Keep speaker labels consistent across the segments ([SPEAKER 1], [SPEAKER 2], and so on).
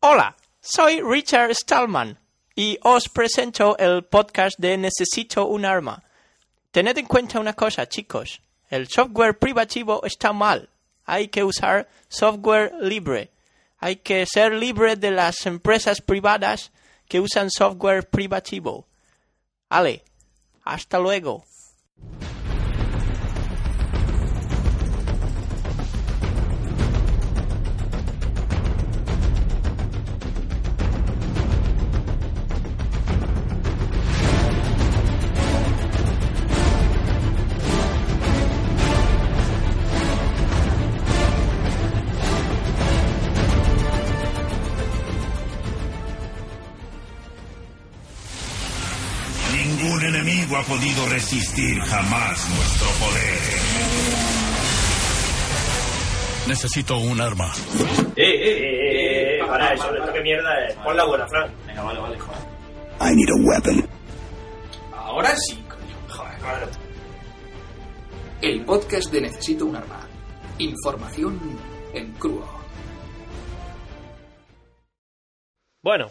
[SPEAKER 1] Hola, soy Richard Stallman y os presento el podcast de Necesito un arma. Tened en cuenta una cosa, chicos. El software privativo está mal. Hay que usar software libre. Hay que ser libre de las empresas privadas que usan software privativo. Ale, hasta luego.
[SPEAKER 2] Ningún enemigo ha podido resistir jamás nuestro poder.
[SPEAKER 3] Necesito un arma.
[SPEAKER 4] Eh, eh, eh, eh, para eso, esto que mierda es. Pon la buena, Fran. Venga, vale, vale, joder.
[SPEAKER 2] I need a weapon.
[SPEAKER 4] Ahora sí, coño. Joder, claro.
[SPEAKER 5] El podcast de Necesito un arma. Información en crudo.
[SPEAKER 4] Bueno,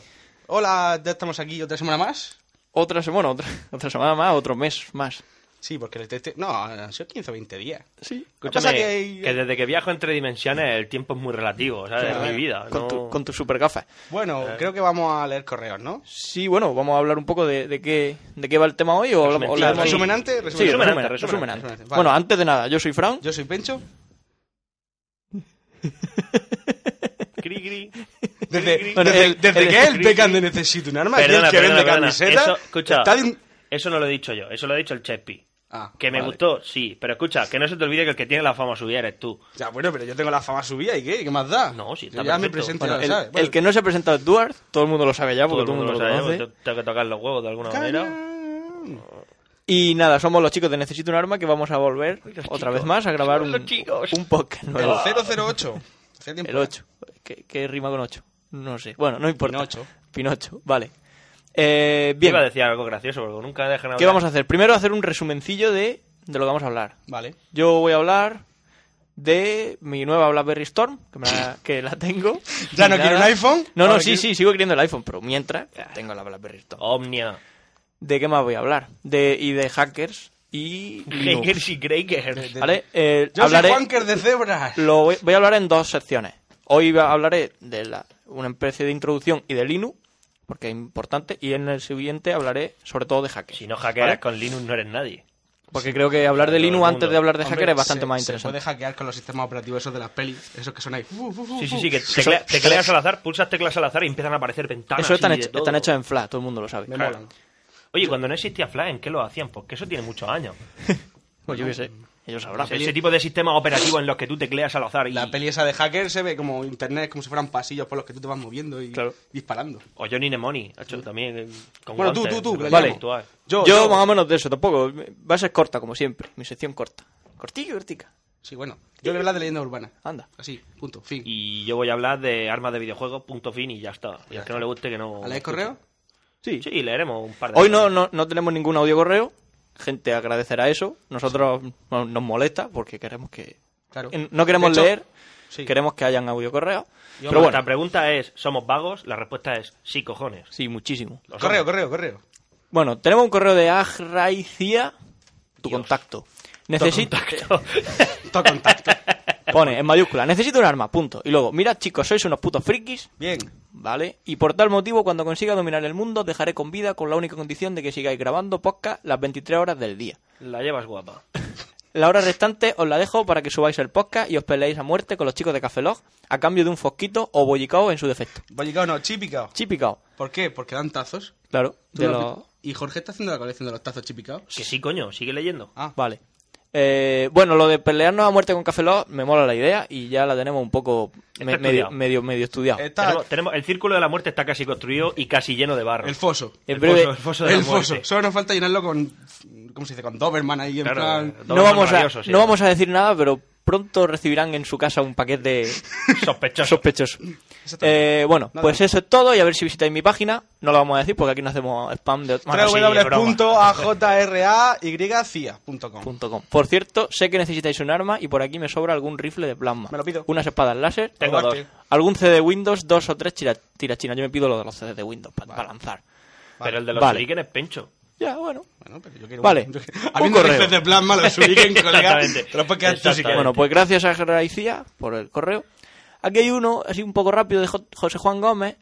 [SPEAKER 6] Hola, ya estamos aquí otra semana más.
[SPEAKER 1] Otra semana, otra, otra semana más, otro mes más.
[SPEAKER 6] Sí, porque el teste... No, han sido 15 o 20 días.
[SPEAKER 1] Sí.
[SPEAKER 6] Pasa
[SPEAKER 4] escúchame,
[SPEAKER 6] que
[SPEAKER 4] que,
[SPEAKER 6] hay-
[SPEAKER 4] desde que viajo entre dimensiones el tiempo es muy relativo, ¿sabes?
[SPEAKER 6] Claro.
[SPEAKER 4] Es mi vida.
[SPEAKER 1] Con,
[SPEAKER 4] no-
[SPEAKER 1] tu, con tus super gafas.
[SPEAKER 4] Eh.
[SPEAKER 6] Bueno, creo que vamos a leer correos, ¿no?
[SPEAKER 1] Sí, bueno, vamos a hablar un poco de, de qué, de qué va el tema hoy. O hablamos-
[SPEAKER 4] Resumencillo,
[SPEAKER 1] hablamos-
[SPEAKER 4] sí.
[SPEAKER 6] Resumen antes,
[SPEAKER 1] Sí,
[SPEAKER 6] resumen
[SPEAKER 4] Resumen
[SPEAKER 6] antes.
[SPEAKER 1] resumen,
[SPEAKER 4] antes,
[SPEAKER 1] resumen
[SPEAKER 4] resumen
[SPEAKER 1] antes.
[SPEAKER 6] antes, vale.
[SPEAKER 1] Bueno, antes de nada, yo soy Fran.
[SPEAKER 6] Yo soy Pencho.
[SPEAKER 4] Cri, cri.
[SPEAKER 6] Desde,
[SPEAKER 4] Cri, cri.
[SPEAKER 1] Bueno,
[SPEAKER 6] desde,
[SPEAKER 1] el-
[SPEAKER 6] desde
[SPEAKER 1] el-
[SPEAKER 6] que el
[SPEAKER 4] cri,
[SPEAKER 6] Beckham de
[SPEAKER 4] cri.
[SPEAKER 6] Necesito un arma,
[SPEAKER 4] Perdona,
[SPEAKER 6] y el que
[SPEAKER 4] perdona,
[SPEAKER 6] vende
[SPEAKER 4] perdona.
[SPEAKER 6] camiseta...
[SPEAKER 4] Eso, escucha.
[SPEAKER 6] está de un-
[SPEAKER 4] Eso no lo he dicho yo, eso lo ha dicho el Chespi.
[SPEAKER 6] Ah,
[SPEAKER 4] que me
[SPEAKER 6] vale.
[SPEAKER 4] gustó, sí, pero escucha, que no se te olvide que el que tiene la fama subida eres tú.
[SPEAKER 6] Ya, bueno, pero yo tengo la fama subida, ¿y qué? ¿Qué más da?
[SPEAKER 4] No, sí, está
[SPEAKER 6] Yo ya me
[SPEAKER 4] perfecto.
[SPEAKER 6] presento,
[SPEAKER 1] Bueno,
[SPEAKER 6] ya
[SPEAKER 1] el,
[SPEAKER 6] sabes. Bueno,
[SPEAKER 1] el que no se ha presentado es Duarte, todo el mundo lo sabe ya porque
[SPEAKER 4] Todo el mundo lo
[SPEAKER 1] lo
[SPEAKER 4] sabe,
[SPEAKER 1] conoce.
[SPEAKER 4] porque tengo que tocar los huevos de alguna manera.
[SPEAKER 1] Y nada, somos los chicos de Necesito un arma que vamos a volver otra vez más a grabar un, un podcast nuevo.
[SPEAKER 4] Ah.
[SPEAKER 6] El 008. Hace tiempo.
[SPEAKER 1] El 8. ¿Qué, qué rima con 8? No sé. Bueno, no importa.
[SPEAKER 6] Pinocho.
[SPEAKER 1] Pinocho, vale. Eh, bien,
[SPEAKER 4] Iba a decir algo gracioso, porque nunca dejan hablar.
[SPEAKER 1] ¿qué vamos a hacer? Primero hacer un resumencillo de, de lo que vamos a hablar.
[SPEAKER 6] Vale.
[SPEAKER 1] Yo voy a hablar de mi nueva BlackBerry Storm, que, me la, que la tengo.
[SPEAKER 6] Ya no
[SPEAKER 1] Y
[SPEAKER 6] quiero
[SPEAKER 1] nada.
[SPEAKER 6] un iPhone,
[SPEAKER 1] No, no,
[SPEAKER 6] ahora Ah.
[SPEAKER 1] sí,
[SPEAKER 6] quiero-
[SPEAKER 1] sí, sigo queriendo el iPhone, pero mientras tengo la BlackBerry Storm.
[SPEAKER 4] Omnia.
[SPEAKER 1] ¿De qué más voy a hablar? De, y de hackers y... Linux,
[SPEAKER 4] Hackers y Crackers.
[SPEAKER 1] ¿Vale? Eh,
[SPEAKER 6] Yo
[SPEAKER 1] hablaré,
[SPEAKER 6] soy Juanker de Zebras.
[SPEAKER 1] lo voy, voy a hablar en dos secciones. Hoy va- hablaré de la- una especie de introducción y de Linux, porque es importante, y en el siguiente hablaré sobre todo de hackers.
[SPEAKER 4] Si no hackeas
[SPEAKER 1] ¿vale?
[SPEAKER 4] con Linux no eres nadie.
[SPEAKER 1] Porque creo que hablar de
[SPEAKER 4] Todo el
[SPEAKER 1] Linux antes
[SPEAKER 4] mundo.
[SPEAKER 1] de hablar de
[SPEAKER 6] Hombre,
[SPEAKER 1] hackers es bastante
[SPEAKER 6] se-
[SPEAKER 1] más
[SPEAKER 6] Se puede
[SPEAKER 1] interesante.
[SPEAKER 6] hackear con los sistemas operativos esos de las pelis, esos que son ahí. Uh, uh, uh,
[SPEAKER 4] Sí, sí,
[SPEAKER 6] uh.
[SPEAKER 4] sí, que teclea- tecleas al azar, pulsas teclas al azar y empiezan a aparecer ventanas.
[SPEAKER 1] Eso están
[SPEAKER 4] y de
[SPEAKER 1] hecho-
[SPEAKER 4] todo.
[SPEAKER 1] están hechos en Flash, todo el mundo lo sabe.
[SPEAKER 6] Me
[SPEAKER 4] Claro.
[SPEAKER 6] molan.
[SPEAKER 4] Oye, cuando no existía Flash, ¿en qué lo hacían? Porque eso tiene muchos años.
[SPEAKER 1] Pues yo qué sé, ellos sabrán.
[SPEAKER 4] Ese tipo de sistemas operativos en los que tú tecleas al azar y...
[SPEAKER 6] La peli esa de hacker se ve como internet, como si fueran pasillos por los que tú te vas moviendo y
[SPEAKER 1] Claro.
[SPEAKER 6] disparando.
[SPEAKER 4] O Johnny Mnemoni, hecho también eh, con
[SPEAKER 6] Bueno, tú,
[SPEAKER 4] guantes,
[SPEAKER 6] tú, tú,
[SPEAKER 4] con
[SPEAKER 1] Vale.
[SPEAKER 4] virtual.
[SPEAKER 1] Yo,
[SPEAKER 6] Yo- yo-
[SPEAKER 1] más o menos de eso, tampoco. Va a ser corta, como siempre. Mi sección corta. Cortica, cortica.
[SPEAKER 6] Sí, bueno. Yo quiero hablar de leyenda urbana.
[SPEAKER 1] Anda.
[SPEAKER 6] Así, punto, fin.
[SPEAKER 4] Y yo voy a hablar de armas de videojuegos, punto fin, y ya está. Y al que no le guste, que no...
[SPEAKER 6] ¿A leer correo?
[SPEAKER 1] Sí.
[SPEAKER 4] Sí, leeremos un par de...
[SPEAKER 1] Hoy no, no, no tenemos ningún audio correo. Gente agradecerá eso. Nosotros no- nos molesta porque queremos que.
[SPEAKER 6] Claro.
[SPEAKER 1] en- No queremos
[SPEAKER 6] De hecho,
[SPEAKER 1] leer,
[SPEAKER 6] sí.
[SPEAKER 1] queremos que hayan audio correo.
[SPEAKER 4] Yo,
[SPEAKER 1] pero bueno,
[SPEAKER 4] La pregunta es, ¿somos vagos? La respuesta es, sí, cojones.
[SPEAKER 1] sí, muchísimo.
[SPEAKER 4] Lo
[SPEAKER 6] Correo,
[SPEAKER 4] somos.
[SPEAKER 6] correo, correo.
[SPEAKER 1] Bueno, tenemos un correo de Agraicia, tu contacto. Necesito.
[SPEAKER 6] Todo contacto.
[SPEAKER 1] Pone en mayúscula, necesito un arma, punto. Y luego, mira chicos, sois unos putos frikis,
[SPEAKER 6] Bien.
[SPEAKER 1] ¿vale? Y por tal motivo, cuando consiga dominar el mundo, dejaré con vida con la única condición de que sigáis grabando podcast las 23 horas del día.
[SPEAKER 4] La llevas guapa.
[SPEAKER 1] La hora restante os la dejo para que subáis el podcast y os peleéis a muerte con los chicos de Café Log a cambio de un fosquito o bollicao en su defecto.
[SPEAKER 6] Bollicao no, chipicao.
[SPEAKER 1] Chipicao,
[SPEAKER 6] ¿Por qué? Porque dan tazos.
[SPEAKER 1] claro.
[SPEAKER 6] ¿Tú
[SPEAKER 1] De
[SPEAKER 6] lo has
[SPEAKER 1] los-
[SPEAKER 6] visto? Y Jorge está haciendo la colección de los tazos chipicaos.
[SPEAKER 4] Que sí, coño, sigue leyendo.
[SPEAKER 6] Ah,
[SPEAKER 1] Vale. Eh, bueno, lo de pelearnos a muerte con Café Lock me mola la idea y ya la tenemos un poco
[SPEAKER 4] Está
[SPEAKER 1] me- medio,
[SPEAKER 4] estudiado.
[SPEAKER 1] medio, medio estudiado.
[SPEAKER 6] Está
[SPEAKER 4] Tenemos, tenemos- el círculo de la muerte está casi construido y casi lleno de barro.
[SPEAKER 6] el foso.
[SPEAKER 1] en
[SPEAKER 4] El
[SPEAKER 1] breve,
[SPEAKER 4] foso, el foso de la
[SPEAKER 6] El
[SPEAKER 4] muerte.
[SPEAKER 6] foso. Solo nos falta llenarlo con. ¿Cómo se dice? Con Doberman ahí en
[SPEAKER 4] Claro,
[SPEAKER 6] plan.
[SPEAKER 4] Doberman
[SPEAKER 1] no, vamos a,
[SPEAKER 4] rabioso, sí.
[SPEAKER 1] no vamos a decir nada, pero pronto recibirán en su casa un paquete de
[SPEAKER 4] Sospechoso.
[SPEAKER 1] sospechosos.
[SPEAKER 6] Exactamente.
[SPEAKER 1] Eh, bueno,
[SPEAKER 6] Nada
[SPEAKER 1] pues
[SPEAKER 6] más.
[SPEAKER 1] eso es todo y a ver si visitáis mi página. No lo vamos a decir porque aquí no hacemos spam de bueno, sí, broma.
[SPEAKER 6] www.ajrayacia.com
[SPEAKER 1] Punto com. Por cierto, sé que necesitáis un arma y por aquí me sobra algún rifle de plasma.
[SPEAKER 6] Me lo pido.
[SPEAKER 1] Unas espadas láser.
[SPEAKER 4] Tengo dos.
[SPEAKER 1] Algún CD de Windows, dos o tres tira- tirachinas. Yo me pido lo de los CDs de Windows para lanzar.
[SPEAKER 4] Pero el de los
[SPEAKER 1] Vale.
[SPEAKER 4] shuriken es pencho.
[SPEAKER 1] Ya, bueno.
[SPEAKER 6] Bueno, pero yo quiero
[SPEAKER 1] Vale.
[SPEAKER 6] uno. Yo quiero-
[SPEAKER 1] Un
[SPEAKER 6] Habiendo
[SPEAKER 1] correo.
[SPEAKER 6] rifles de plasma, los ubiquen, colega.
[SPEAKER 4] Exactamente.
[SPEAKER 6] Te lo puedes quedar tú si quieres.
[SPEAKER 1] Bueno, pues gracias a Geraicía por el correo. Aquí hay uno, así un poco rápido, de Jo- José Juan Gómez.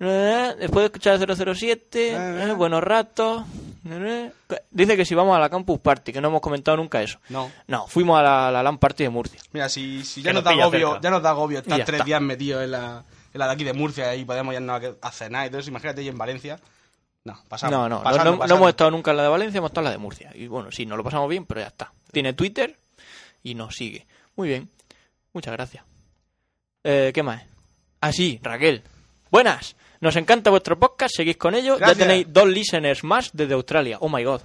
[SPEAKER 1] Eh, Después de escuchar el 007, eh, buenos ratos. eh, eh. Dice que si vamos a la Campus Party, que no hemos comentado nunca eso.
[SPEAKER 6] No.
[SPEAKER 1] No, fuimos a la, la LAN Party de Murcia.
[SPEAKER 6] Mira, si, si ya,
[SPEAKER 4] Que
[SPEAKER 6] nos
[SPEAKER 4] nos
[SPEAKER 6] da
[SPEAKER 4] pilla
[SPEAKER 6] agobio,
[SPEAKER 4] cerca.
[SPEAKER 6] ya nos da agobio
[SPEAKER 1] Y ya
[SPEAKER 6] estar tres
[SPEAKER 1] está.
[SPEAKER 6] días metidos en la, en la de aquí de Murcia y podemos irnos a que- a cenar y todo eso. Imagínate, yo en Valencia. No, pasamos.
[SPEAKER 1] no, no, no,
[SPEAKER 6] pasando,
[SPEAKER 1] no- no
[SPEAKER 6] pasando.
[SPEAKER 1] hemos estado nunca en la de Valencia, hemos estado en la de Murcia. Y bueno, sí, nos lo pasamos bien, pero ya está. Tiene Twitter y nos sigue. Muy bien, muchas gracias. Eh, ¿Qué más? Ah, sí, Raquel. Buenas, nos encanta vuestro podcast, seguís con ello.
[SPEAKER 6] Gracias.
[SPEAKER 1] Ya tenéis dos listeners más desde Australia. Oh my god.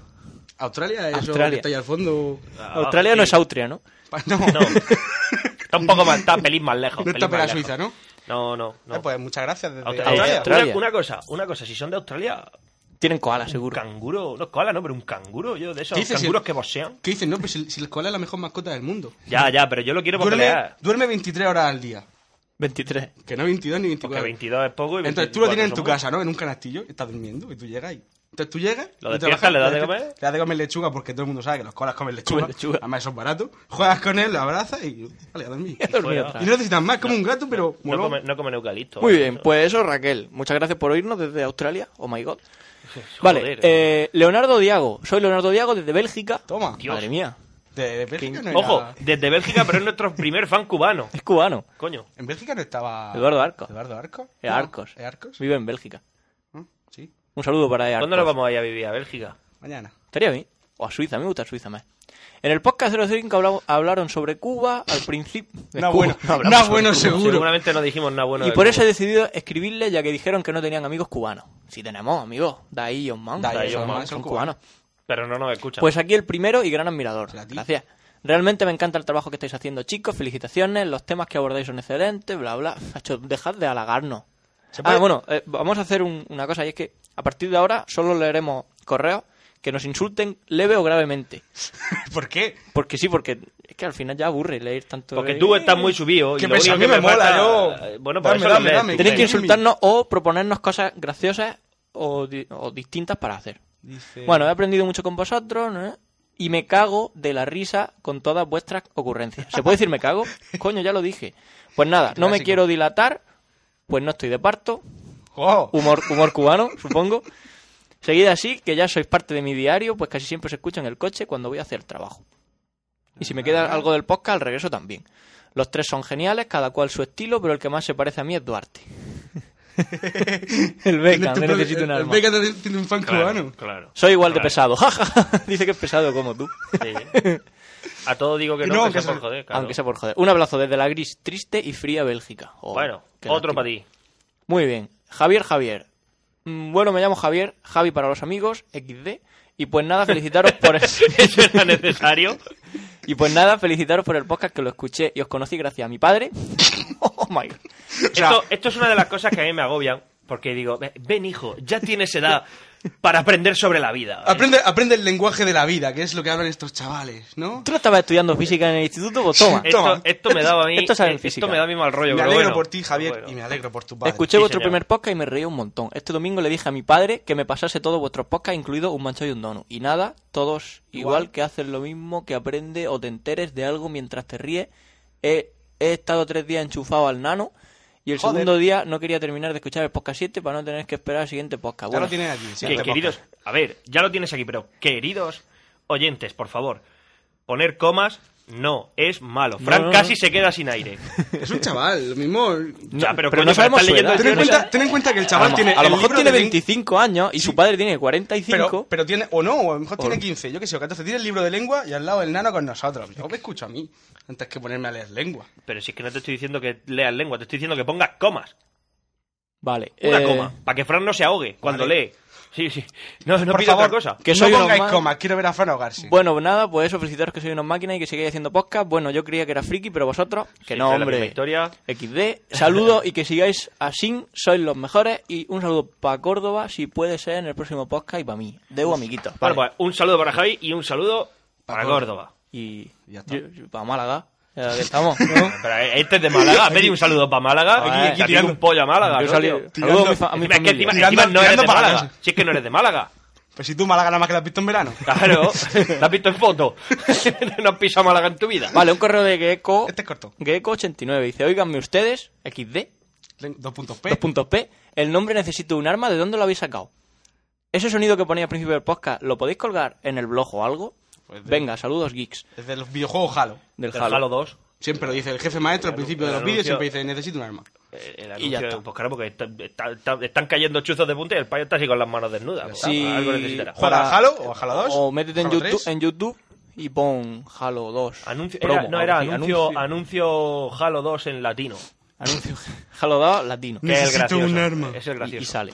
[SPEAKER 6] Australia, eso
[SPEAKER 1] Australia.
[SPEAKER 6] que está ahí al fondo.
[SPEAKER 4] Ah,
[SPEAKER 1] Australia no es Austria, ¿no?
[SPEAKER 6] Pa- No,
[SPEAKER 4] No. Está un poco más, está feliz más
[SPEAKER 6] no
[SPEAKER 4] lejos. pelín
[SPEAKER 6] está para
[SPEAKER 4] más lejos.
[SPEAKER 6] Suiza, ¿no?
[SPEAKER 4] No, no, no.
[SPEAKER 6] Eh, pues muchas gracias desde Australia.
[SPEAKER 4] Australia.
[SPEAKER 1] Australia.
[SPEAKER 4] Una, una cosa, una cosa, si son de Australia,
[SPEAKER 1] Tienen koala,
[SPEAKER 4] un
[SPEAKER 1] seguro.
[SPEAKER 4] canguro, no koala, no, pero un canguro, yo de esos
[SPEAKER 6] ¿Qué dices?
[SPEAKER 4] canguros que boxean.
[SPEAKER 6] ¿Qué dicen? No, pero si, si el koala es la mejor mascota del mundo.
[SPEAKER 4] Ya, ya, pero yo lo quiero porque
[SPEAKER 6] Duerme,
[SPEAKER 4] lea.
[SPEAKER 6] duerme 23 horas al día.
[SPEAKER 1] 23.
[SPEAKER 6] Que no 22 ni 24.
[SPEAKER 4] Porque 22 es poco y
[SPEAKER 6] Entonces tú lo tienes en
[SPEAKER 4] 24
[SPEAKER 6] tu
[SPEAKER 4] son
[SPEAKER 6] casa, ¿no? En un canastillo, y estás durmiendo y tú llegas y... Entonces tú llegas...
[SPEAKER 4] Lo
[SPEAKER 6] y te
[SPEAKER 4] despiertas,
[SPEAKER 6] bajas,
[SPEAKER 4] le das de
[SPEAKER 6] te-
[SPEAKER 4] comer.
[SPEAKER 6] Le das de comer lechuga porque todo el mundo sabe que los colas comen lechuga.
[SPEAKER 1] Comen lechuga.
[SPEAKER 6] Además eso es barato. Juegas con él, lo abrazas y... Vale, a dormir.
[SPEAKER 1] He dormido
[SPEAKER 4] fuera.
[SPEAKER 1] otra
[SPEAKER 6] y
[SPEAKER 1] vez.
[SPEAKER 6] no necesitas más, como un gato, pero...
[SPEAKER 4] mucho. No
[SPEAKER 6] molón.
[SPEAKER 4] come, no comen eucalipto.
[SPEAKER 1] Muy
[SPEAKER 4] ¿eh?
[SPEAKER 1] bien, pues eso, Raquel. Muchas gracias por oírnos desde Australia. Oh my god. Vale,
[SPEAKER 4] Joder, eh.
[SPEAKER 1] eh, Leonardo Diago. Soy Leonardo Diago desde Bélgica.
[SPEAKER 6] Toma.
[SPEAKER 4] Dios.
[SPEAKER 1] Madre mía,
[SPEAKER 6] De, de Bélgica no era-
[SPEAKER 4] Ojo, desde Bélgica, pero es nuestro primer fan cubano.
[SPEAKER 1] es cubano.
[SPEAKER 4] Coño.
[SPEAKER 6] En Bélgica no estaba...
[SPEAKER 1] Eduardo Arcos.
[SPEAKER 6] Eduardo Arcos.
[SPEAKER 1] Es
[SPEAKER 6] No,
[SPEAKER 1] Arcos.
[SPEAKER 6] ¿Es Arcos? ¿Mm?
[SPEAKER 1] Vive en Bélgica.
[SPEAKER 6] Sí.
[SPEAKER 1] Un saludo para Arcos.
[SPEAKER 4] ¿Cuándo nos vamos a ir a vivir a Bélgica?
[SPEAKER 6] Mañana.
[SPEAKER 1] Estaría bien. O a Suiza, a mí me gusta Suiza más. En el podcast 05 habla- hablaron sobre Cuba al principio. de
[SPEAKER 6] No,
[SPEAKER 1] Cuba.
[SPEAKER 6] bueno.
[SPEAKER 1] No hablamos
[SPEAKER 6] No,
[SPEAKER 1] sobre
[SPEAKER 6] bueno,
[SPEAKER 1] Cuba.
[SPEAKER 6] seguro.
[SPEAKER 4] Seguramente no dijimos nada bueno.
[SPEAKER 1] Y
[SPEAKER 4] de
[SPEAKER 1] por
[SPEAKER 4] Cuba.
[SPEAKER 1] eso he decidido escribirle, ya que dijeron que no tenían amigos cubanos. Si tenemos amigos, de ahí os man.
[SPEAKER 6] Da
[SPEAKER 4] Da
[SPEAKER 6] ellos,
[SPEAKER 4] ellos,
[SPEAKER 6] ¿no?
[SPEAKER 4] man,
[SPEAKER 1] Son cubanos.
[SPEAKER 4] Pero no nos escuchan.
[SPEAKER 1] Pues aquí el primero y gran admirador.
[SPEAKER 6] Será a ti.
[SPEAKER 1] Gracias. Realmente me encanta el trabajo que estáis haciendo, chicos. Felicitaciones. Los temas que abordáis son excelentes. Bla, bla. Hacho, dejad de halagarnos.
[SPEAKER 4] ¿Se puede?
[SPEAKER 1] Ah, bueno, eh, vamos a hacer un- una cosa. Y es que a partir de ahora solo leeremos correos que nos insulten leve o gravemente.
[SPEAKER 6] ¿Por qué?
[SPEAKER 1] Porque sí, porque es que al final ya aburre leer tanto.
[SPEAKER 4] Porque
[SPEAKER 1] de-
[SPEAKER 4] tú estás muy subido. y
[SPEAKER 6] Qué
[SPEAKER 4] lo único
[SPEAKER 6] pesado, a mí me mola,
[SPEAKER 4] falta-
[SPEAKER 6] yo.
[SPEAKER 4] Bueno, por
[SPEAKER 6] Dame,
[SPEAKER 4] eso lo
[SPEAKER 6] dame,
[SPEAKER 4] lees,
[SPEAKER 6] dame.
[SPEAKER 4] tú
[SPEAKER 1] Tenéis que
[SPEAKER 4] lees.
[SPEAKER 1] insultarnos o proponernos cosas graciosas o, di- o distintas para hacer.
[SPEAKER 6] Dice...
[SPEAKER 1] Bueno, he aprendido mucho con vosotros ¿no? y me cago de la risa con todas vuestras ocurrencias. ¿Se puede decir me cago? Coño, ya lo dije. Pues nada, no me
[SPEAKER 6] Clásico.
[SPEAKER 1] quiero dilatar, pues no estoy de parto.
[SPEAKER 6] ¡Oh!
[SPEAKER 1] Humor, humor cubano, supongo. Seguid así, que ya sois parte de mi diario, pues casi siempre os escucho en el coche cuando voy a hacer trabajo. Y si me queda algo del podcast, al regreso también. Los tres son geniales, cada cual su estilo, pero el que más se parece a mí es Duarte. el Beckham, le
[SPEAKER 6] Tiene tu pro-
[SPEAKER 1] necesito un
[SPEAKER 6] el- el
[SPEAKER 1] arma.
[SPEAKER 6] Beckham tiene- tiene un fan cubano.
[SPEAKER 4] Claro, claro.
[SPEAKER 1] Soy igual de
[SPEAKER 4] Claro.
[SPEAKER 1] pesado, jaja. Dice que es pesado como tú.
[SPEAKER 4] Sí. A todo digo
[SPEAKER 6] No,
[SPEAKER 4] que no, aunque
[SPEAKER 6] aunque
[SPEAKER 4] sea
[SPEAKER 6] sea-
[SPEAKER 4] por joder, claro.
[SPEAKER 1] Aunque sea por joder. Un abrazo desde la gris, triste y fría Bélgica. Oh,
[SPEAKER 4] Bueno,
[SPEAKER 1] qué
[SPEAKER 4] otro
[SPEAKER 1] lástima.
[SPEAKER 4] para ti.
[SPEAKER 1] Muy bien. Javier, Javier. Mm, Bueno, me llamo Javier, Javi para los amigos, XD. Y pues nada, felicitaros por
[SPEAKER 4] Eso era necesario.
[SPEAKER 1] y pues nada, felicitaros por el podcast que lo escuché y os conocí gracias a mi padre. Oh my god.
[SPEAKER 4] esto, esto es una de las cosas que a mí me agobian. Porque digo, "Ve- ven hijo, ya tienes edad para aprender sobre la vida.
[SPEAKER 6] Aprende, aprende el lenguaje de la vida, que es lo que hablan estos chavales, ¿no?
[SPEAKER 1] Tú no estabas estudiando física en el instituto, pues toma.
[SPEAKER 6] Eh,
[SPEAKER 4] Esto,
[SPEAKER 6] Toma.
[SPEAKER 4] esto me daba a mí.
[SPEAKER 1] Esto sale en física.
[SPEAKER 4] esto me da a mí mal rollo.
[SPEAKER 6] me
[SPEAKER 4] pero
[SPEAKER 6] alegro
[SPEAKER 4] bueno.
[SPEAKER 6] por ti, Javier,
[SPEAKER 4] Bueno.
[SPEAKER 6] y me alegro por tu padre.
[SPEAKER 1] Escuché
[SPEAKER 4] Sí,
[SPEAKER 1] vuestro
[SPEAKER 4] señor.
[SPEAKER 1] primer podcast y me reí un montón. Este domingo le dije a mi padre que me pasase todos vuestros podcasts, incluido un mancho y un dono. Y nada, todos igual, que hacen lo mismo, que aprende o te enteres de algo mientras te ríes. He, he estado tres días enchufado al nano y el
[SPEAKER 6] Joder.
[SPEAKER 1] segundo día no quería terminar de escuchar el podcast 7 para no tener que esperar al siguiente podcast.
[SPEAKER 6] Ya
[SPEAKER 1] Bueno,
[SPEAKER 6] lo tienes aquí.
[SPEAKER 4] Que,
[SPEAKER 6] siguiente
[SPEAKER 4] queridos,
[SPEAKER 6] podcast.
[SPEAKER 4] a ver, ya lo tienes aquí, pero queridos oyentes, por favor, poner comas no es malo. Frank
[SPEAKER 1] no, no.
[SPEAKER 4] casi se queda sin aire.
[SPEAKER 6] Es un chaval, lo mismo.
[SPEAKER 1] no,
[SPEAKER 4] Ya,
[SPEAKER 1] pero,
[SPEAKER 4] pero
[SPEAKER 1] no
[SPEAKER 4] coño, pero
[SPEAKER 1] sabemos
[SPEAKER 4] estás
[SPEAKER 1] su
[SPEAKER 4] leyendo
[SPEAKER 1] edad.
[SPEAKER 4] el
[SPEAKER 6] Ten en,
[SPEAKER 4] pero-
[SPEAKER 6] cuenta, ten en cuenta que el
[SPEAKER 1] A
[SPEAKER 6] chaval
[SPEAKER 1] lo,
[SPEAKER 6] tiene.
[SPEAKER 1] a lo
[SPEAKER 6] el
[SPEAKER 1] mejor
[SPEAKER 6] libro
[SPEAKER 1] tiene
[SPEAKER 6] de
[SPEAKER 1] 25 años y su padre tiene 45.
[SPEAKER 6] Pero, pero tiene, o no, o a lo mejor
[SPEAKER 1] O-
[SPEAKER 6] tiene 15, yo qué sé, o 14. Tiene el libro de lengua y al lado el nano con nosotros. Yo me escucho a mí, antes que ponerme a leer lengua.
[SPEAKER 4] Pero si es que no te estoy diciendo que leas lengua, te estoy diciendo que pongas comas.
[SPEAKER 1] Vale.
[SPEAKER 4] Una
[SPEAKER 1] eh,
[SPEAKER 4] coma, para que Fran no se ahogue cuando
[SPEAKER 6] Vale.
[SPEAKER 4] lee. Sí, sí. No, no
[SPEAKER 6] Por
[SPEAKER 4] pida
[SPEAKER 6] favor,
[SPEAKER 4] otra cosa.
[SPEAKER 1] que soy
[SPEAKER 6] no
[SPEAKER 1] unos
[SPEAKER 6] pongáis
[SPEAKER 1] ma-
[SPEAKER 6] coma, quiero ver a Fran ahogarse.
[SPEAKER 1] Bueno, nada, pues eso, felicitaros que soy una máquina y que sigáis haciendo podcast. Bueno, yo creía que era friki, pero vosotros, que
[SPEAKER 4] Siempre
[SPEAKER 1] no,
[SPEAKER 4] la misma
[SPEAKER 1] hombre.
[SPEAKER 4] historia.
[SPEAKER 1] XD, saludo y que sigáis así, sois los mejores. Y un saludo para Córdoba, si puede ser en el próximo podcast y para mí. Debo amiguitos.
[SPEAKER 4] Bueno,
[SPEAKER 1] Vale.
[SPEAKER 4] pues un saludo para Javi y un saludo para Córdoba.
[SPEAKER 1] Y
[SPEAKER 6] Ya está.
[SPEAKER 1] para Málaga, ya que estamos, ¿no?
[SPEAKER 4] Pero este es de Málaga, pedí un saludo para Málaga.
[SPEAKER 1] Aquí- aquí
[SPEAKER 4] Te ha pedido
[SPEAKER 1] tirando-
[SPEAKER 4] un pollo a Málaga.
[SPEAKER 1] Yo
[SPEAKER 4] ¿no,
[SPEAKER 1] salí-
[SPEAKER 4] tío?
[SPEAKER 1] saludo a mi, fa- a mi
[SPEAKER 4] Encima, es que
[SPEAKER 1] familia.
[SPEAKER 4] encima,
[SPEAKER 6] Tirando-
[SPEAKER 4] encima no eres
[SPEAKER 6] tirando
[SPEAKER 4] de
[SPEAKER 6] para
[SPEAKER 4] Málaga.
[SPEAKER 6] casa.
[SPEAKER 4] Si es que no eres de Málaga.
[SPEAKER 6] Pues si tú Málaga nada más que la has visto en verano.
[SPEAKER 4] Claro, la has visto en foto. no has pisado Málaga en tu vida.
[SPEAKER 1] Vale, un correo de Gecko.
[SPEAKER 6] Este es corto.
[SPEAKER 1] Gecko89. Dice: Óiganme ustedes, XD,
[SPEAKER 6] Le- Dos puntos P.
[SPEAKER 1] dos puntos P. El nombre Necesito un arma, ¿de dónde lo habéis sacado? Ese sonido que ponía al principio del podcast, ¿lo podéis colgar en el blog o algo?
[SPEAKER 6] Pues de-
[SPEAKER 1] Venga, saludos, geeks.
[SPEAKER 6] Es de los videojuegos Halo.
[SPEAKER 1] Del
[SPEAKER 4] Del
[SPEAKER 1] Halo.
[SPEAKER 4] Halo 2.
[SPEAKER 6] Siempre lo dice el jefe maestro al principio de los
[SPEAKER 4] el
[SPEAKER 6] vídeos,
[SPEAKER 4] anuncio-
[SPEAKER 6] siempre dice, necesito un arma.
[SPEAKER 4] El, el
[SPEAKER 1] Y ya
[SPEAKER 4] anuncio,
[SPEAKER 1] está.
[SPEAKER 4] pues claro, porque está- está- está- están cayendo chuzos de punta y el payo está así con las manos desnudas. Pues,
[SPEAKER 1] Sí.
[SPEAKER 4] Algo necesitará.
[SPEAKER 1] Joder.
[SPEAKER 6] ¿Juega
[SPEAKER 1] Para-
[SPEAKER 6] a Halo o a Halo 2?
[SPEAKER 1] O métete en
[SPEAKER 6] Halo
[SPEAKER 1] YouTube,
[SPEAKER 6] 3.
[SPEAKER 1] en YouTube y pon Halo 2.
[SPEAKER 4] Anuncio,
[SPEAKER 1] Promo,
[SPEAKER 4] era- no,
[SPEAKER 1] algo
[SPEAKER 4] era
[SPEAKER 1] así.
[SPEAKER 4] anuncio, anuncio Halo 2 en latino.
[SPEAKER 1] anuncio. Halo 2 latino.
[SPEAKER 4] Que es el
[SPEAKER 6] Necesito
[SPEAKER 4] gracioso.
[SPEAKER 6] un arma.
[SPEAKER 4] Es el
[SPEAKER 1] y, y
[SPEAKER 4] gracioso.
[SPEAKER 1] sale.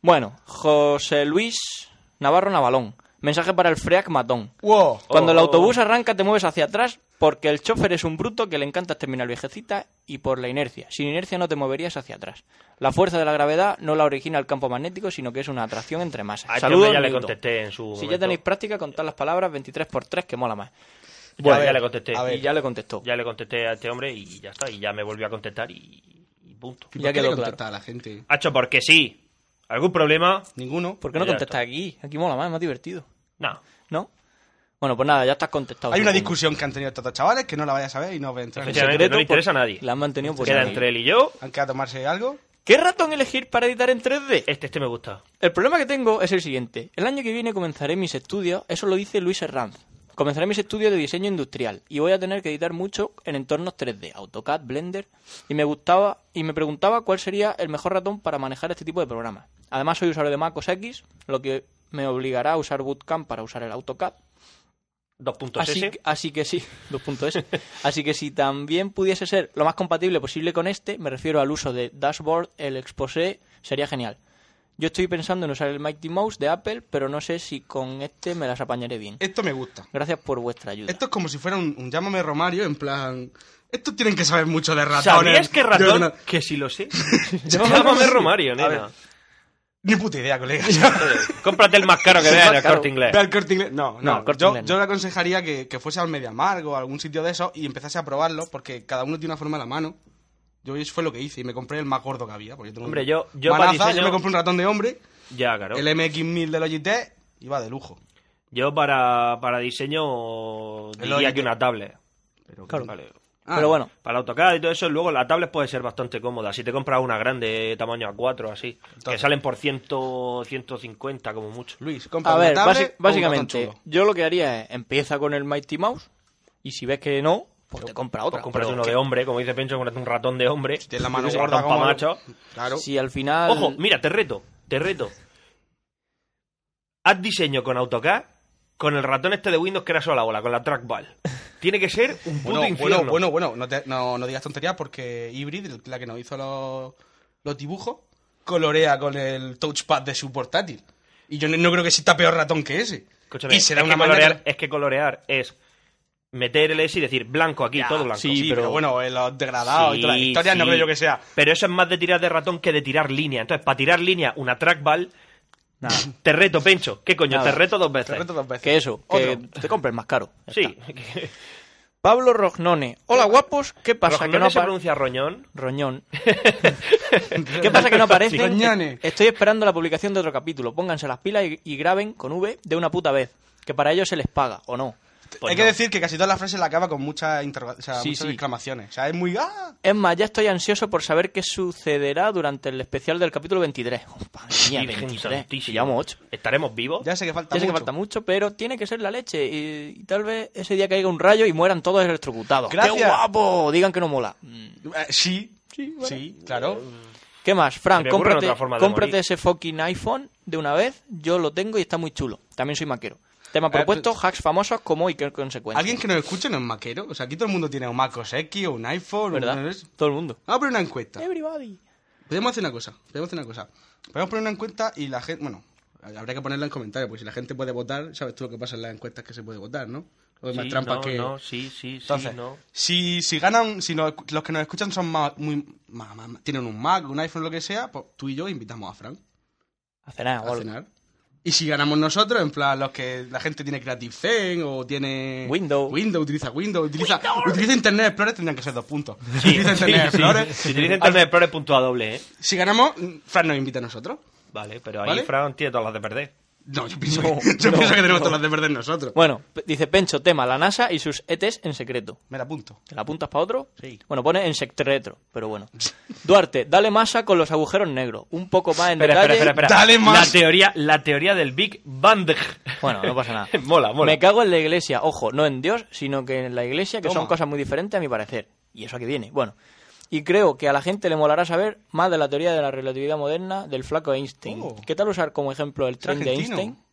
[SPEAKER 1] Bueno, José Luis Navarro Navalón. Mensaje para el Freak Matón.
[SPEAKER 6] Wow.
[SPEAKER 1] Cuando el
[SPEAKER 4] Oh.
[SPEAKER 1] autobús arranca te mueves hacia atrás porque el chofer es un bruto que le encanta terminar viejecita y por la inercia. Sin inercia no te moverías hacia atrás. La fuerza de la gravedad no la origina el campo magnético, sino que es una atracción entre masas.
[SPEAKER 4] A este
[SPEAKER 1] Saludos,
[SPEAKER 4] hombre ya le
[SPEAKER 1] Newton.
[SPEAKER 4] contesté en su
[SPEAKER 1] Si ya
[SPEAKER 4] momento.
[SPEAKER 1] tenéis práctica, contad las palabras 23 por 3 que mola más.
[SPEAKER 4] Ya,
[SPEAKER 1] Bueno,
[SPEAKER 4] ya le contesté.
[SPEAKER 6] a ver.
[SPEAKER 1] Y ya le contestó.
[SPEAKER 4] Ya le contesté a este hombre y ya está. Y ya me volvió a contestar y, y punto.
[SPEAKER 6] ¿Y
[SPEAKER 1] ya
[SPEAKER 6] por qué
[SPEAKER 1] quedó claro.
[SPEAKER 6] le contesta a la gente?
[SPEAKER 4] Hacho, porque sí. ¿Algún problema?
[SPEAKER 6] Ninguno.
[SPEAKER 1] ¿Por qué no
[SPEAKER 4] Ya
[SPEAKER 1] contestas aquí? Aquí mola más, es más divertido.
[SPEAKER 4] No.
[SPEAKER 1] ¿No? Bueno, pues nada, ya estás contestado.
[SPEAKER 6] Hay una
[SPEAKER 1] supongo.
[SPEAKER 6] discusión que han tenido estos dos chavales que no la vayas a ver y no os voy a entrar.
[SPEAKER 1] En
[SPEAKER 4] Efectivamente. no le
[SPEAKER 1] por-
[SPEAKER 4] interesa a nadie.
[SPEAKER 1] pues, La han mantenido por
[SPEAKER 4] Queda
[SPEAKER 1] ahí.
[SPEAKER 4] entre él y yo.
[SPEAKER 6] ¿Han quedado a tomarse algo?
[SPEAKER 1] ¿Qué ratón elegir para editar en 3D?
[SPEAKER 4] Este, este me gusta.
[SPEAKER 1] El problema que tengo es el siguiente. El año que viene comenzaré mis estudios, eso lo dice Luis Herranz. Comenzaré mis estudios de diseño industrial y voy a tener que editar mucho en entornos 3D, AutoCAD, Blender, y me gustaba y me preguntaba cuál sería el mejor ratón para manejar este tipo de programas. Además soy usuario de Mac OS X, lo que me obligará a usar Bootcamp para usar el AutoCAD.
[SPEAKER 4] Dos puntos
[SPEAKER 1] Así,
[SPEAKER 4] ese.
[SPEAKER 1] que- así que sí, 2.s. Así que si también pudiese ser lo más compatible posible con este, me refiero al uso de Dashboard, el Exposé, sería genial. Yo estoy pensando en usar el Mighty Mouse de Apple, pero no sé si con este me las apañaré bien.
[SPEAKER 6] Esto me gusta.
[SPEAKER 1] Gracias por vuestra ayuda.
[SPEAKER 6] Esto es como si fuera un, un llámame Romario, en plan... Estos tienen que saber mucho de ratones.
[SPEAKER 4] ¿Sabías que
[SPEAKER 6] Yo
[SPEAKER 4] ratón?
[SPEAKER 6] no-
[SPEAKER 4] Que si lo sé. Llámame Romario,
[SPEAKER 6] A
[SPEAKER 4] nena.
[SPEAKER 6] ver. Ni puta idea, colega.
[SPEAKER 4] Cómprate el más caro que
[SPEAKER 1] El
[SPEAKER 4] veas en
[SPEAKER 1] más
[SPEAKER 4] el
[SPEAKER 1] caro.
[SPEAKER 4] corte inglés.
[SPEAKER 6] Ve al Corte Inglés. No,
[SPEAKER 1] No,
[SPEAKER 6] no.
[SPEAKER 1] al Corte
[SPEAKER 6] yo,
[SPEAKER 1] Inglés no.
[SPEAKER 6] yo le aconsejaría que, que fuese al MediaMark o a algún sitio de esos y empezase a probarlo porque cada uno tiene una forma de la mano. Yo eso fue lo que hice y me compré el más gordo que había. Porque yo tengo
[SPEAKER 4] Hombre,
[SPEAKER 6] un-
[SPEAKER 4] yo- yo para
[SPEAKER 6] manaza,
[SPEAKER 4] diseño-
[SPEAKER 6] me compré un ratón de hombre,
[SPEAKER 4] Ya, claro.
[SPEAKER 6] el em- MX1000 de Logitech y va de lujo.
[SPEAKER 4] Yo para, para diseño diría
[SPEAKER 6] Logitech.
[SPEAKER 4] que una tablet. Pero que
[SPEAKER 1] Claro.
[SPEAKER 4] vale.
[SPEAKER 6] Ah,
[SPEAKER 1] pero bueno,
[SPEAKER 4] Para AutoCAD y todo eso, luego la tablet puede ser bastante cómoda. Si te compras una grande, tamaño A4, así, que salen por 100, 150 como mucho.
[SPEAKER 6] Luis, compra
[SPEAKER 1] a
[SPEAKER 6] una
[SPEAKER 1] ver,
[SPEAKER 6] tablet
[SPEAKER 1] basi-
[SPEAKER 6] o un
[SPEAKER 1] básicamente,
[SPEAKER 6] ratón chulo.
[SPEAKER 1] yo lo que haría es empieza con el Mighty Mouse y si ves que no, pues te compra otro.
[SPEAKER 4] Pues compras uno de hombre, como dice Pencho, cómprate un ratón de hombre.
[SPEAKER 6] Si Tiene la mano
[SPEAKER 4] Un
[SPEAKER 6] gorda
[SPEAKER 4] ratón pa'
[SPEAKER 6] como-
[SPEAKER 4] macho.
[SPEAKER 6] Claro.
[SPEAKER 1] Si al final.
[SPEAKER 4] Ojo, mira, te reto, te reto. Haz diseño con AutoCAD con el ratón este de Windows que era solo la bola, con la trackball. Tiene que ser un puto
[SPEAKER 6] Bueno,
[SPEAKER 4] infierno.
[SPEAKER 6] bueno, bueno, bueno, no, te- no- no digas tonterías porque Hybrid, la que nos hizo los, los dibujos, colorea con el touchpad de su portátil. Y yo no, no creo que exista peor ratón que ese.
[SPEAKER 4] Escúchame,
[SPEAKER 6] y será
[SPEAKER 4] es,
[SPEAKER 6] una
[SPEAKER 4] que
[SPEAKER 6] manera
[SPEAKER 4] colorear, es que colorear es meter el S y decir blanco aquí, todo blanco.
[SPEAKER 6] Sí, pero, bueno, eh, los degradados y todas las
[SPEAKER 4] Sí,
[SPEAKER 6] historias no
[SPEAKER 4] sí.
[SPEAKER 6] creo yo que sea.
[SPEAKER 4] Pero eso es más de tirar de ratón que de tirar línea. Entonces, para tirar línea, una trackball. Te reto, Pencho. ¿Qué coño?
[SPEAKER 1] Nada.
[SPEAKER 4] Te reto dos veces.
[SPEAKER 6] Te reto dos veces.
[SPEAKER 1] Que eso, que
[SPEAKER 6] Otro.
[SPEAKER 1] te compres más caro. Ya está.
[SPEAKER 4] Sí.
[SPEAKER 1] Pablo Rognone. Hola guapos, ¿qué pasa?
[SPEAKER 4] Rognone
[SPEAKER 1] que no
[SPEAKER 4] se
[SPEAKER 1] apa-
[SPEAKER 4] pronuncia roñón.
[SPEAKER 1] Roñón. ¿Qué pasa que no aparecen?
[SPEAKER 6] Roñone.
[SPEAKER 1] Estoy esperando la publicación de otro capítulo. Pónganse las pilas y, y graben con V de una puta vez. Que para ellos se les paga, ¿o no?
[SPEAKER 4] Pues
[SPEAKER 6] Hay
[SPEAKER 4] no.
[SPEAKER 6] que decir que casi todas las frases la acaba con muchas interroga- o sea,
[SPEAKER 1] Sí,
[SPEAKER 6] muchas
[SPEAKER 1] sí.
[SPEAKER 6] exclamaciones. O sea, es muy. ¡Ah!
[SPEAKER 1] Es más, ya estoy ansioso por saber qué sucederá durante el especial del capítulo 23. Oh, madre mía,
[SPEAKER 4] Virgen
[SPEAKER 1] 23.
[SPEAKER 4] santísima.
[SPEAKER 1] Si ¿eh? Llevamos 8.
[SPEAKER 4] ¿Estaremos vivos?
[SPEAKER 6] Ya sé que falta
[SPEAKER 1] Ya sé que
[SPEAKER 6] mucho.
[SPEAKER 1] falta mucho, pero tiene que ser la leche. Y, y tal vez ese día caiga un rayo y mueran todos electrocutados. ¡Qué
[SPEAKER 6] Gracias.
[SPEAKER 1] guapo! Digan que no mola. Mm.
[SPEAKER 6] Eh, sí. Sí, claro.
[SPEAKER 1] ¿Qué más? Fran,
[SPEAKER 4] Se me ocurre
[SPEAKER 1] cómprate,
[SPEAKER 4] otra forma de
[SPEAKER 1] cómprate
[SPEAKER 4] morir.
[SPEAKER 1] ese fucking iPhone de una vez. Yo lo tengo y está muy chulo. También soy maquero. Tema
[SPEAKER 6] ver,
[SPEAKER 1] propuesto,
[SPEAKER 6] pues-
[SPEAKER 1] hacks famosos como y qué consecuencias.
[SPEAKER 6] Alguien que nos escuche no es maquero. O sea, aquí todo el mundo tiene un Mac OS X o un iPhone.
[SPEAKER 1] ¿Verdad?
[SPEAKER 6] un-
[SPEAKER 1] Todo el mundo.
[SPEAKER 6] Vamos a poner una encuesta.
[SPEAKER 1] Everybody.
[SPEAKER 6] Podríamos hacer una cosa, podemos hacer una cosa. Podemos poner una encuesta y la gente, bueno, habrá que ponerla en comentarios, porque si la gente puede votar, sabes tú lo que pasa en las encuestas que se puede votar, ¿no? Lo demás
[SPEAKER 4] Sí,
[SPEAKER 6] trampas
[SPEAKER 4] no,
[SPEAKER 6] que
[SPEAKER 4] no, sí, sí,
[SPEAKER 6] entonces,
[SPEAKER 4] sí, no.
[SPEAKER 6] si, si ganan, si nos- los que nos escuchan son más, muy, más- más- más- tienen un Mac, un iPhone, lo que sea, pues tú y yo invitamos a Frank
[SPEAKER 1] A cenar,
[SPEAKER 6] a
[SPEAKER 1] o-
[SPEAKER 6] cenar. Y si ganamos nosotros, en plan, los que la gente tiene Creative Zen o tiene.
[SPEAKER 1] Windows.
[SPEAKER 6] Windows, utiliza Windows, utiliza, utiliza Internet Explorer, tendrían que ser dos puntos.
[SPEAKER 4] Sí,
[SPEAKER 6] utiliza Internet
[SPEAKER 4] sí,
[SPEAKER 6] Explorer.
[SPEAKER 4] sí. Si utiliza Internet Explorer punto a doble, ¿eh?
[SPEAKER 6] Si ganamos, Frank nos invita a nosotros.
[SPEAKER 4] Vale, pero ahí
[SPEAKER 6] ¿Vale?
[SPEAKER 4] Fran tiene todas las de perder.
[SPEAKER 6] No, yo pienso, que, yo pienso que tenemos todas las de perder nosotros.
[SPEAKER 1] Bueno, p- dice Pencho, tema, la NASA y sus ETs en secreto.
[SPEAKER 6] Me la apunto.
[SPEAKER 1] ¿Te la apuntas para otro?
[SPEAKER 4] Sí.
[SPEAKER 1] Bueno, pone en secretro, pero bueno. Duarte, dale masa con los agujeros negros. Un poco más en
[SPEAKER 4] Espera, espera,
[SPEAKER 1] detalle.
[SPEAKER 4] espera, espera.
[SPEAKER 6] Dale más.
[SPEAKER 4] La teoría, la teoría del Big Bang.
[SPEAKER 1] Bueno, no pasa nada.
[SPEAKER 4] mola, mola.
[SPEAKER 1] Me cago en la iglesia. Ojo, no en Dios, sino que en la iglesia, que son
[SPEAKER 6] Toma.
[SPEAKER 1] cosas muy diferentes a mi parecer. Y eso a qué viene. Bueno. Y creo que a la gente le molará saber más de la teoría de la relatividad moderna del flaco Einstein.
[SPEAKER 6] Oh.
[SPEAKER 1] ¿Qué tal usar como ejemplo el
[SPEAKER 6] Es
[SPEAKER 1] tren de Einstein?
[SPEAKER 6] argentino.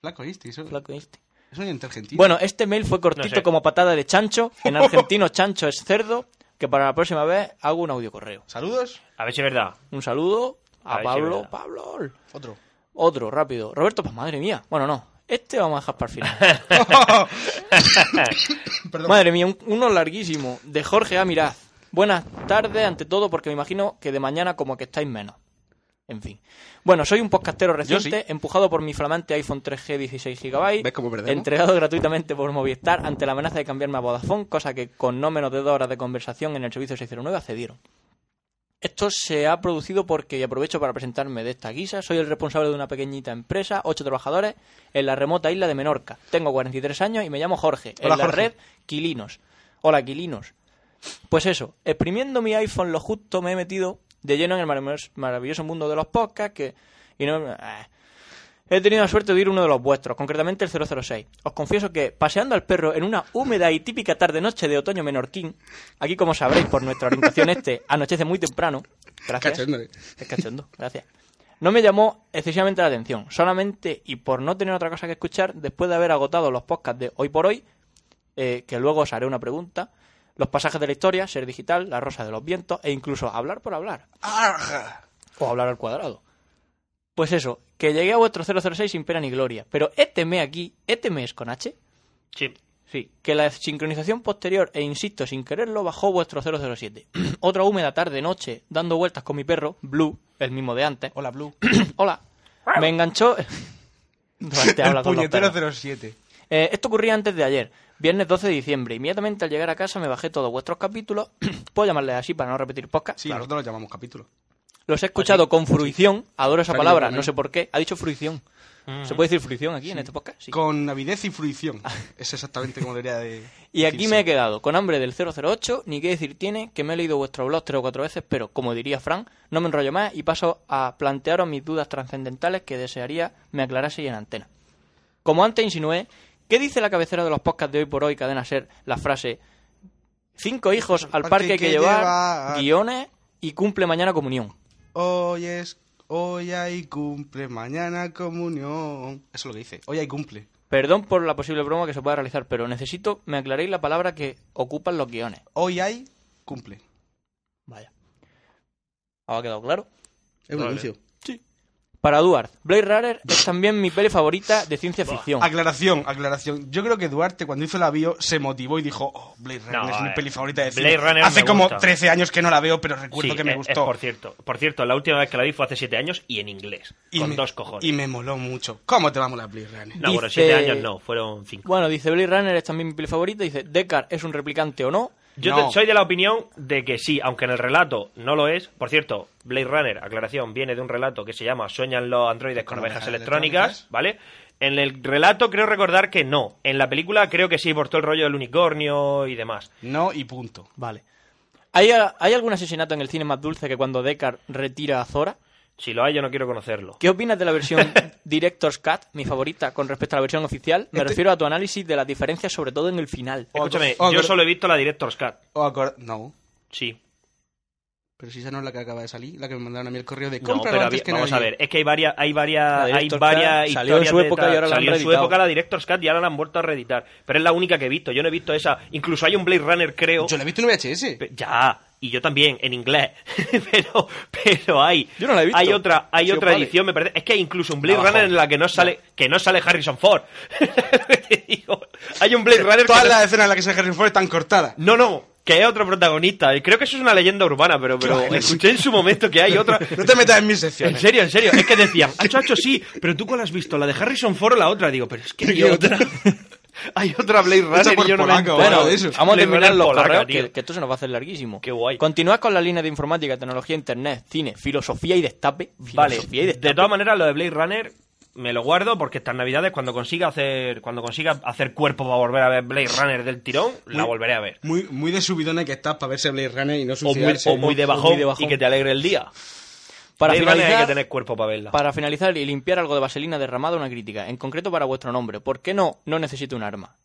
[SPEAKER 6] Flaco, ¿viste? Eso-
[SPEAKER 1] Flaco Einstein.
[SPEAKER 6] Es un argentino.
[SPEAKER 1] Bueno, este mail fue cortito
[SPEAKER 4] No sé.
[SPEAKER 1] como patada de chancho. En argentino, chancho es cerdo. Que para la próxima vez hago un audio correo.
[SPEAKER 6] Saludos.
[SPEAKER 4] A ver si es verdad.
[SPEAKER 1] Un saludo a,
[SPEAKER 4] A ver si
[SPEAKER 1] Pablo.
[SPEAKER 4] es verdad.
[SPEAKER 1] Pablo.
[SPEAKER 6] Otro.
[SPEAKER 1] Otro, rápido. Roberto, pues madre mía. Bueno, no. Este vamos a dejar para el final.
[SPEAKER 6] Perdón.
[SPEAKER 1] Madre mía, un- uno larguísimo. De Jorge A. Miraz. Buenas tardes, ante todo, porque me imagino que de mañana como que estáis menos. En fin. Bueno, soy un podcastero reciente, empujado por mi flamante iPhone 3G 16 GB,
[SPEAKER 6] ¿Ves cómo perdemos?
[SPEAKER 1] entregado gratuitamente por Movistar ante la amenaza de cambiarme a Vodafone, cosa que con no menos de dos horas de conversación en el servicio 609 accedieron. Esto se ha producido porque, y aprovecho para presentarme de esta guisa, soy el responsable de una pequeñita empresa, ocho trabajadores, en la remota isla de Menorca. Tengo 43 años y me llamo Jorge,
[SPEAKER 6] Hola,
[SPEAKER 1] en la
[SPEAKER 6] Jorge.
[SPEAKER 1] red Quilinos. Hola, Quilinos. Pues eso, exprimiendo mi iPhone lo justo me he metido de lleno en el maravilloso- maravilloso mundo de los podcasts que... Y no... ah. He tenido la suerte de ir uno de los vuestros, concretamente el 006. Os confieso que, paseando al perro en una húmeda y típica tarde-noche de otoño menorquín, aquí como sabréis por nuestra orientación este, anochece muy temprano. Gracias.
[SPEAKER 6] Cachondo, eh.
[SPEAKER 1] Es cachondo, gracias. No me llamó excesivamente la atención, solamente y por no tener otra cosa que escuchar, después de haber agotado los podcasts de hoy por hoy, eh, que luego os haré una pregunta, los pasajes de la historia, ser digital, la rosa de los vientos e incluso hablar por hablar
[SPEAKER 6] Arja.
[SPEAKER 1] o hablar al cuadrado. Pues eso, que llegué a vuestro 006 sin pena ni gloria, pero éteme aquí, éteme es con H,
[SPEAKER 4] Sí.
[SPEAKER 1] Sí, que la sincronización posterior, e insisto, sin quererlo, bajó vuestro 007. Otra húmeda tarde-noche, dando vueltas con mi perro, Blue, el mismo de antes.
[SPEAKER 6] Hola, Blue.
[SPEAKER 1] Hola. Me enganchó... Duarte habla
[SPEAKER 6] El
[SPEAKER 1] con los perros.
[SPEAKER 6] puñetero 07.
[SPEAKER 1] Eh, esto ocurría antes de ayer, viernes 12 de diciembre. Inmediatamente al llegar a casa me bajé todos vuestros capítulos. ¿Puedo llamarles así para no repetir podcast?
[SPEAKER 6] Sí, nosotros lo llamamos capítulo.
[SPEAKER 1] Los he escuchado con fruición. Adoro esa
[SPEAKER 6] Frank,
[SPEAKER 1] palabra,
[SPEAKER 6] también.
[SPEAKER 1] no sé por qué. Ha dicho fruición. ¿Se puede decir fruición aquí en este podcast? Mm. Sí. Ah.
[SPEAKER 6] Con avidez y fruición. Es exactamente como debería de.
[SPEAKER 1] Y aquí
[SPEAKER 6] decirse.
[SPEAKER 1] me he quedado con hambre del 008, ni qué decir tiene, que me he leído vuestro blog tres o cuatro veces, pero como diría Fran, no me enrollo más y paso a plantearos mis dudas trascendentales que desearía me aclaraseis en antena. Como antes insinué, ¿qué dice la cabecera de los podcasts de hoy por hoy, Cadena Ser, la frase Cinco hijos al parque hay que llevar, guiones y cumple mañana comunión?
[SPEAKER 6] Hoy es. Hoy hay cumple, mañana comunión. Eso es lo que dice. Hoy hay cumple.
[SPEAKER 1] Perdón por la posible broma que se pueda realizar, pero necesito me aclaréis la palabra que ocupan los guiones.
[SPEAKER 6] Hoy hay cumple.
[SPEAKER 1] Vaya. ¿Ha quedado claro?
[SPEAKER 6] Es un anuncio.
[SPEAKER 1] Para Duarte, Blade Runner es también mi peli favorita de ciencia ficción.
[SPEAKER 6] Aclaración, aclaración. Yo creo que Duarte, cuando hizo la bio, se motivó y dijo: oh, Blade Runner
[SPEAKER 4] No,
[SPEAKER 6] es mi
[SPEAKER 4] eh,
[SPEAKER 6] peli favorita de
[SPEAKER 4] Blade
[SPEAKER 6] cine.
[SPEAKER 4] Runner
[SPEAKER 6] Hace
[SPEAKER 4] me
[SPEAKER 6] como
[SPEAKER 4] gusta.
[SPEAKER 6] 13 años que no la veo, pero recuerdo
[SPEAKER 4] Sí,
[SPEAKER 6] que me
[SPEAKER 4] es- es
[SPEAKER 6] gustó.
[SPEAKER 4] por cierto. Por cierto, la última vez que la vi fue hace siete años y en inglés.
[SPEAKER 6] y
[SPEAKER 4] con
[SPEAKER 6] me,
[SPEAKER 4] dos cojones.
[SPEAKER 6] Y me moló mucho. ¿Cómo te vamos la Blade Runner?
[SPEAKER 4] No, bueno,
[SPEAKER 1] Dice-
[SPEAKER 4] siete años no, fueron cinco.
[SPEAKER 1] Bueno, dice Blade Runner es también mi peli favorita. Dice Deckard es un replicante o no.
[SPEAKER 4] Yo
[SPEAKER 6] No.
[SPEAKER 4] te- soy de la opinión de que sí, aunque en el relato no lo es. Por cierto, Blade Runner, aclaración, viene de un relato que se llama Sueñan los androides con, ovejas, electrónicas, ¿vale? En el relato creo recordar que no. En la película creo que sí, por todo el rollo del unicornio y demás.
[SPEAKER 6] No, y punto.
[SPEAKER 1] Vale. ¿Hay, a- ¿Hay algún asesinato en el cine más dulce que cuando Deckard retira a Zora?
[SPEAKER 4] Si lo hay, yo no quiero conocerlo.
[SPEAKER 1] ¿Qué opinas de la versión Director's Cut, mi favorita, con respecto a la versión oficial? Me refiero a tu análisis de las diferencias, sobre todo en el final.
[SPEAKER 4] Escúchame,
[SPEAKER 6] Oh,
[SPEAKER 4] yo
[SPEAKER 6] pero-
[SPEAKER 4] solo he visto la Director's Cut.
[SPEAKER 6] O acor- No.
[SPEAKER 4] Sí.
[SPEAKER 6] Pero si esa no es la que acaba de salir, la que me mandaron a mí el correo de
[SPEAKER 4] No,
[SPEAKER 6] compra
[SPEAKER 4] pero
[SPEAKER 6] antes
[SPEAKER 4] había-
[SPEAKER 6] que
[SPEAKER 4] vamos
[SPEAKER 6] nadie.
[SPEAKER 4] a ver, es que hay varias, hay varias,
[SPEAKER 1] La
[SPEAKER 4] hay
[SPEAKER 1] Director's
[SPEAKER 4] varias
[SPEAKER 1] Cut
[SPEAKER 4] historias.
[SPEAKER 1] salió en su
[SPEAKER 4] de
[SPEAKER 1] época
[SPEAKER 4] tal-
[SPEAKER 1] y ahora la han
[SPEAKER 4] salió en su
[SPEAKER 1] reeditado.
[SPEAKER 4] época la Director's Cut y ahora la han vuelto a reeditar. Pero es la única que he visto. Yo no he visto esa. Incluso hay un Blade Runner, creo.
[SPEAKER 6] Yo la he visto en VHS.
[SPEAKER 4] Pe- Ya. y yo también en inglés pero pero hay
[SPEAKER 2] Yo no la he visto.
[SPEAKER 4] hay otra hay
[SPEAKER 2] Sí,
[SPEAKER 4] otra
[SPEAKER 2] vale.
[SPEAKER 4] edición me parece es que hay incluso un Blade
[SPEAKER 2] Abajo.
[SPEAKER 4] Runner en la que no sale que no sale Harrison Ford Te digo, hay un Blade Runner
[SPEAKER 6] Todas
[SPEAKER 4] que no-
[SPEAKER 6] las escenas en las que sale Harry Ford están cortadas.
[SPEAKER 4] no, no, que hay otro protagonista. Y Creo que eso es una leyenda urbana, pero, pero
[SPEAKER 6] Claro,
[SPEAKER 4] escuché en su momento que hay otra.
[SPEAKER 6] No te metas en mis
[SPEAKER 4] En
[SPEAKER 6] secciones.
[SPEAKER 4] serio, en serio. Es que decían, hacho, hacho, sí, pero tú cuál has visto, la de Harrison Ford o la otra. Digo, pero es que hay otra. hay otra Blade Runner
[SPEAKER 6] por
[SPEAKER 4] y yo no me
[SPEAKER 6] polaco,
[SPEAKER 4] entero.
[SPEAKER 6] bueno, de eso.
[SPEAKER 4] Blade
[SPEAKER 1] Vamos a terminar
[SPEAKER 4] Runner
[SPEAKER 1] los
[SPEAKER 4] polaca,
[SPEAKER 1] correos,
[SPEAKER 4] tío.
[SPEAKER 1] que, que esto se nos va a hacer larguísimo.
[SPEAKER 4] Qué guay.
[SPEAKER 1] Continúa con la línea de informática, tecnología, internet, cine, filosofía y destape.
[SPEAKER 4] Vale,
[SPEAKER 1] Filosofía y destape.
[SPEAKER 4] de todas maneras, lo de Blade Runner me lo guardo porque estas navidades, cuando consiga hacer cuando consiga hacer cuerpo para volver a ver Blade Runner del tirón, la
[SPEAKER 6] Muy-
[SPEAKER 4] volveré a ver.
[SPEAKER 6] Muy, muy de subidona que estás para verse Blade Runner y no
[SPEAKER 4] O muy,
[SPEAKER 6] suicidarse.
[SPEAKER 4] o muy de bajón
[SPEAKER 1] muy de bajón.
[SPEAKER 4] y que te alegre el día.
[SPEAKER 1] Para
[SPEAKER 4] Blade Runner hay que
[SPEAKER 1] finalizar,
[SPEAKER 4] tener cuerpo para verla.
[SPEAKER 1] para finalizar y limpiar algo de vaselina derramada, una crítica, en concreto para vuestro nombre. ¿Por qué no? No necesito un arma.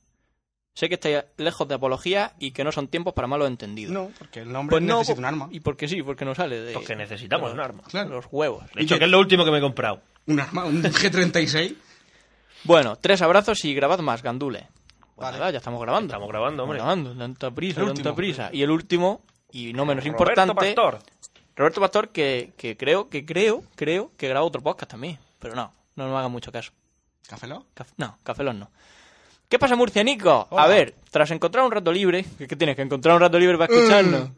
[SPEAKER 1] Sé que estáis lejos de apología y que no son tiempos para malos entendidos.
[SPEAKER 6] No, porque el nombre
[SPEAKER 1] Pues no,
[SPEAKER 6] necesita
[SPEAKER 1] po-
[SPEAKER 6] un arma.
[SPEAKER 1] Y porque sí, porque no sale de,
[SPEAKER 4] Porque necesitamos un arma.
[SPEAKER 1] de
[SPEAKER 6] Claro.
[SPEAKER 1] los huevos.
[SPEAKER 4] De hecho, que es lo último que me he comprado.
[SPEAKER 6] Un arma, un G36.
[SPEAKER 1] Bueno, tres abrazos y grabad más, gandule. Bueno,
[SPEAKER 6] Vale.
[SPEAKER 1] nada, ya estamos grabando.
[SPEAKER 4] Estamos grabando, hombre.
[SPEAKER 1] grabando, tanta prisa,
[SPEAKER 6] El
[SPEAKER 1] tanta
[SPEAKER 6] último.
[SPEAKER 1] prisa. Y el último, y no menos
[SPEAKER 4] Roberto
[SPEAKER 1] importante,
[SPEAKER 4] Pastor.
[SPEAKER 1] Roberto Pastor, que, que creo, que creo, creo que graba otro podcast también. Pero no, no me haga mucho caso.
[SPEAKER 6] Cafelo.
[SPEAKER 1] Caf- no, Cafelón no. ¿Qué pasa, murcianico? A
[SPEAKER 6] Hola.
[SPEAKER 1] ver, tras encontrar un rato libre, ¿qué qué tienes? ¿Que encontrar un rato libre para escucharnos?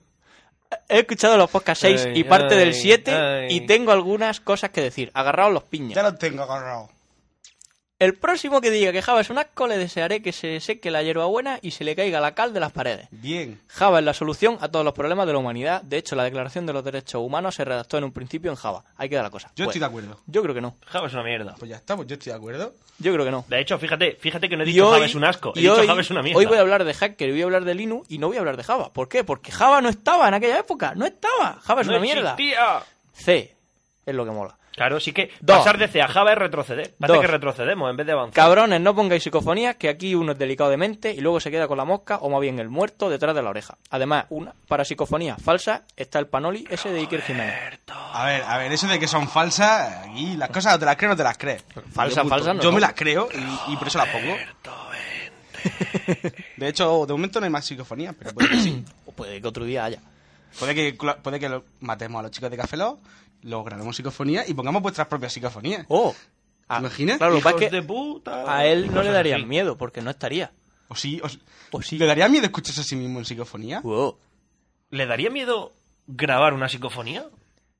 [SPEAKER 1] He escuchado los podcasts 6
[SPEAKER 4] Ay,
[SPEAKER 1] y parte
[SPEAKER 4] ay,
[SPEAKER 1] del 7
[SPEAKER 4] ay.
[SPEAKER 1] y tengo algunas cosas que decir. Agarraos los piñas.
[SPEAKER 6] lo tengo agarrado.
[SPEAKER 1] El próximo que diga que Java es un asco le desearé que se seque la hierbabuena y se le caiga la cal de las paredes.
[SPEAKER 6] Bien.
[SPEAKER 1] Java es la solución a todos los problemas de la humanidad. De hecho, la Declaración de los Derechos Humanos se redactó en un principio en Java. Ahí queda la cosa.
[SPEAKER 6] Yo estoy de
[SPEAKER 1] Bueno,
[SPEAKER 6] acuerdo.
[SPEAKER 1] Yo creo que no.
[SPEAKER 4] Java es una mierda.
[SPEAKER 6] Pues ya está, pues yo estoy de acuerdo.
[SPEAKER 1] Yo creo que no.
[SPEAKER 4] De hecho, fíjate, fíjate que no he
[SPEAKER 1] Y
[SPEAKER 4] dicho
[SPEAKER 1] hoy-
[SPEAKER 4] Java es un asco. He
[SPEAKER 1] y
[SPEAKER 4] dicho
[SPEAKER 1] hoy-
[SPEAKER 4] Java es una mierda.
[SPEAKER 1] Hoy voy a hablar de hacker, y voy a hablar de Linux y no voy a hablar de Java. ¿Por qué? Porque Java no estaba en aquella época. No estaba. Java es
[SPEAKER 4] No
[SPEAKER 1] una mierda.
[SPEAKER 4] existía.
[SPEAKER 1] C es lo que mola.
[SPEAKER 4] Claro, sí que
[SPEAKER 1] Dos.
[SPEAKER 4] pasar de C a Java es retroceder. Parece
[SPEAKER 1] Dos.
[SPEAKER 4] que retrocedemos en vez de avanzar.
[SPEAKER 1] Cabrones, no pongáis psicofonías, que aquí uno es delicado de mente y luego se queda con la mosca o más bien el muerto detrás de la oreja. Además, una para psicofonía falsa está el panoli ese de Iker Jiménez.
[SPEAKER 6] A ver, a ver, eso de que son falsas, aquí las cosas no te las creo, no te las crees.
[SPEAKER 1] Falsa,
[SPEAKER 6] Yo,
[SPEAKER 1] falsa no.
[SPEAKER 6] Yo me las creo y, y por eso las pongo. De hecho, de momento no hay más psicofonía, pero puede que sí.
[SPEAKER 1] O puede Pues que otro día haya.
[SPEAKER 6] Puede que, cla- puede que lo- matemos a los chicos de Café Lock, luego grabemos psicofonía y pongamos vuestras propias psicofonías.
[SPEAKER 1] ¡Oh!
[SPEAKER 6] ¿Te imaginas?
[SPEAKER 1] Claro, lo que pasa es
[SPEAKER 4] Hijos de
[SPEAKER 1] que
[SPEAKER 4] puta.
[SPEAKER 1] a él no
[SPEAKER 4] Cosas
[SPEAKER 1] le darían
[SPEAKER 4] así.
[SPEAKER 1] miedo porque no estaría.
[SPEAKER 6] O sí, o,
[SPEAKER 1] O Pues sí.
[SPEAKER 6] ¿Le daría miedo escucharse a sí mismo en psicofonía?
[SPEAKER 1] Wow.
[SPEAKER 4] ¿Le daría miedo grabar una psicofonía?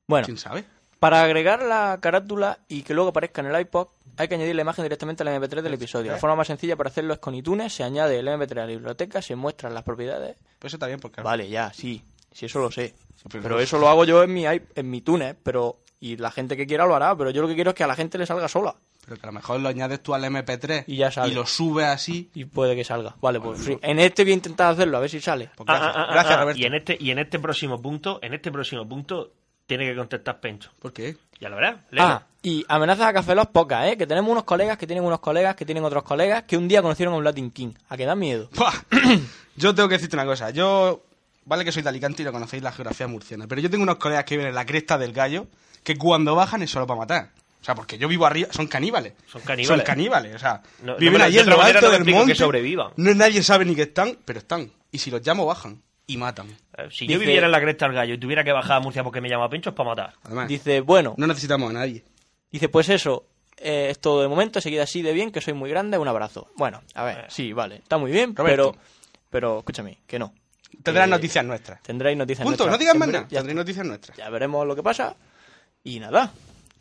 [SPEAKER 1] Bueno,
[SPEAKER 6] ¿Quién sabe?
[SPEAKER 1] para agregar la carátula y que luego aparezca en el iPod, hay que añadir la imagen directamente al MP3 del episodio. La forma más sencilla para hacerlo es con iTunes, se añade el MP3 a la biblioteca, se muestran las propiedades
[SPEAKER 6] Pues eso está bien, porque...
[SPEAKER 1] Vale, ya, sí. Sí, eso lo sé.
[SPEAKER 6] pero-
[SPEAKER 1] Pero eso lo hago yo en mi, i- en mi Tunes, pero... Y la gente que quiera lo hará, pero yo lo que quiero es que a la gente le salga sola.
[SPEAKER 6] Pero que a lo mejor lo añades tú al MP3
[SPEAKER 1] Y ya sale.
[SPEAKER 6] lo subes así.
[SPEAKER 1] Y puede que salga. Vale, pues sí. En este voy a intentar hacerlo, a ver si sale.
[SPEAKER 6] Pues
[SPEAKER 4] Ah,
[SPEAKER 6] gracias,
[SPEAKER 4] ah, ah,
[SPEAKER 6] gracias
[SPEAKER 4] ah,
[SPEAKER 6] Roberto.
[SPEAKER 4] Y en este, y en este próximo punto, en este próximo punto, tiene que contestar Pencho.
[SPEAKER 6] ¿Por qué?
[SPEAKER 4] Ya lo verás. léelo.
[SPEAKER 1] Ah, y amenazas a Café Lock pocas, ¿eh? Que tenemos unos colegas, que tienen unos colegas, que tienen otros colegas, que un día conocieron a un Latin King. ¿A que da miedo?
[SPEAKER 6] Buah. yo tengo que decirte una cosa. Yo, vale que soy de Alicante y no conocéis la geografía murciana, pero yo tengo unos colegas que viven en la cresta del gallo que cuando bajan es solo para matar. O sea, porque yo vivo arriba, son caníbales.
[SPEAKER 4] Son caníbales.
[SPEAKER 6] Son caníbales, o sea,
[SPEAKER 4] No- no
[SPEAKER 6] viven
[SPEAKER 4] me lo-
[SPEAKER 6] allí
[SPEAKER 4] de
[SPEAKER 6] en
[SPEAKER 4] otra
[SPEAKER 6] lo
[SPEAKER 4] manera
[SPEAKER 6] alto
[SPEAKER 4] no me
[SPEAKER 6] del
[SPEAKER 4] explico que
[SPEAKER 6] monte.
[SPEAKER 4] sobrevivan.
[SPEAKER 6] No, nadie sabe ni que están, pero están. Y si los llamo, bajan y matan.
[SPEAKER 4] Eh, Si yo
[SPEAKER 1] dice-
[SPEAKER 4] viviera en la cresta del gallo y tuviera que bajar a Murcia porque me llama Pencho, es para matar.
[SPEAKER 6] Además,
[SPEAKER 1] Dice, bueno,
[SPEAKER 6] no necesitamos a nadie.
[SPEAKER 1] dice, pues eso, eh, es todo de momento, seguid así de bien, que soy muy grande, un abrazo. Bueno, a ver, sí, vale, está muy bien,
[SPEAKER 6] Roberto.
[SPEAKER 1] pero... Pero, escúchame, que no.
[SPEAKER 6] Tendrán
[SPEAKER 1] Eh,
[SPEAKER 6] noticias nuestras.
[SPEAKER 1] Tendréis noticias
[SPEAKER 6] Punto,
[SPEAKER 1] nuestras.
[SPEAKER 6] no digas más
[SPEAKER 1] En
[SPEAKER 6] nada.
[SPEAKER 1] breve, ya
[SPEAKER 6] Tendréis noticias nuestras.
[SPEAKER 1] ya veremos lo que pasa y nada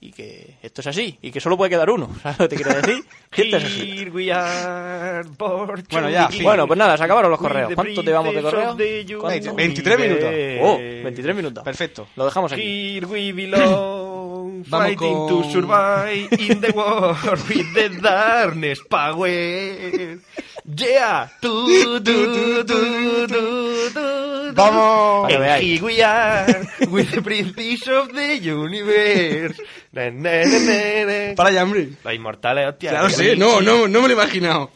[SPEAKER 1] y que esto es así y que solo puede quedar uno ¿sabes lo que te quiero decir? Que esto es así
[SPEAKER 4] Here we are, born to
[SPEAKER 6] Bueno, ya,
[SPEAKER 4] be
[SPEAKER 6] fin.
[SPEAKER 1] bueno pues nada se acabaron los
[SPEAKER 4] with the
[SPEAKER 1] correos ¿cuánto te vamos de
[SPEAKER 4] princess
[SPEAKER 1] correo?
[SPEAKER 4] of the
[SPEAKER 1] ¿Cuánto?
[SPEAKER 6] 23 minutos.
[SPEAKER 4] universe.
[SPEAKER 1] oh 23 minutos
[SPEAKER 6] Perfecto.
[SPEAKER 1] lo dejamos aquí
[SPEAKER 4] Here we belong,
[SPEAKER 6] Vamos
[SPEAKER 4] fighting
[SPEAKER 6] con-
[SPEAKER 4] to survive in the war with the darkness power. Yeah, tú, tú, tú, tú, tú.
[SPEAKER 6] Vamos.
[SPEAKER 1] Para que
[SPEAKER 4] And
[SPEAKER 1] veáis.
[SPEAKER 4] here we are with the princess of the universe. Na, na, na, na, na.
[SPEAKER 6] Para ya, hombre.
[SPEAKER 4] Los inmortales, hostia.
[SPEAKER 6] Claro,
[SPEAKER 4] tío.
[SPEAKER 6] sí, no, no, no me lo he imaginado.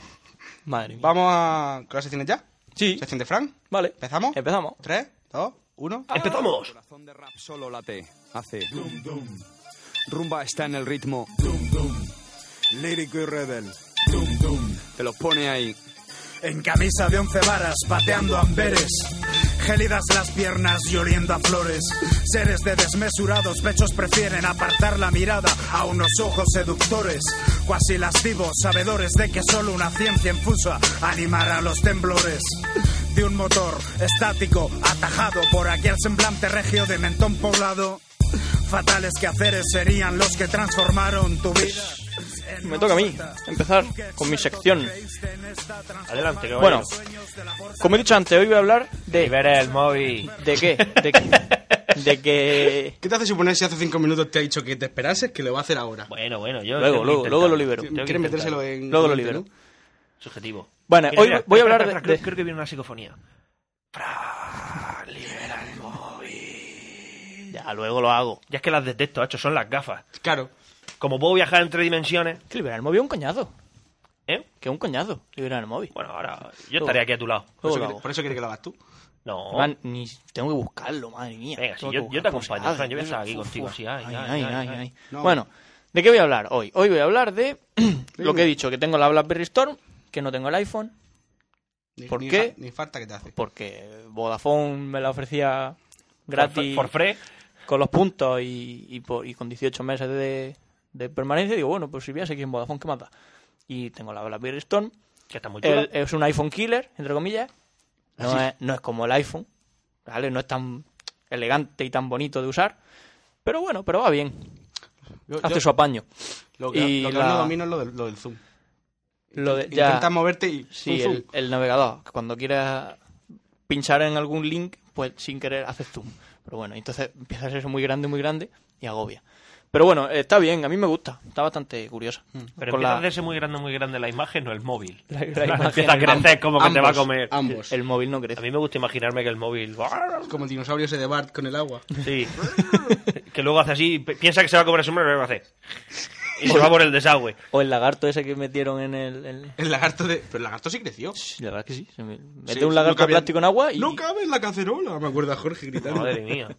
[SPEAKER 1] madre mía
[SPEAKER 6] Vamos a. ¿Con las secciones ya?
[SPEAKER 1] sí
[SPEAKER 6] ¿Sección de Frank?
[SPEAKER 1] vale
[SPEAKER 6] ¿Empezamos?
[SPEAKER 1] empezamos
[SPEAKER 6] 3, 2, 1.
[SPEAKER 1] Ah.
[SPEAKER 4] Empezamos.
[SPEAKER 7] Corazón de rap solo late, hace. Rumba está en el ritmo. Lírico y rebel. Te los pone ahí.
[SPEAKER 8] En camisa de once varas, pateando amberes.
[SPEAKER 2] gélidas las piernas y oliendo a flores. Seres de desmesurados pechos prefieren apartar la mirada a unos ojos seductores, cuasi lascivos, sabedores de que solo una ciencia infusa animará los temblores. De un motor estático, atajado por aquel semblante regio de mentón poblado. Fatales quehaceres serían los que transformaron tu vida. en
[SPEAKER 1] Me toca a mí
[SPEAKER 2] oferta.
[SPEAKER 1] empezar con mi sección.
[SPEAKER 4] Adelante, caballero.
[SPEAKER 1] Bueno, como he dicho antes, hoy voy a hablar de...
[SPEAKER 4] Libera el móvil.
[SPEAKER 1] ¿De qué? De, que- de que...
[SPEAKER 6] ¿Qué te hace suponer si hace cinco minutos te ha dicho que te esperases que lo va a hacer ahora?
[SPEAKER 4] Bueno, bueno, yo.
[SPEAKER 1] Luego,
[SPEAKER 4] tengo que
[SPEAKER 1] luego,
[SPEAKER 4] intentar.
[SPEAKER 1] luego lo libero.
[SPEAKER 4] Tengo que
[SPEAKER 6] Quiere
[SPEAKER 4] intentar.
[SPEAKER 6] metérselo en.
[SPEAKER 1] Luego lo
[SPEAKER 6] en
[SPEAKER 1] libero.
[SPEAKER 6] Perú.
[SPEAKER 4] Subjetivo.
[SPEAKER 1] Bueno,
[SPEAKER 4] Mira,
[SPEAKER 1] hoy
[SPEAKER 4] mira,
[SPEAKER 1] voy a
[SPEAKER 4] espera,
[SPEAKER 1] hablar
[SPEAKER 4] espera,
[SPEAKER 1] de-
[SPEAKER 4] creo-
[SPEAKER 1] de-
[SPEAKER 4] Creo que viene una psicofonía.
[SPEAKER 1] Ya, luego lo hago.
[SPEAKER 4] Ya es que las detecto, hecho, son las gafas.
[SPEAKER 6] Claro.
[SPEAKER 4] Como puedo viajar entre dimensiones,
[SPEAKER 1] Que liberar el móvil es un coñazo.
[SPEAKER 4] ¿eh?
[SPEAKER 1] Que es un coñazo liberar el móvil.
[SPEAKER 4] Bueno, ahora yo estaré aquí a tu lado. Pues,
[SPEAKER 1] Luego
[SPEAKER 6] Por eso,
[SPEAKER 1] lo
[SPEAKER 6] quiere,
[SPEAKER 1] hago.
[SPEAKER 6] por eso quiere que lo hagas tú.
[SPEAKER 4] No.
[SPEAKER 1] Van- ni- tengo que buscarlo, madre mía.
[SPEAKER 4] Oh. Venga, sí,
[SPEAKER 1] Tengo
[SPEAKER 4] yo-
[SPEAKER 1] que
[SPEAKER 4] yo
[SPEAKER 1] buscar
[SPEAKER 4] te acompaño,
[SPEAKER 1] pulsadas,
[SPEAKER 4] Fran, yo voy a estar
[SPEAKER 1] cosas.
[SPEAKER 4] aquí contigo, así, ay, ay, ay, ay.
[SPEAKER 6] No.
[SPEAKER 1] Bueno, ¿de qué voy a hablar hoy? Hoy voy a hablar de lo que he dicho, que tengo la BlackBerry Storm, que no tengo el iPhone,
[SPEAKER 6] Ni-
[SPEAKER 1] ¿Por
[SPEAKER 6] ni
[SPEAKER 1] qué?
[SPEAKER 6] fa- Ni falta que te hace.
[SPEAKER 1] porque Vodafone me la ofrecía
[SPEAKER 4] For-
[SPEAKER 1] gratis
[SPEAKER 4] For free.
[SPEAKER 1] con los puntos y, y por- y con 18 meses de, de permanencia. Digo, bueno, pues si voy a seguir en Vodafone, ¿qué mata? Y tengo la BlackBerry Storm,
[SPEAKER 4] Que está muy
[SPEAKER 6] Pues
[SPEAKER 4] chula.
[SPEAKER 1] El- es un iPhone killer, entre comillas. No es, no es como el iPhone, ¿vale? No es tan elegante y tan bonito de usar. Pero bueno, pero va bien.
[SPEAKER 6] Yo-
[SPEAKER 1] Hace
[SPEAKER 6] yo-
[SPEAKER 1] su apaño.
[SPEAKER 6] Lo que,
[SPEAKER 1] y
[SPEAKER 6] lo que
[SPEAKER 1] la-
[SPEAKER 6] no domino es lo del, lo del zoom.
[SPEAKER 1] Lo de, ya,
[SPEAKER 6] Intentas moverte y.
[SPEAKER 1] sí,
[SPEAKER 6] zoom,
[SPEAKER 1] el, el navegador. que Cuando quieras pinchar en algún link, pues sin querer haces zoom. Pero bueno, entonces empieza a ser muy grande, muy grande y agobia. Pero bueno, está bien, a mí me gusta. Está bastante curiosa.
[SPEAKER 6] Mm.
[SPEAKER 4] Pero
[SPEAKER 1] Con
[SPEAKER 4] empieza
[SPEAKER 1] la-
[SPEAKER 4] a hacerse muy grande, muy grande la imagen, no el móvil.
[SPEAKER 1] La- la
[SPEAKER 4] En plan,
[SPEAKER 1] imagen,
[SPEAKER 4] empieza a
[SPEAKER 1] ambos-
[SPEAKER 4] crecer como que te va a
[SPEAKER 6] ambos,
[SPEAKER 4] comer.
[SPEAKER 6] Ambos.
[SPEAKER 1] el móvil no
[SPEAKER 4] A
[SPEAKER 1] crece.
[SPEAKER 4] mí me gusta imaginarme que el móvil.
[SPEAKER 6] Como el dinosaurio ese de Bart con el agua.
[SPEAKER 4] Sí. que luego hace así, pi- piensa que se va a comer el sombrero, pero lo hace. Y se va por el desagüe.
[SPEAKER 1] O el lagarto ese que metieron en el... el-
[SPEAKER 6] El lagarto de. Pero el lagarto sí creció.
[SPEAKER 1] Sí, la verdad que sí. Se me- Mete
[SPEAKER 6] Sí,
[SPEAKER 1] un
[SPEAKER 6] no
[SPEAKER 1] lagarto de
[SPEAKER 6] cabía-
[SPEAKER 1] plástico en agua y...
[SPEAKER 6] No cabe en la cacerola, me acuerda Jorge gritando.
[SPEAKER 4] Madre mía.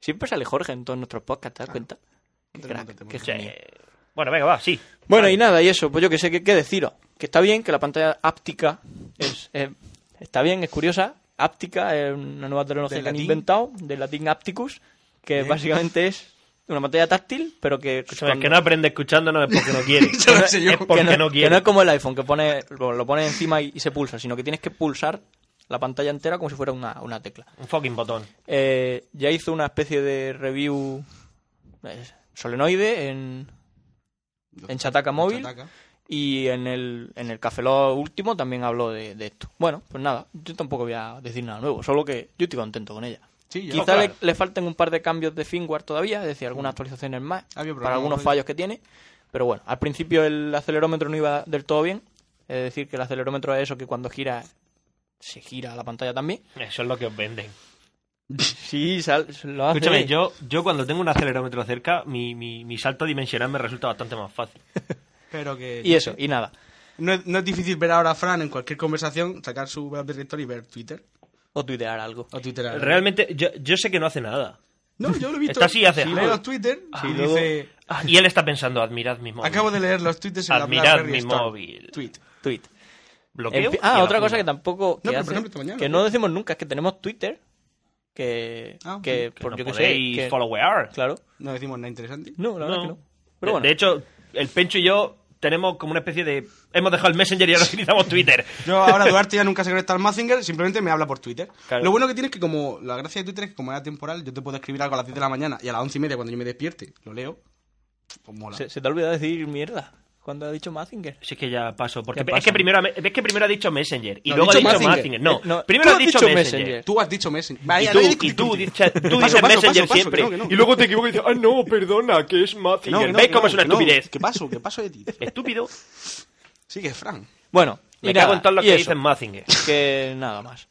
[SPEAKER 1] Siempre sale Jorge en todos nuestros podcasts, ¿te
[SPEAKER 6] Ah,
[SPEAKER 1] das cuenta? Qué
[SPEAKER 6] Tenemos
[SPEAKER 1] crack,
[SPEAKER 6] que
[SPEAKER 1] qué
[SPEAKER 4] O sea,
[SPEAKER 1] genio.
[SPEAKER 4] eh, Bueno, venga, va, sí.
[SPEAKER 1] Bueno, y nada, y eso, pues yo que sé qué qué deciros. Que está bien, que la pantalla áptica es, eh, está bien, es curiosa. Áptica es una nueva tecnología
[SPEAKER 6] Del
[SPEAKER 1] que han
[SPEAKER 6] latín.
[SPEAKER 1] inventado, del latín Apticus, que básicamente es una pantalla táctil, pero que...
[SPEAKER 4] Escúchame, el
[SPEAKER 1] cuando-
[SPEAKER 4] que no aprende escuchándonos es porque no quiere.
[SPEAKER 6] Eso lo sé yo.
[SPEAKER 4] Es porque
[SPEAKER 1] que no,
[SPEAKER 4] no
[SPEAKER 1] que
[SPEAKER 4] quiere.
[SPEAKER 1] no es como el iPhone, que pone, lo, lo pone encima y, y se pulsa, sino que tienes que pulsar la pantalla entera como si fuera una, una tecla.
[SPEAKER 4] Un fucking botón.
[SPEAKER 1] Eh, ya hizo una especie de review eh, solenoide en, en Chataca Móvil
[SPEAKER 6] Chataca.
[SPEAKER 1] y en el, en el Café Lock último también habló de, de esto. Bueno, pues nada, yo tampoco voy a decir nada nuevo, solo que yo estoy contento con ella.
[SPEAKER 6] Sí, ya.
[SPEAKER 1] Quizá
[SPEAKER 4] claro.
[SPEAKER 1] le, le falten un par de cambios de firmware todavía, es decir, algunas actualizaciones más
[SPEAKER 6] Había
[SPEAKER 1] para
[SPEAKER 6] problemas,
[SPEAKER 1] algunos
[SPEAKER 6] ¿no?
[SPEAKER 1] fallos que tiene. Pero bueno, al principio el acelerómetro no iba del todo bien. Es decir, que el acelerómetro es eso que cuando gira se gira la pantalla también.
[SPEAKER 4] Eso es lo que os venden.
[SPEAKER 1] Ah, Sí, sal- lo hace.
[SPEAKER 4] Escúchame, yo, yo cuando tengo un acelerómetro cerca, mi, mi, mi salto dimensional me resulta bastante más fácil.
[SPEAKER 6] Pero que.
[SPEAKER 1] Y eso, y nada.
[SPEAKER 6] No es, no es difícil ver ahora a Fran en cualquier conversación, sacar su BlackBerry Store y ver Twitter.
[SPEAKER 1] O tuitear algo.
[SPEAKER 6] O Twitter ahora.
[SPEAKER 4] Realmente, yo, yo sé que no hace nada.
[SPEAKER 6] No, yo lo he visto.
[SPEAKER 4] Está así, hace-
[SPEAKER 6] Lee los Twitter y
[SPEAKER 1] luego-
[SPEAKER 6] dice.
[SPEAKER 4] Ah, Y él está pensando, admirad mi móvil.
[SPEAKER 6] Acabo de leer los tweets en
[SPEAKER 4] Admirad
[SPEAKER 6] la BlackBerry
[SPEAKER 4] mi
[SPEAKER 6] Store.
[SPEAKER 4] móvil.
[SPEAKER 6] Tweet.
[SPEAKER 1] Tweet.
[SPEAKER 4] Bloqueo
[SPEAKER 1] En fin-
[SPEAKER 4] y a
[SPEAKER 1] ah,
[SPEAKER 4] la
[SPEAKER 1] otra cosa
[SPEAKER 4] fuga.
[SPEAKER 1] que tampoco. Que,
[SPEAKER 6] pero por
[SPEAKER 1] hace-
[SPEAKER 6] ejemplo, esta mañana,
[SPEAKER 1] que no decimos nunca, es que tenemos Twitter. Que.
[SPEAKER 6] Ah,
[SPEAKER 1] que,
[SPEAKER 6] sí,
[SPEAKER 4] Que
[SPEAKER 1] por
[SPEAKER 4] no
[SPEAKER 1] yo que sé.
[SPEAKER 4] podéis
[SPEAKER 1] que-
[SPEAKER 4] followear.
[SPEAKER 1] Claro.
[SPEAKER 6] No decimos nada interesante.
[SPEAKER 1] No, la verdad que no.
[SPEAKER 4] De-
[SPEAKER 1] Pero bueno.
[SPEAKER 4] De hecho, el Pencho y yo tenemos como una especie de... Hemos dejado el Messenger y ahora utilizamos Twitter.
[SPEAKER 6] Yo ahora Duarte ya nunca se conecta al Mazinger, simplemente me habla por Twitter.
[SPEAKER 4] Claro.
[SPEAKER 6] Lo bueno que tiene es que como la gracia de Twitter es que como era temporal, yo te puedo escribir algo a las 10 de la mañana y a las 11 y media cuando yo me despierte, lo leo. Pues mola.
[SPEAKER 1] Se, se te ha olvidado decir mierda cuando ha dicho Mazinger.
[SPEAKER 4] Si es que ya paso, porque
[SPEAKER 1] Ya
[SPEAKER 4] es
[SPEAKER 1] pasa.
[SPEAKER 4] que primero ha- es que primero ha dicho Messenger y
[SPEAKER 6] No,
[SPEAKER 4] luego
[SPEAKER 6] ha dicho
[SPEAKER 4] ha dicho
[SPEAKER 6] Mazinger.
[SPEAKER 4] Messenger. No,
[SPEAKER 1] Eh, no,
[SPEAKER 4] primero
[SPEAKER 1] tú
[SPEAKER 4] ha
[SPEAKER 1] has
[SPEAKER 4] dicho
[SPEAKER 1] dicho
[SPEAKER 4] Messenger.
[SPEAKER 1] Messenger.
[SPEAKER 6] Tú has dicho Messenger.
[SPEAKER 4] Y
[SPEAKER 6] Vaya,
[SPEAKER 4] tú,
[SPEAKER 6] no he
[SPEAKER 4] y
[SPEAKER 6] discutido
[SPEAKER 4] tú,
[SPEAKER 6] contigo.
[SPEAKER 4] dices- tú
[SPEAKER 6] Paso,
[SPEAKER 4] dices
[SPEAKER 6] paso, paso,
[SPEAKER 4] Messenger
[SPEAKER 6] paso,
[SPEAKER 4] siempre.
[SPEAKER 6] que no, que no.
[SPEAKER 4] Y luego te equivocas y dices, ah, no, perdona, que es
[SPEAKER 6] Que
[SPEAKER 4] Mazinger.
[SPEAKER 6] no, que no,
[SPEAKER 4] ¿Veis
[SPEAKER 6] que
[SPEAKER 4] cómo
[SPEAKER 6] no,
[SPEAKER 4] es una
[SPEAKER 6] que no.
[SPEAKER 4] estupidez?
[SPEAKER 6] ¿Qué paso? ¿Qué paso de ti?
[SPEAKER 4] Estúpido.
[SPEAKER 6] Sigue, Fran.
[SPEAKER 1] Bueno,
[SPEAKER 4] Me
[SPEAKER 1] y
[SPEAKER 4] cago
[SPEAKER 1] nada,
[SPEAKER 4] en todo lo
[SPEAKER 1] y
[SPEAKER 4] que
[SPEAKER 1] eso.
[SPEAKER 4] dicen Mazinger.
[SPEAKER 1] que nada más.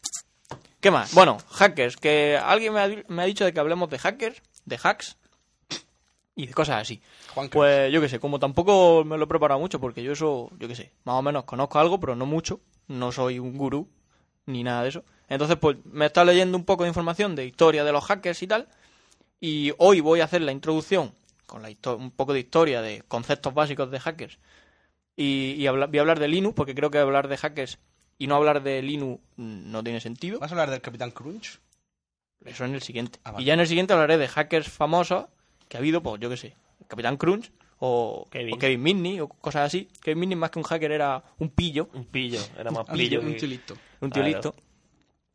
[SPEAKER 1] ¿Qué más? Bueno, hackers, que alguien me ha, di- me ha dicho de que hablemos de hackers, de hacks y de cosas así.
[SPEAKER 6] Juancas.
[SPEAKER 1] Pues yo qué sé, como tampoco me lo he preparado mucho, porque yo eso, yo qué sé, más o menos conozco algo, pero no mucho, no soy un gurú ni nada de eso. Entonces, pues me he estado leyendo un poco de información de historia de los hackers y tal, y hoy voy a hacer la introducción con la histo- un poco de historia de conceptos básicos de hackers y, y habla- voy a hablar de Linux, porque creo que hablar de hackers y no hablar de Linux mm, no tiene sentido.
[SPEAKER 6] ¿Vas a hablar del Capitán Crunch?
[SPEAKER 1] Eso en el siguiente.
[SPEAKER 6] Ah, vale.
[SPEAKER 1] Y ya en el siguiente hablaré de hackers famosos que ha habido, pues yo qué sé, el Capitán Crunch o
[SPEAKER 4] Kevin.
[SPEAKER 1] o Kevin Mitnick o cosas así. Kevin Mitnick más que un hacker era un pillo,
[SPEAKER 4] Un pillo, era más
[SPEAKER 6] Ah,
[SPEAKER 4] pillo.
[SPEAKER 6] Un
[SPEAKER 4] que-
[SPEAKER 6] tilito.
[SPEAKER 1] un tío
[SPEAKER 4] Claro.
[SPEAKER 1] listo.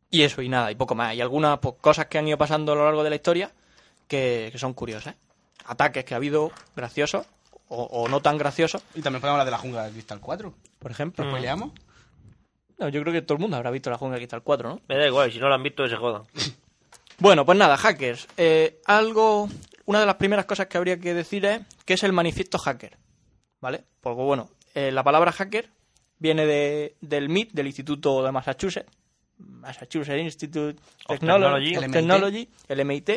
[SPEAKER 1] Y eso y nada, y poco más. Y algunas pues, cosas que han ido pasando a lo largo de la historia que, que son curiosas. ¿eh? Ataques que ha habido graciosos o, o no tan graciosos,
[SPEAKER 6] Y también podemos hablar de la jungla de Cristal 4.
[SPEAKER 1] por ejemplo.
[SPEAKER 6] ¿Lo peleamos?
[SPEAKER 1] Mm. No, yo creo que todo el mundo habrá visto la jungla de Cristal 4, ¿no?
[SPEAKER 4] Me da igual, si no lo han visto, que se jodan.
[SPEAKER 1] Bueno, pues nada, hackers. Eh, algo, una de las primeras cosas que habría que decir es qué es el manifiesto hacker, ¿vale? Porque bueno, eh, la palabra hacker viene de, del MIT, del Instituto de Massachusetts, Massachusetts Institute
[SPEAKER 4] Of
[SPEAKER 1] Technology,
[SPEAKER 4] Technology.
[SPEAKER 1] of
[SPEAKER 6] El MIT.
[SPEAKER 1] Technology, el MIT,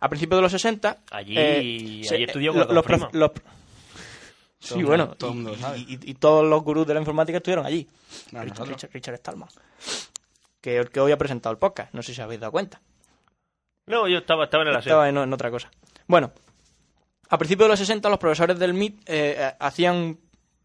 [SPEAKER 1] a principios de los 60.
[SPEAKER 4] Allí- allí
[SPEAKER 1] se- eh,
[SPEAKER 4] estudió con
[SPEAKER 1] lo-
[SPEAKER 4] los
[SPEAKER 1] los
[SPEAKER 4] primos.
[SPEAKER 1] prof- los pr- Sí,
[SPEAKER 6] el
[SPEAKER 1] bueno,
[SPEAKER 6] mundo- todo
[SPEAKER 1] y-
[SPEAKER 6] el mundo lo
[SPEAKER 1] y-
[SPEAKER 6] sabe.
[SPEAKER 1] y- y todos los gurús de la informática estuvieron allí. Richard,
[SPEAKER 6] Bueno, nosotros.
[SPEAKER 1] Richard- Richard Stallman, que, que hoy ha presentado el podcast, no sé si habéis dado cuenta.
[SPEAKER 4] No, yo estaba, estaba en el aseo.
[SPEAKER 1] Estaba en, en otra cosa. Bueno, a principios de los 60 los profesores del MIT eh, eh, hacían,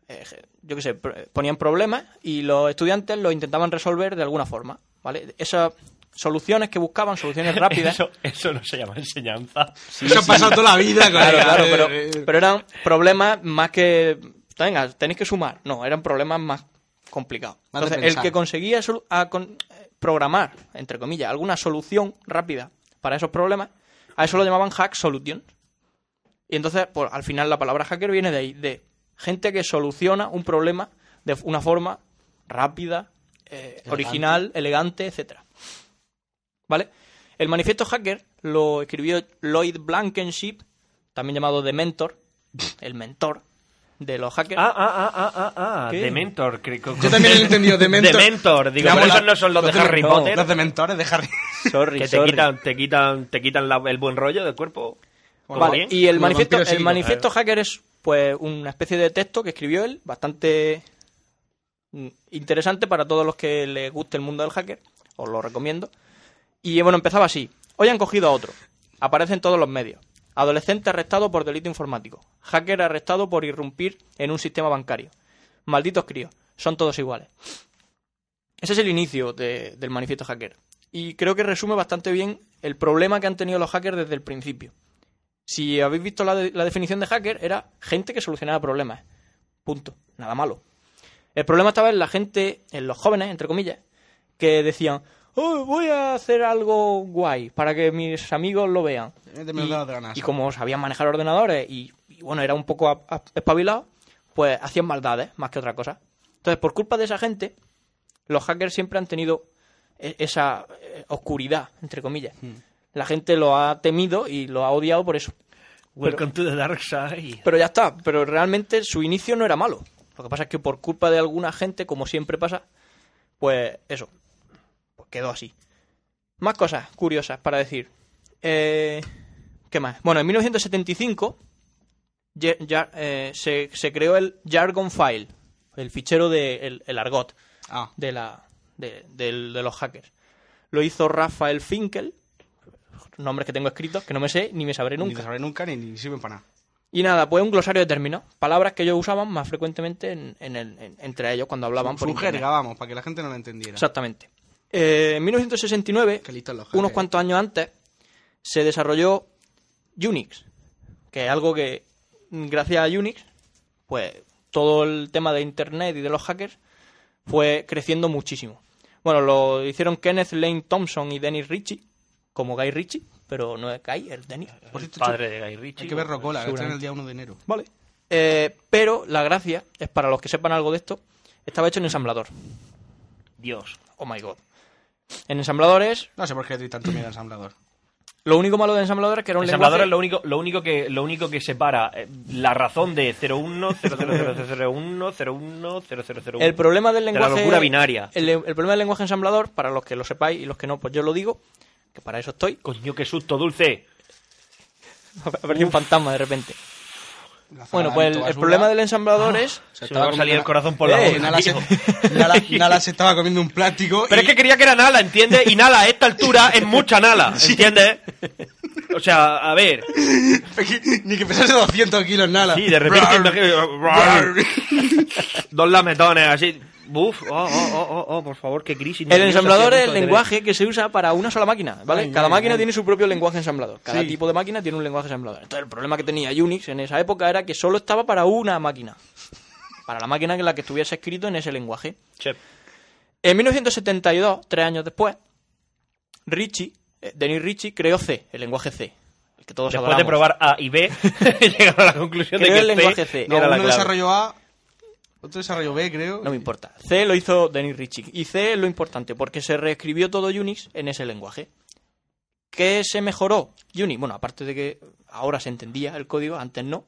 [SPEAKER 1] eh, yo qué sé, pro- eh, ponían problemas y los estudiantes los intentaban resolver de alguna forma, ¿vale? Esas soluciones que buscaban, soluciones rápidas.
[SPEAKER 4] Eso, eso no se llama enseñanza.
[SPEAKER 6] Eso ha pasado toda la vida,
[SPEAKER 1] Claro, claro,
[SPEAKER 6] eh,
[SPEAKER 1] pero, pero eran problemas más que... Venga, tenéis que sumar. No, eran problemas más complicados.
[SPEAKER 6] Más de
[SPEAKER 1] Entonces, el
[SPEAKER 6] pensar.
[SPEAKER 1] que conseguía solu- a con- eh, programar, entre comillas, alguna solución rápida para esos problemas, a eso lo llamaban hack solution. Y entonces, pues, al final la palabra hacker viene de ahí, de gente que soluciona un problema de una forma rápida, eh, original, elegante, etcétera. ¿Vale? El manifiesto hacker lo escribió Lloyd Blankenship, también llamado The Mentor, el mentor de los hackers.
[SPEAKER 4] Ah, ah, ah, ah, ah, ah.
[SPEAKER 1] ¿Qué?
[SPEAKER 4] De Mentor. cre- co-
[SPEAKER 6] Yo también lo he entendido, de mentor.
[SPEAKER 4] De Mentor, digo,
[SPEAKER 6] Digamos,
[SPEAKER 4] pero esos
[SPEAKER 6] la-
[SPEAKER 4] no son los de
[SPEAKER 6] de-
[SPEAKER 4] Harry
[SPEAKER 1] no,
[SPEAKER 4] Potter.
[SPEAKER 6] Los de mentores de Harry.
[SPEAKER 1] sorry,
[SPEAKER 4] que te
[SPEAKER 1] sorry.
[SPEAKER 4] quitan, te quitan, te quitan la- el buen rollo del cuerpo. ¿Todo
[SPEAKER 1] Vale,
[SPEAKER 4] bien?
[SPEAKER 1] y el
[SPEAKER 6] Como el
[SPEAKER 1] manifiesto,
[SPEAKER 6] vampiro
[SPEAKER 1] el
[SPEAKER 6] Silva.
[SPEAKER 1] manifiesto hacker es pues una especie de texto que escribió él, bastante mm, interesante para todos los que les guste el mundo del hacker, os lo recomiendo. Y bueno, empezaba así. Hoy han cogido a otro. Aparece en todos los medios. Adolescente arrestado por delito informático. Hacker arrestado por irrumpir en un sistema bancario. Malditos críos. Son todos iguales. Ese es el inicio de- del manifiesto hacker. Y creo que resume bastante bien el problema que han tenido los hackers desde el principio. Si habéis visto la, de- la definición de hacker, era gente que solucionaba problemas. Punto. Nada malo. El problema estaba en la gente, en los jóvenes, entre comillas, que decían, oh, voy a hacer algo guay para que mis amigos lo vean.
[SPEAKER 6] Eh, de menudo de la NASA.
[SPEAKER 1] y como sabían manejar ordenadores y, y, bueno, era un poco a- a- espabilado, pues hacían maldades más que otra cosa. Entonces, por culpa de esa gente, los hackers siempre han tenido e- esa eh, oscuridad, entre comillas. La gente lo ha temido y lo ha odiado por eso.
[SPEAKER 4] Welcome to the dark side.
[SPEAKER 1] Pero ya está, pero realmente su inicio no era malo. Lo que pasa es que por culpa de alguna gente, como siempre pasa, pues eso, pues quedó así. Más cosas curiosas para decir. Eh, ¿Qué más? Bueno, en 1975 ye- ya- eh, se, se creó el Jargon File, el fichero del de, el- el argot
[SPEAKER 6] Ah,
[SPEAKER 1] de, la, de, del- de los hackers. Lo hizo Rafael Finkel, nombres que tengo escritos que no me sé ni me sabré
[SPEAKER 6] nunca.
[SPEAKER 1] nunca.
[SPEAKER 6] Ni te sabré nunca ni, ni sirven para nada.
[SPEAKER 1] Y nada, pues un glosario de términos. Palabras que ellos usaban más frecuentemente en, en el- en- entre ellos cuando
[SPEAKER 4] Ah,
[SPEAKER 1] hablaban
[SPEAKER 6] Fue
[SPEAKER 1] por
[SPEAKER 6] un
[SPEAKER 1] internet.
[SPEAKER 6] jerga, vamos, para que la gente no la entendiera.
[SPEAKER 1] Exactamente. Eh, en 1969,
[SPEAKER 6] Qué listos los hackers.
[SPEAKER 1] unos cuantos años antes, se desarrolló Unix, que es algo que, mm, gracias a Unix, pues todo el tema de Internet y de los hackers fue creciendo muchísimo. Bueno, lo hicieron Kenneth Lane Thompson y Dennis Ritchie, como Guy Ritchie, pero no es Guy, es Dennis.
[SPEAKER 6] Por cierto,
[SPEAKER 4] Padre de Guy Ritchie.
[SPEAKER 6] hay que ver Rocola, que está en el día 1 de enero.
[SPEAKER 1] Vale. Eh, pero la gracia es para los que sepan algo de esto, estaba hecho en ensamblador.
[SPEAKER 4] Dios.
[SPEAKER 1] Oh my god. En ensambladores,
[SPEAKER 6] No sé por qué doy tanto miedo al ensamblador.
[SPEAKER 1] lo único malo de ensamblador es que era un
[SPEAKER 4] El ensamblador es
[SPEAKER 1] lenguaje-
[SPEAKER 4] lo único, lo único que lo único que separa eh, la razón de 01 000001 01 0001
[SPEAKER 1] El problema del
[SPEAKER 4] la
[SPEAKER 1] lenguaje
[SPEAKER 4] locura binaria.
[SPEAKER 1] El, el problema del lenguaje ensamblador, para los que lo sepáis y los que no, pues yo lo digo, que para eso estoy.
[SPEAKER 4] Coño, qué susto, dulce.
[SPEAKER 1] Ha aparecido un fantasma de repente.
[SPEAKER 6] La
[SPEAKER 1] Bueno,
[SPEAKER 6] Zara
[SPEAKER 1] pues el,
[SPEAKER 6] Alto
[SPEAKER 1] el
[SPEAKER 6] Basura,
[SPEAKER 1] problema del
[SPEAKER 6] Ah.
[SPEAKER 1] ensamblador es
[SPEAKER 6] se
[SPEAKER 4] Se me va a salir el corazón por la
[SPEAKER 6] Eh,
[SPEAKER 4] boca,
[SPEAKER 6] Nala se,
[SPEAKER 4] tío.
[SPEAKER 6] Nala, Nala se estaba comiendo un plástico.
[SPEAKER 4] Pero
[SPEAKER 6] y-
[SPEAKER 4] es que quería que era Nala, ¿entiendes? Y Nala a esta altura es mucha Nala, ¿entiendes? O sea, a ver.
[SPEAKER 6] Ni que pesase 200 kilos, Nala.
[SPEAKER 4] Sí, de repente
[SPEAKER 6] Rar,
[SPEAKER 4] imagino-
[SPEAKER 6] rar.
[SPEAKER 4] Dos lametones así. Buf, oh, oh, oh, oh, oh, por favor, qué crisis.
[SPEAKER 1] El
[SPEAKER 4] nerviosa
[SPEAKER 1] ensamblador
[SPEAKER 4] estoy a
[SPEAKER 1] es el
[SPEAKER 4] punto de tener.
[SPEAKER 1] lenguaje que se usa para una sola máquina, ¿vale?
[SPEAKER 6] Ay,
[SPEAKER 1] Cada
[SPEAKER 6] ay,
[SPEAKER 1] máquina
[SPEAKER 6] ay.
[SPEAKER 1] tiene su propio lenguaje ensamblador. Cada
[SPEAKER 6] Sí.
[SPEAKER 1] tipo de máquina tiene un lenguaje ensamblador. Entonces, el problema que tenía Unix en esa época era que solo estaba para una máquina. Para la máquina en la que estuviese escrito en ese lenguaje.
[SPEAKER 4] Che,
[SPEAKER 1] En 1972, tres años después, Richie, eh, Denis Richie, creó C, el lenguaje C. El que todos
[SPEAKER 4] después de
[SPEAKER 1] adoramos.
[SPEAKER 4] probar A y B, llegaron a la conclusión
[SPEAKER 1] Creo
[SPEAKER 4] de que
[SPEAKER 1] el
[SPEAKER 4] C
[SPEAKER 1] lenguaje C.
[SPEAKER 6] No,
[SPEAKER 4] era la
[SPEAKER 6] uno
[SPEAKER 4] clave.
[SPEAKER 6] desarrolló A, otro desarrolló B, creo.
[SPEAKER 1] No me importa. C lo hizo Denis Ritchie. Y C es lo importante, porque se reescribió todo Unix en ese lenguaje. ¿Qué se mejoró? Unix, bueno, aparte de que ahora se entendía el código, antes no.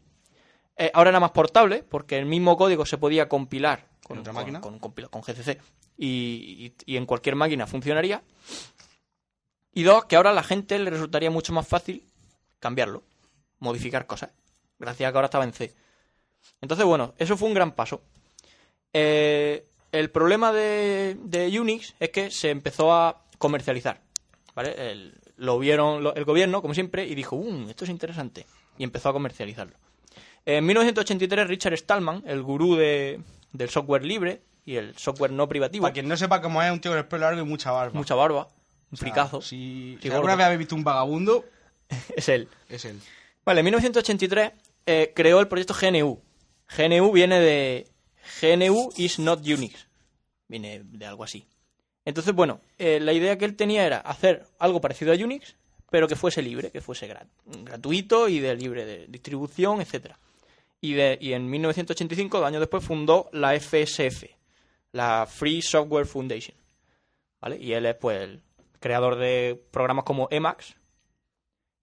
[SPEAKER 1] Eh, ahora era más portable, porque el mismo código se podía compilar con,
[SPEAKER 6] ¿En otra
[SPEAKER 1] con-
[SPEAKER 6] máquina?
[SPEAKER 1] con un compila- con GCC y, y- y en cualquier máquina funcionaría. Y dos, que ahora a la gente le resultaría mucho más fácil cambiarlo, modificar cosas, gracias a que ahora estaba en C. Entonces, bueno, eso fue un gran paso. Eh, el problema de, de Unix es que se empezó a comercializar. ¿vale? El- lo vieron lo- el gobierno, como siempre, y dijo, "Um, esto es interesante. Y empezó a comercializarlo. En 1983, Richard Stallman, el gurú de- del software libre y el software no privativo,
[SPEAKER 6] Para quien no sepa cómo es, un tío con el pelo largo y mucha barba.
[SPEAKER 1] mucha barba, un
[SPEAKER 6] O sea,
[SPEAKER 1] fricazo,
[SPEAKER 6] Si,
[SPEAKER 1] sí,
[SPEAKER 6] si
[SPEAKER 1] gordo.
[SPEAKER 6] alguna vez habéis visto un vagabundo,
[SPEAKER 1] es él.
[SPEAKER 6] es él.
[SPEAKER 1] Vale, en 1983 eh, creó el proyecto GNU. GNU viene de GNU is not Unix. Viene de algo así. Entonces, bueno, eh, la idea que él tenía era hacer algo parecido a Unix, pero que fuese libre, que fuese gra- gratuito y de libre de distribución, etcétera. Y, de- y en 1985, dos años después, fundó la FSF, la Free Software Foundation. ¿Vale? Y él es, pues, el creador de programas como Emacs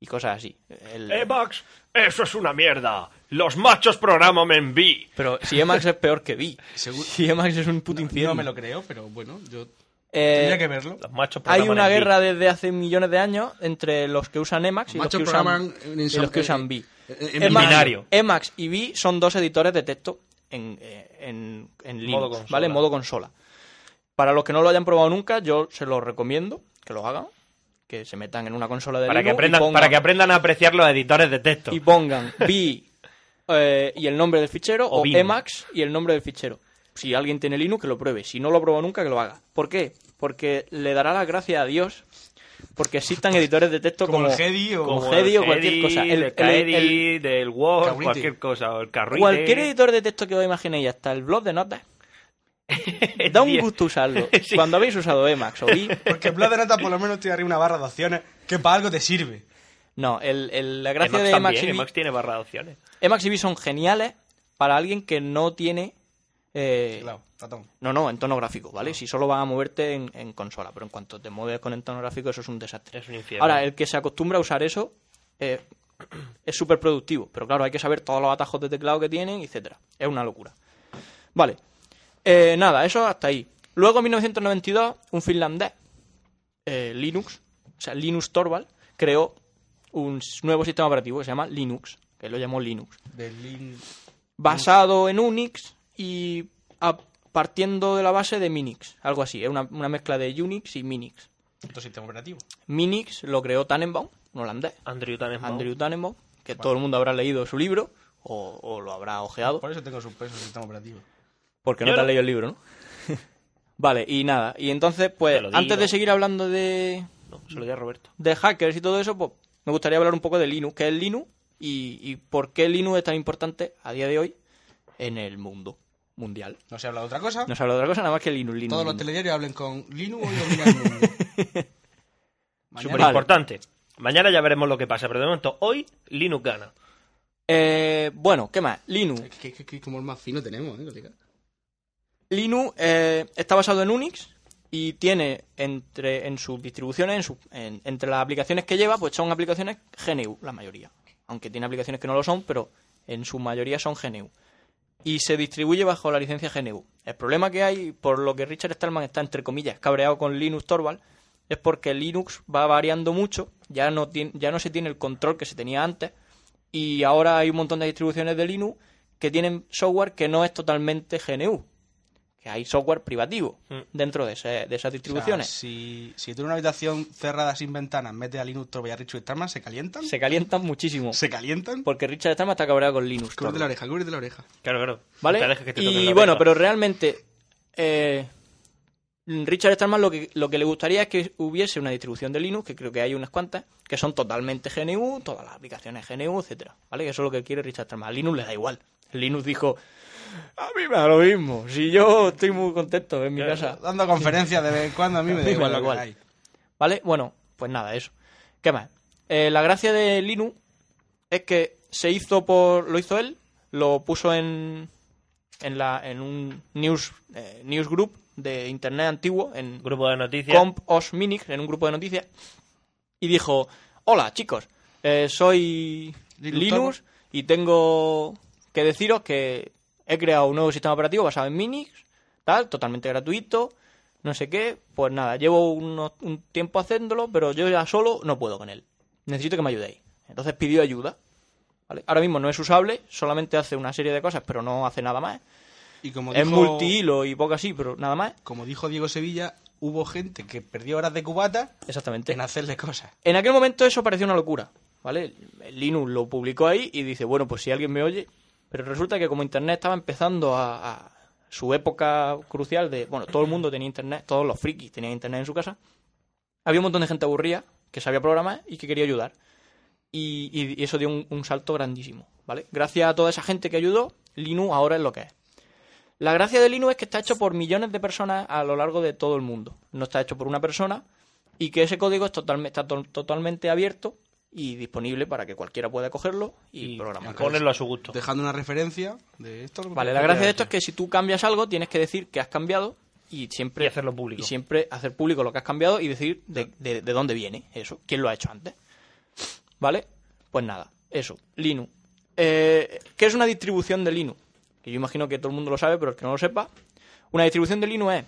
[SPEAKER 1] y cosas así. Él-
[SPEAKER 4] Eh, Max, eso es una mierda. Los machos programan en B.
[SPEAKER 1] Pero si Emacs es peor que Vi.
[SPEAKER 6] Seguro-
[SPEAKER 1] Si Emacs es un puto infierno.
[SPEAKER 6] No me lo creo, pero bueno, yo
[SPEAKER 1] Eh,
[SPEAKER 6] tendría que verlo.
[SPEAKER 4] Los machos
[SPEAKER 1] Hay
[SPEAKER 4] programan
[SPEAKER 1] una
[SPEAKER 4] en B.
[SPEAKER 1] guerra desde hace millones de años entre los que usan Emacs y los
[SPEAKER 6] Machos
[SPEAKER 1] que usan,
[SPEAKER 6] programan en- en-
[SPEAKER 1] y los que
[SPEAKER 6] en-
[SPEAKER 1] usan Vi.
[SPEAKER 6] en- en
[SPEAKER 1] Emacs-
[SPEAKER 4] binario.
[SPEAKER 1] Emacs y Vi son dos editores de texto en, eh, en, en
[SPEAKER 4] Modo
[SPEAKER 1] Linux,
[SPEAKER 4] consola.
[SPEAKER 1] ¿vale? En modo consola. Para los que no lo hayan probado nunca, yo se los recomiendo que lo hagan, que se metan en una consola de
[SPEAKER 4] Para que,
[SPEAKER 1] Linux y
[SPEAKER 4] aprendan,
[SPEAKER 1] pongan-
[SPEAKER 4] para que aprendan a apreciar los editores de texto.
[SPEAKER 1] y pongan vi eh, y el nombre del fichero
[SPEAKER 4] O
[SPEAKER 1] o,
[SPEAKER 4] Vim.
[SPEAKER 1] Emacs y el nombre del fichero. Si alguien tiene Linux, que lo pruebe. Si no lo ha probado nunca, que lo haga. ¿Por qué? Porque le dará las gracias a Dios porque existan editores de texto
[SPEAKER 6] Como
[SPEAKER 1] como,
[SPEAKER 6] el Gedi o-
[SPEAKER 1] como
[SPEAKER 4] Como E
[SPEAKER 1] Gedi o
[SPEAKER 4] el E
[SPEAKER 1] cualquier
[SPEAKER 4] Jedi,
[SPEAKER 1] cosa. El-
[SPEAKER 4] del
[SPEAKER 1] el- el-
[SPEAKER 4] Kaedi, del Word,
[SPEAKER 6] Cabrite.
[SPEAKER 4] cualquier cosa. O el Carrite.
[SPEAKER 1] cualquier editor de texto que os imaginéis, hasta el blog de notas, da un
[SPEAKER 4] Diez.
[SPEAKER 1] gusto usarlo.
[SPEAKER 4] Sí.
[SPEAKER 1] Cuando habéis usado Emacs o vi,
[SPEAKER 6] Porque en plan de notas por lo menos tiene arriba una barra de opciones que para algo te sirve.
[SPEAKER 1] no, el- el- la gracia
[SPEAKER 4] Emacs
[SPEAKER 1] de Emacs
[SPEAKER 4] también,
[SPEAKER 1] y vi-
[SPEAKER 4] Emacs tiene barra de opciones.
[SPEAKER 1] Emacs y vi son geniales para alguien que no tiene eh,
[SPEAKER 6] Claro, ratón.
[SPEAKER 1] No, no, en tono gráfico, ¿vale?
[SPEAKER 4] Ah.
[SPEAKER 1] Si solo vas a moverte en, en consola, pero en cuanto te mueves con el tono gráfico, eso es un desastre.
[SPEAKER 4] Es un infierno.
[SPEAKER 1] Ahora, el que se acostumbra a usar eso eh, es súper productivo, pero claro, hay que saber todos los atajos de teclado que tienen, etcétera. Es una locura. Vale, Eh, nada, eso hasta ahí. Luego, en 1992, un finlandés, eh, Linux, o sea, Linus Torvald, creó un s- nuevo sistema operativo que se llama Linux, que lo llamó Linux
[SPEAKER 6] Del link.
[SPEAKER 1] basado en Unix y a- partiendo de la base de Minix, algo así, es una, una mezcla de Unix y Minix.
[SPEAKER 6] Tu sistema operativo.
[SPEAKER 1] Minix lo creó Tannenbaum, un holandés,
[SPEAKER 4] Andrew Tannenbaum.
[SPEAKER 1] Andrew Tannenbaum, que todo el mundo habrá leído su libro o, o lo habrá ojeado,
[SPEAKER 6] Por eso tengo su peso el sistema operativo.
[SPEAKER 1] porque no
[SPEAKER 4] Yo
[SPEAKER 1] te has
[SPEAKER 4] no.
[SPEAKER 1] leído el libro, ¿no? vale, y nada, y entonces, pues,
[SPEAKER 4] Te lo digo.
[SPEAKER 1] antes de seguir hablando de,
[SPEAKER 4] No, se lo di a Roberto.
[SPEAKER 1] de hackers y todo eso, pues me gustaría hablar un poco de Linux, qué es Linux y, y por qué Linux es tan importante a día de hoy en el mundo mundial.
[SPEAKER 6] No se habla de otra cosa.
[SPEAKER 1] No se habla de otra cosa nada más que Linux. Linux
[SPEAKER 6] Todos los
[SPEAKER 1] Linux.
[SPEAKER 6] telediarios hablen con Linux y dominan el mundo.
[SPEAKER 4] Súper
[SPEAKER 6] Mañana-
[SPEAKER 4] importante. Mañana ya veremos lo que pasa, pero de momento, hoy Linux gana.
[SPEAKER 1] Eh, bueno, ¿qué más? Linux.
[SPEAKER 6] Es que, es que- es que como el más fino tenemos, ¿eh? colega?
[SPEAKER 1] Linux eh, está basado en Unix y tiene entre en sus distribuciones, en su- en- entre las aplicaciones que lleva, pues son aplicaciones GNU, la mayoría. Aunque tiene aplicaciones que no lo son, pero en su mayoría son GNU. Y se distribuye bajo la licencia GNU. El problema que hay, por lo que Richard Stallman está, entre comillas, cabreado con Linux Torvald, es porque Linux va variando mucho, ya no, tiene, ya no se tiene el control que se tenía antes, y ahora hay un montón de distribuciones de Linux que tienen software que no es totalmente GNU, que hay software privativo dentro de, ese- de esas distribuciones.
[SPEAKER 6] Mm. O sea, si, si tú en una habitación cerrada sin ventanas metes a Linux Torvald y a Richard Stallman, ¿se calientan?
[SPEAKER 1] Se calientan muchísimo.
[SPEAKER 6] ¿Se calientan?
[SPEAKER 1] Porque Richard Stallman está cabreado con Linux.
[SPEAKER 6] Cúbrete
[SPEAKER 1] Torvald,
[SPEAKER 6] la oreja, cúbrete la oreja.
[SPEAKER 4] Claro, claro.
[SPEAKER 1] ¿Vale?
[SPEAKER 4] No te dejes que te toquen
[SPEAKER 1] y
[SPEAKER 4] la
[SPEAKER 1] bueno,
[SPEAKER 4] oreja.
[SPEAKER 1] pero realmente eh, Richard Stallman lo que, lo que le gustaría es que hubiese una distribución de Linux, que creo que hay unas cuantas, que son totalmente GNU, todas las aplicaciones GNU, etcétera, ¿vale? Que eso es lo que quiere Richard Stallman. A Linux le da igual. Linux dijo, a mí me da lo mismo, si yo estoy muy contento en mi casa.
[SPEAKER 6] Dando conferencias de vez en cuando, a mí me da
[SPEAKER 1] mí me
[SPEAKER 6] igual
[SPEAKER 1] da
[SPEAKER 6] lo
[SPEAKER 1] igual.
[SPEAKER 6] que hay.
[SPEAKER 1] ¿Vale? Bueno, pues nada, eso. ¿Qué más? Eh, la gracia de Linux es que se hizo por. lo hizo él, lo puso en. en la. en un news eh, newsgroup de internet antiguo, en
[SPEAKER 4] Grupo de noticias.
[SPEAKER 1] Comp Os Minix, en un grupo de noticias, y dijo Hola chicos, eh, soy
[SPEAKER 6] Linux
[SPEAKER 1] Linux y tengo que deciros que he creado un nuevo sistema operativo basado en Minix, tal, totalmente gratuito, no sé qué, pues nada, llevo uno- un tiempo haciéndolo, pero yo ya solo no puedo con él. Necesito que me ayudéis. Entonces pidió ayuda. ¿vale? Ahora mismo no es usable, solamente hace una serie de cosas, pero no hace nada más.
[SPEAKER 6] Y como
[SPEAKER 1] Es
[SPEAKER 6] dijo-
[SPEAKER 1] multihilo y poco así, pero nada más.
[SPEAKER 6] Como dijo Diego Sevilla, hubo gente que perdió horas de cubata
[SPEAKER 1] Exactamente.
[SPEAKER 6] en hacerle cosas.
[SPEAKER 1] En aquel momento eso parecía una locura, ¿vale? Linux lo publicó ahí y dice, bueno, pues si alguien me oye, pero resulta que como Internet estaba empezando a, a su época crucial de, bueno, todo el mundo tenía Internet, todos los frikis tenían Internet en su casa, había un montón de gente aburrida que sabía programar y que quería ayudar. Y, y- y eso dio un, un salto grandísimo, ¿vale? Gracias a toda esa gente que ayudó, Linux ahora es lo que es. La gracia de Linux es que está hecho por millones de personas a lo largo de todo el mundo. No está hecho por una persona y que ese código es totalme- está to- totalmente abierto y disponible para que cualquiera pueda cogerlo y,
[SPEAKER 4] Y
[SPEAKER 1] programarlo.
[SPEAKER 4] ponerlo a su gusto.
[SPEAKER 6] Dejando una referencia de esto.
[SPEAKER 1] Vale, la gracia de esto es que si tú cambias algo, tienes que decir que has cambiado y siempre
[SPEAKER 4] Y hacerlo público.
[SPEAKER 1] y siempre hacer público lo que has cambiado y decir de, de- de dónde viene eso, quién lo ha hecho antes. ¿Vale? Pues nada, eso, Linux. Eh, ¿Qué es una distribución de Linux? Que yo imagino que todo el mundo lo sabe, pero el que no lo sepa, una distribución de Linux es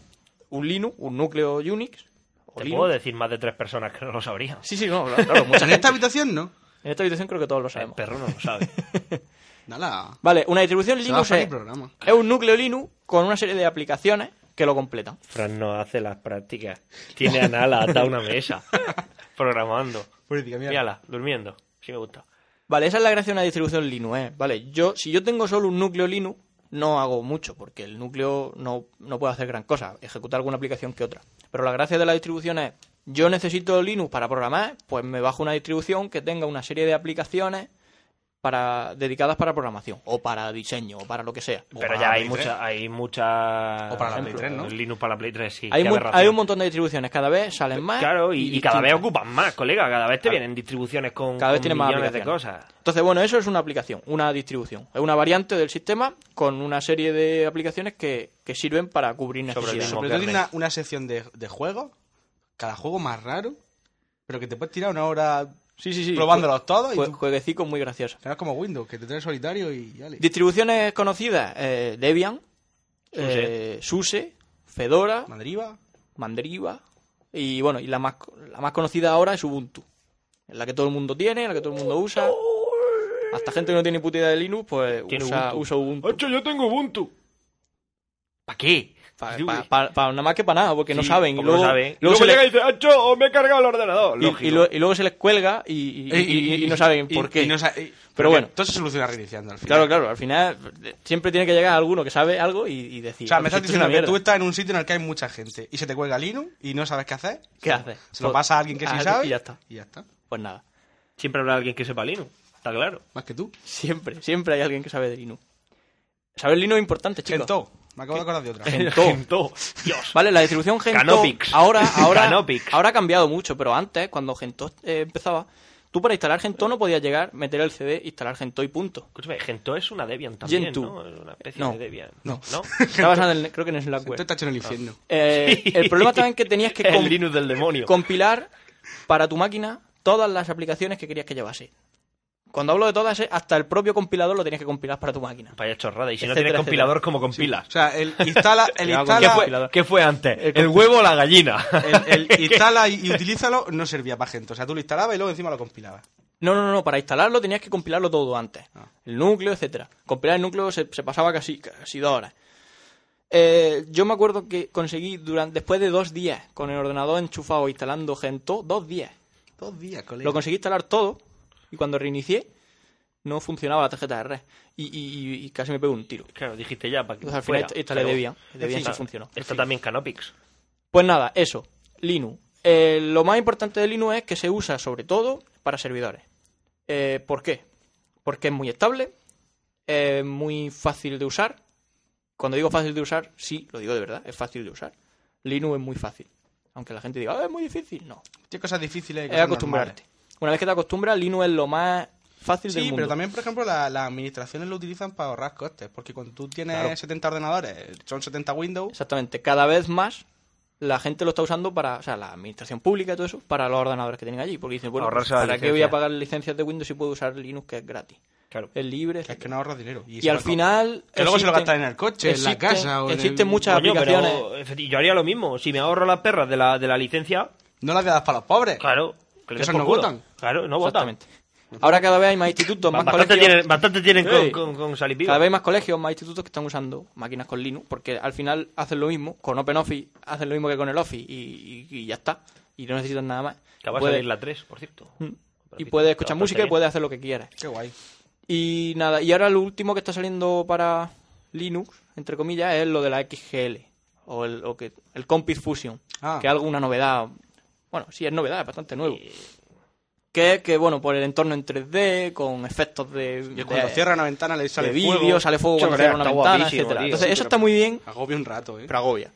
[SPEAKER 1] un Linux, un núcleo Unix. o
[SPEAKER 4] Te
[SPEAKER 1] Linux.
[SPEAKER 4] puedo decir más de tres personas que no lo sabrían.
[SPEAKER 1] Sí, sí, no, claro, claro, mucha
[SPEAKER 6] Pues En
[SPEAKER 1] gente.
[SPEAKER 6] esta habitación no.
[SPEAKER 1] En esta habitación creo que todos lo
[SPEAKER 4] El
[SPEAKER 1] sabemos.
[SPEAKER 4] Eh, perro no lo sabe.
[SPEAKER 6] Nala.
[SPEAKER 1] Vale, una distribución
[SPEAKER 6] Se va a
[SPEAKER 1] Linux
[SPEAKER 6] apagar
[SPEAKER 1] es,
[SPEAKER 6] el programa.
[SPEAKER 1] es un núcleo Linux con una serie de aplicaciones que lo completan.
[SPEAKER 4] Fran no hace las prácticas. Tiene a Nala atada a una mesa. Programando.
[SPEAKER 6] Política, mira.
[SPEAKER 4] Mírala, durmiendo. Sí me gusta.
[SPEAKER 1] Vale, esa es la gracia de una distribución Linux, ¿eh? Vale, yo, si yo tengo solo un núcleo Linux, no hago mucho, porque el núcleo no, no puede hacer gran cosa, ejecutar alguna aplicación que otra. Pero la gracia de la distribución es, yo necesito Linux para programar, pues me bajo una distribución que tenga una serie de aplicaciones para, dedicadas para programación, o para diseño, o para lo que sea. O
[SPEAKER 4] Pero
[SPEAKER 1] para
[SPEAKER 4] ya hay
[SPEAKER 1] Play
[SPEAKER 4] mucha, hay mucha...
[SPEAKER 6] O para la Play
[SPEAKER 4] ejemplo,
[SPEAKER 6] 3, ¿no?
[SPEAKER 4] Linux para la Play 3, sí.
[SPEAKER 1] tres. hay,
[SPEAKER 4] qué
[SPEAKER 1] mu-
[SPEAKER 4] aberración.
[SPEAKER 1] hay un montón de distribuciones, cada vez salen más.
[SPEAKER 4] Claro, y, y cada
[SPEAKER 1] distintas.
[SPEAKER 4] vez ocupan más, colega. Cada vez te vienen distribuciones con,
[SPEAKER 1] Cada vez
[SPEAKER 4] con
[SPEAKER 1] tiene más
[SPEAKER 4] millones de
[SPEAKER 1] aplicaciones.
[SPEAKER 4] cosas.
[SPEAKER 1] Entonces, bueno, eso es una aplicación, una distribución. Es una variante del sistema con una serie de aplicaciones que, que sirven para cubrir
[SPEAKER 4] Sobre el
[SPEAKER 1] necesidades.
[SPEAKER 4] mismo
[SPEAKER 6] Sobre todo tiene una,
[SPEAKER 4] Kernel.
[SPEAKER 6] una sección de, de juegos, cada juego más raro, pero que te puedes tirar una hora
[SPEAKER 1] Sí, sí, pues, sí.
[SPEAKER 6] probándolos todos y
[SPEAKER 1] Jue-
[SPEAKER 6] tú
[SPEAKER 1] Jueguecicos muy graciosos.
[SPEAKER 6] serás como Windows, que te traes solitario y ya le.
[SPEAKER 1] Distribuciones conocidas, eh, Debian, eh, SUSE, Fedora,
[SPEAKER 6] Madriva,
[SPEAKER 1] Mandriva y, bueno, y la más, la más conocida ahora es Ubuntu. En la que todo el mundo tiene, en la que todo el mundo usa. Hasta gente que no tiene ni puta idea de Linux, pues
[SPEAKER 4] Tiene
[SPEAKER 1] usa
[SPEAKER 4] Ubuntu.
[SPEAKER 1] usa Ubuntu.
[SPEAKER 4] Ocho, yo tengo Ubuntu. ¿Para qué?
[SPEAKER 1] Para
[SPEAKER 4] Sí,
[SPEAKER 1] nada más que para nada, porque no
[SPEAKER 4] sí,
[SPEAKER 1] saben. Y
[SPEAKER 4] porque
[SPEAKER 1] luego,
[SPEAKER 4] no saben.
[SPEAKER 1] luego se le-
[SPEAKER 4] llega y dice, ¡Acho, o me he cargado el ordenador!
[SPEAKER 1] Y-
[SPEAKER 4] Lógico.
[SPEAKER 1] y, lo- y luego se les cuelga y, y- y- y no saben
[SPEAKER 6] Eh, y-
[SPEAKER 1] por
[SPEAKER 6] y
[SPEAKER 1] qué.
[SPEAKER 6] no sa- y-
[SPEAKER 1] Pero bueno.
[SPEAKER 6] Todo se soluciona reiniciando al final.
[SPEAKER 1] Claro, claro, al final eh, siempre tiene que llegar alguno que sabe algo y, y decir.
[SPEAKER 6] O sea, me
[SPEAKER 1] "Pues
[SPEAKER 6] estás
[SPEAKER 1] esto es una
[SPEAKER 6] diciendo que tú
[SPEAKER 1] mierda".
[SPEAKER 6] estás en un sitio en el que hay mucha gente y se te cuelga Linux y no sabes qué hacer.
[SPEAKER 1] ¿Qué haces?
[SPEAKER 6] Se lo pasa a alguien que sí
[SPEAKER 1] Ah,
[SPEAKER 6] sabe.
[SPEAKER 1] Y ya está.
[SPEAKER 6] Y ya está.
[SPEAKER 1] Pues nada,
[SPEAKER 4] Siempre habrá alguien que sepa Linux. Está claro.
[SPEAKER 6] Más que tú.
[SPEAKER 1] siempre, siempre hay alguien que sabe de Linux. Saber Linux es importante, chicos.
[SPEAKER 6] Gentoo. Me acabo de acordar de otra.
[SPEAKER 1] Gentoo.
[SPEAKER 4] Gentoo. Dios.
[SPEAKER 1] Vale, la distribución Gentoo
[SPEAKER 4] Canopix.
[SPEAKER 1] ahora ahora
[SPEAKER 4] Canopix.
[SPEAKER 1] ahora ha cambiado mucho, pero antes cuando Gentoo eh, empezaba, tú para instalar Gentoo no podías llegar, meter el CD, instalar Gentoo y punto.
[SPEAKER 4] Escúchame, Gentoo es una Debian también,
[SPEAKER 1] Gentoo.
[SPEAKER 4] ¿no? Es una especie
[SPEAKER 1] No.
[SPEAKER 4] de Debian.
[SPEAKER 6] No.
[SPEAKER 1] Estaba basado en- creo que en
[SPEAKER 6] Esto
[SPEAKER 1] Slackware.
[SPEAKER 6] está hecho en el infierno.
[SPEAKER 1] Eh, el problema también que tenías que
[SPEAKER 4] El
[SPEAKER 1] com-
[SPEAKER 4] Linux del demonio.
[SPEAKER 1] compilar para tu máquina todas las aplicaciones que querías que llevase. Cuando hablo de todas, es hasta el propio compilador lo tenías que compilar para tu máquina.
[SPEAKER 4] Vaya chorrada. Y si no
[SPEAKER 1] Etcétera,
[SPEAKER 4] tienes compilador,
[SPEAKER 1] etcétera.
[SPEAKER 4] ¿cómo compilas?
[SPEAKER 6] O sea, el instala,
[SPEAKER 1] Cuidado con
[SPEAKER 6] el
[SPEAKER 4] ¿Qué,
[SPEAKER 1] el
[SPEAKER 6] instala,
[SPEAKER 4] fue,
[SPEAKER 1] compilador.
[SPEAKER 4] qué fue antes?
[SPEAKER 1] El
[SPEAKER 4] ¿El, huevo o la gallina?
[SPEAKER 6] el, el instala y, y utilízalo no servía para gente. O sea, tú lo instalabas y luego encima lo compilabas.
[SPEAKER 1] No, no, no, para instalarlo tenías que compilarlo todo antes. El núcleo, etcétera. Compilar el núcleo se, se pasaba casi, casi dos horas. Eh, yo me acuerdo que conseguí durante, después de dos días con el ordenador enchufado instalando Gentoo, dos días.
[SPEAKER 6] Dos días, colega.
[SPEAKER 1] Lo conseguí instalar todo y cuando reinicié no funcionaba la tarjeta de red. Y, y- y- y casi me pegó un tiro.
[SPEAKER 4] Claro, dijiste ya para que.
[SPEAKER 1] Entonces, al final,
[SPEAKER 4] fuera,
[SPEAKER 1] esta le
[SPEAKER 4] pero-
[SPEAKER 1] debía. Le debía
[SPEAKER 4] Esta-
[SPEAKER 1] si funcionó.
[SPEAKER 4] Esta también Canopix.
[SPEAKER 1] Pues nada, eso. Linux. Eh, lo más importante de Linux es que se usa sobre todo para servidores. Eh, ¿Por qué? Porque es muy estable, es muy fácil de usar. Cuando digo fácil de usar, sí, lo digo de verdad, es fácil de usar. Linux es muy fácil. Aunque la gente diga, "Ah, es muy difícil. No,
[SPEAKER 6] Tiene cosas difíciles. y
[SPEAKER 1] es
[SPEAKER 6] cosas
[SPEAKER 1] acostumbrarte.
[SPEAKER 6] normales.
[SPEAKER 1] Una vez que te acostumbras, Linux es lo más fácil del
[SPEAKER 6] Sí,
[SPEAKER 1] mundo.
[SPEAKER 6] pero también, por ejemplo, la- las administraciones lo utilizan para ahorrar costes. Porque cuando tú tienes 70 ordenadores, son 70 Windows.
[SPEAKER 1] Exactamente. Cada vez más la gente lo está usando para, o sea, la administración pública y todo eso, para los ordenadores que tienen allí. Porque dicen, bueno,
[SPEAKER 4] Ahorrarse la
[SPEAKER 1] ¿para qué voy
[SPEAKER 4] licencia.
[SPEAKER 1] a pagar licencias de Windows si puedo usar Linux que es gratis?
[SPEAKER 4] Claro.
[SPEAKER 1] Es libre.
[SPEAKER 6] Que es que
[SPEAKER 1] etcétera.
[SPEAKER 6] no ahorras dinero.
[SPEAKER 1] Y,
[SPEAKER 6] se
[SPEAKER 1] al
[SPEAKER 6] lo-
[SPEAKER 1] final...
[SPEAKER 6] Que luego se lo
[SPEAKER 1] existen-
[SPEAKER 6] gastan en el coche, en la
[SPEAKER 1] existen-
[SPEAKER 6] casa o en
[SPEAKER 1] Existen
[SPEAKER 6] el-
[SPEAKER 1] muchas
[SPEAKER 4] Coño,
[SPEAKER 1] aplicaciones...
[SPEAKER 4] pero efecti- yo haría lo mismo. Si me ahorro las perras de la, de la licencia,
[SPEAKER 6] No las das para los pobres.
[SPEAKER 4] claro. Que le
[SPEAKER 6] Que
[SPEAKER 4] den
[SPEAKER 6] esos
[SPEAKER 4] por
[SPEAKER 6] no
[SPEAKER 4] culo.
[SPEAKER 6] votan.
[SPEAKER 4] Claro, no votan.
[SPEAKER 1] Exactamente. Ahora cada vez hay más institutos,
[SPEAKER 4] Ba-
[SPEAKER 1] más
[SPEAKER 4] Bastante
[SPEAKER 1] colegios...
[SPEAKER 4] tienen, bastante tienen con,
[SPEAKER 1] Sí.
[SPEAKER 4] con, con salir vivos.
[SPEAKER 1] Cada vez hay más colegios, más institutos que están usando máquinas con Linux, porque al final hacen lo mismo, con OpenOffice hacen lo mismo que con el Office y, y- y ya está. Y no necesitan nada más.
[SPEAKER 4] Acaba de
[SPEAKER 1] Puedes-
[SPEAKER 4] salir la 3, por cierto.
[SPEAKER 1] y puedes escuchar música y
[SPEAKER 4] bien.
[SPEAKER 1] puedes hacer lo que quieras.
[SPEAKER 6] Qué guay.
[SPEAKER 1] Y nada, y ahora lo último que está saliendo para Linux, entre comillas, es lo de la XGL. O el, o que, el Compit Fusion.
[SPEAKER 6] Ah.
[SPEAKER 1] Que es alguna novedad. Bueno, sí, es novedad, es bastante nuevo.
[SPEAKER 4] Eh.
[SPEAKER 1] Que es que, bueno, por el entorno en 3D, con efectos de.
[SPEAKER 6] Y cuando
[SPEAKER 1] de-
[SPEAKER 6] cierra una ventana le Eh, sale
[SPEAKER 1] de
[SPEAKER 6] fuego.
[SPEAKER 1] vídeo, sale fuego cuando
[SPEAKER 4] Chorrea,
[SPEAKER 1] cierra una
[SPEAKER 4] está
[SPEAKER 1] ventana,
[SPEAKER 4] guapísimo,
[SPEAKER 1] etcétera.
[SPEAKER 4] tío.
[SPEAKER 1] Entonces,
[SPEAKER 4] Sí,
[SPEAKER 1] eso está muy bien,
[SPEAKER 6] Agobia un rato, ¿eh?
[SPEAKER 1] pero agobia.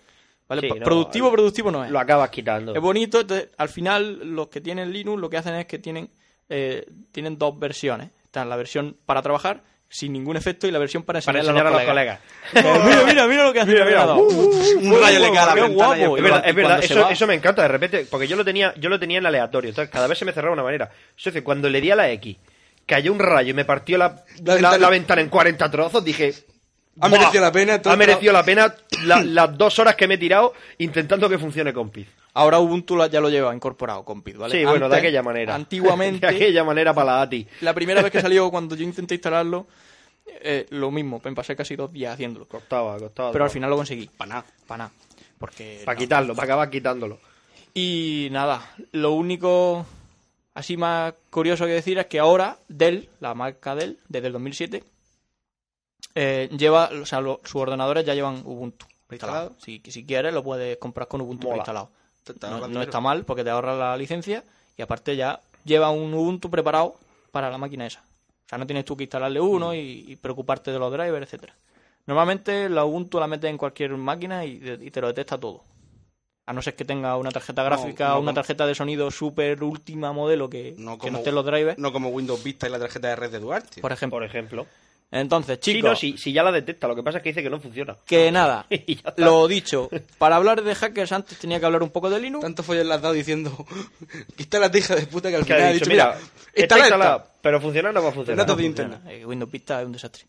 [SPEAKER 1] ¿Vale?
[SPEAKER 4] Sí,
[SPEAKER 1] Pa-
[SPEAKER 4] no,
[SPEAKER 1] pues productivo, productivo no es.
[SPEAKER 4] Lo acabas quitando.
[SPEAKER 1] Es bonito, entonces, al final los que tienen Linux lo que hacen es que tienen, eh, tienen dos versiones. Está la versión para trabajar sin ningún efecto y la versión para
[SPEAKER 4] Para
[SPEAKER 1] enseñar,
[SPEAKER 4] enseñar a los colegas. Uh,
[SPEAKER 1] mira, mira, mira lo que hace el ordenador.
[SPEAKER 6] un rayo le cae a la
[SPEAKER 1] qué
[SPEAKER 6] ventana
[SPEAKER 1] guapo.
[SPEAKER 6] y el
[SPEAKER 1] Y
[SPEAKER 4] Es verdad,
[SPEAKER 1] cuando-
[SPEAKER 4] es verdad,
[SPEAKER 1] cuando se
[SPEAKER 4] eso,
[SPEAKER 1] va-
[SPEAKER 4] eso me encanta de repente, porque yo lo tenía, yo lo tenía en aleatorio, entonces cada vez se me cerraba de una manera. Entonces, cuando le di a la X, cayó un rayo y me partió la,
[SPEAKER 6] La
[SPEAKER 4] la,
[SPEAKER 6] ventana.
[SPEAKER 4] la ventana en 40 trozos, dije.
[SPEAKER 6] Ha
[SPEAKER 4] "Buah,
[SPEAKER 6] merecido la pena todo
[SPEAKER 4] Ha
[SPEAKER 6] el
[SPEAKER 4] merecido la pena la- las dos horas que me he tirado intentando que funcione con Piz.
[SPEAKER 1] Ahora Ubuntu la- ya lo lleva incorporado con PID, ¿vale?
[SPEAKER 4] Sí, bueno, de
[SPEAKER 1] Antes,
[SPEAKER 4] aquella manera.
[SPEAKER 1] Antiguamente,
[SPEAKER 4] de aquella manera para la ATI.
[SPEAKER 1] la primera vez que salió cuando yo intenté instalarlo, eh, lo mismo, me pasé casi dos días haciéndolo.
[SPEAKER 4] Costaba, costaba.
[SPEAKER 1] Pero al final lo conseguí.
[SPEAKER 6] Para nada.
[SPEAKER 1] Para nada. Porque
[SPEAKER 4] Para
[SPEAKER 1] no.
[SPEAKER 4] quitarlo, para acabar quitándolo.
[SPEAKER 1] Y nada, lo único así más curioso que decir es que ahora Dell, la marca Dell, desde el 2007, eh, lleva, o sea, lo- sus ordenadores ya llevan Ubuntu instalado. Si, si quieres, lo puedes comprar con Ubuntu
[SPEAKER 4] Mola.
[SPEAKER 1] instalado.
[SPEAKER 6] Te está
[SPEAKER 1] No,
[SPEAKER 6] ahorrando
[SPEAKER 1] no
[SPEAKER 6] dinero.
[SPEAKER 1] está mal porque te ahorra la licencia y aparte ya lleva un Ubuntu preparado para la máquina esa. O sea, no tienes tú que instalarle uno y, y preocuparte de los drivers, etcétera. Normalmente la Ubuntu la metes en cualquier máquina y, y te lo detecta todo. A no ser que tenga una tarjeta gráfica
[SPEAKER 6] no
[SPEAKER 1] o una
[SPEAKER 6] como-
[SPEAKER 1] tarjeta de sonido super última modelo que que no,
[SPEAKER 6] No como,
[SPEAKER 1] esté en los drivers,
[SPEAKER 6] no como Windows Vista y la tarjeta de red de Duarte.
[SPEAKER 1] por ejemplo.
[SPEAKER 4] Por ejemplo.
[SPEAKER 1] Entonces,
[SPEAKER 4] Sí, no,
[SPEAKER 1] chicos,
[SPEAKER 4] si, si ya la detecta, lo que pasa es que dice que no funciona.
[SPEAKER 1] que nada,
[SPEAKER 4] Y ya está.
[SPEAKER 1] lo dicho, para hablar de hackers antes tenía que hablar un poco de Linux.
[SPEAKER 6] Tanto follón le has dado diciendo quita la tija de puta que al
[SPEAKER 4] Que
[SPEAKER 6] final
[SPEAKER 4] ha
[SPEAKER 6] ha
[SPEAKER 4] dicho,
[SPEAKER 6] dicho, mira,
[SPEAKER 4] está
[SPEAKER 6] instala
[SPEAKER 4] instalada,
[SPEAKER 6] esta.
[SPEAKER 4] pero funcionar no va a funcionar.
[SPEAKER 6] Datos de
[SPEAKER 4] No funciona.
[SPEAKER 6] internet.
[SPEAKER 1] Eh, Windows Vista es un desastre.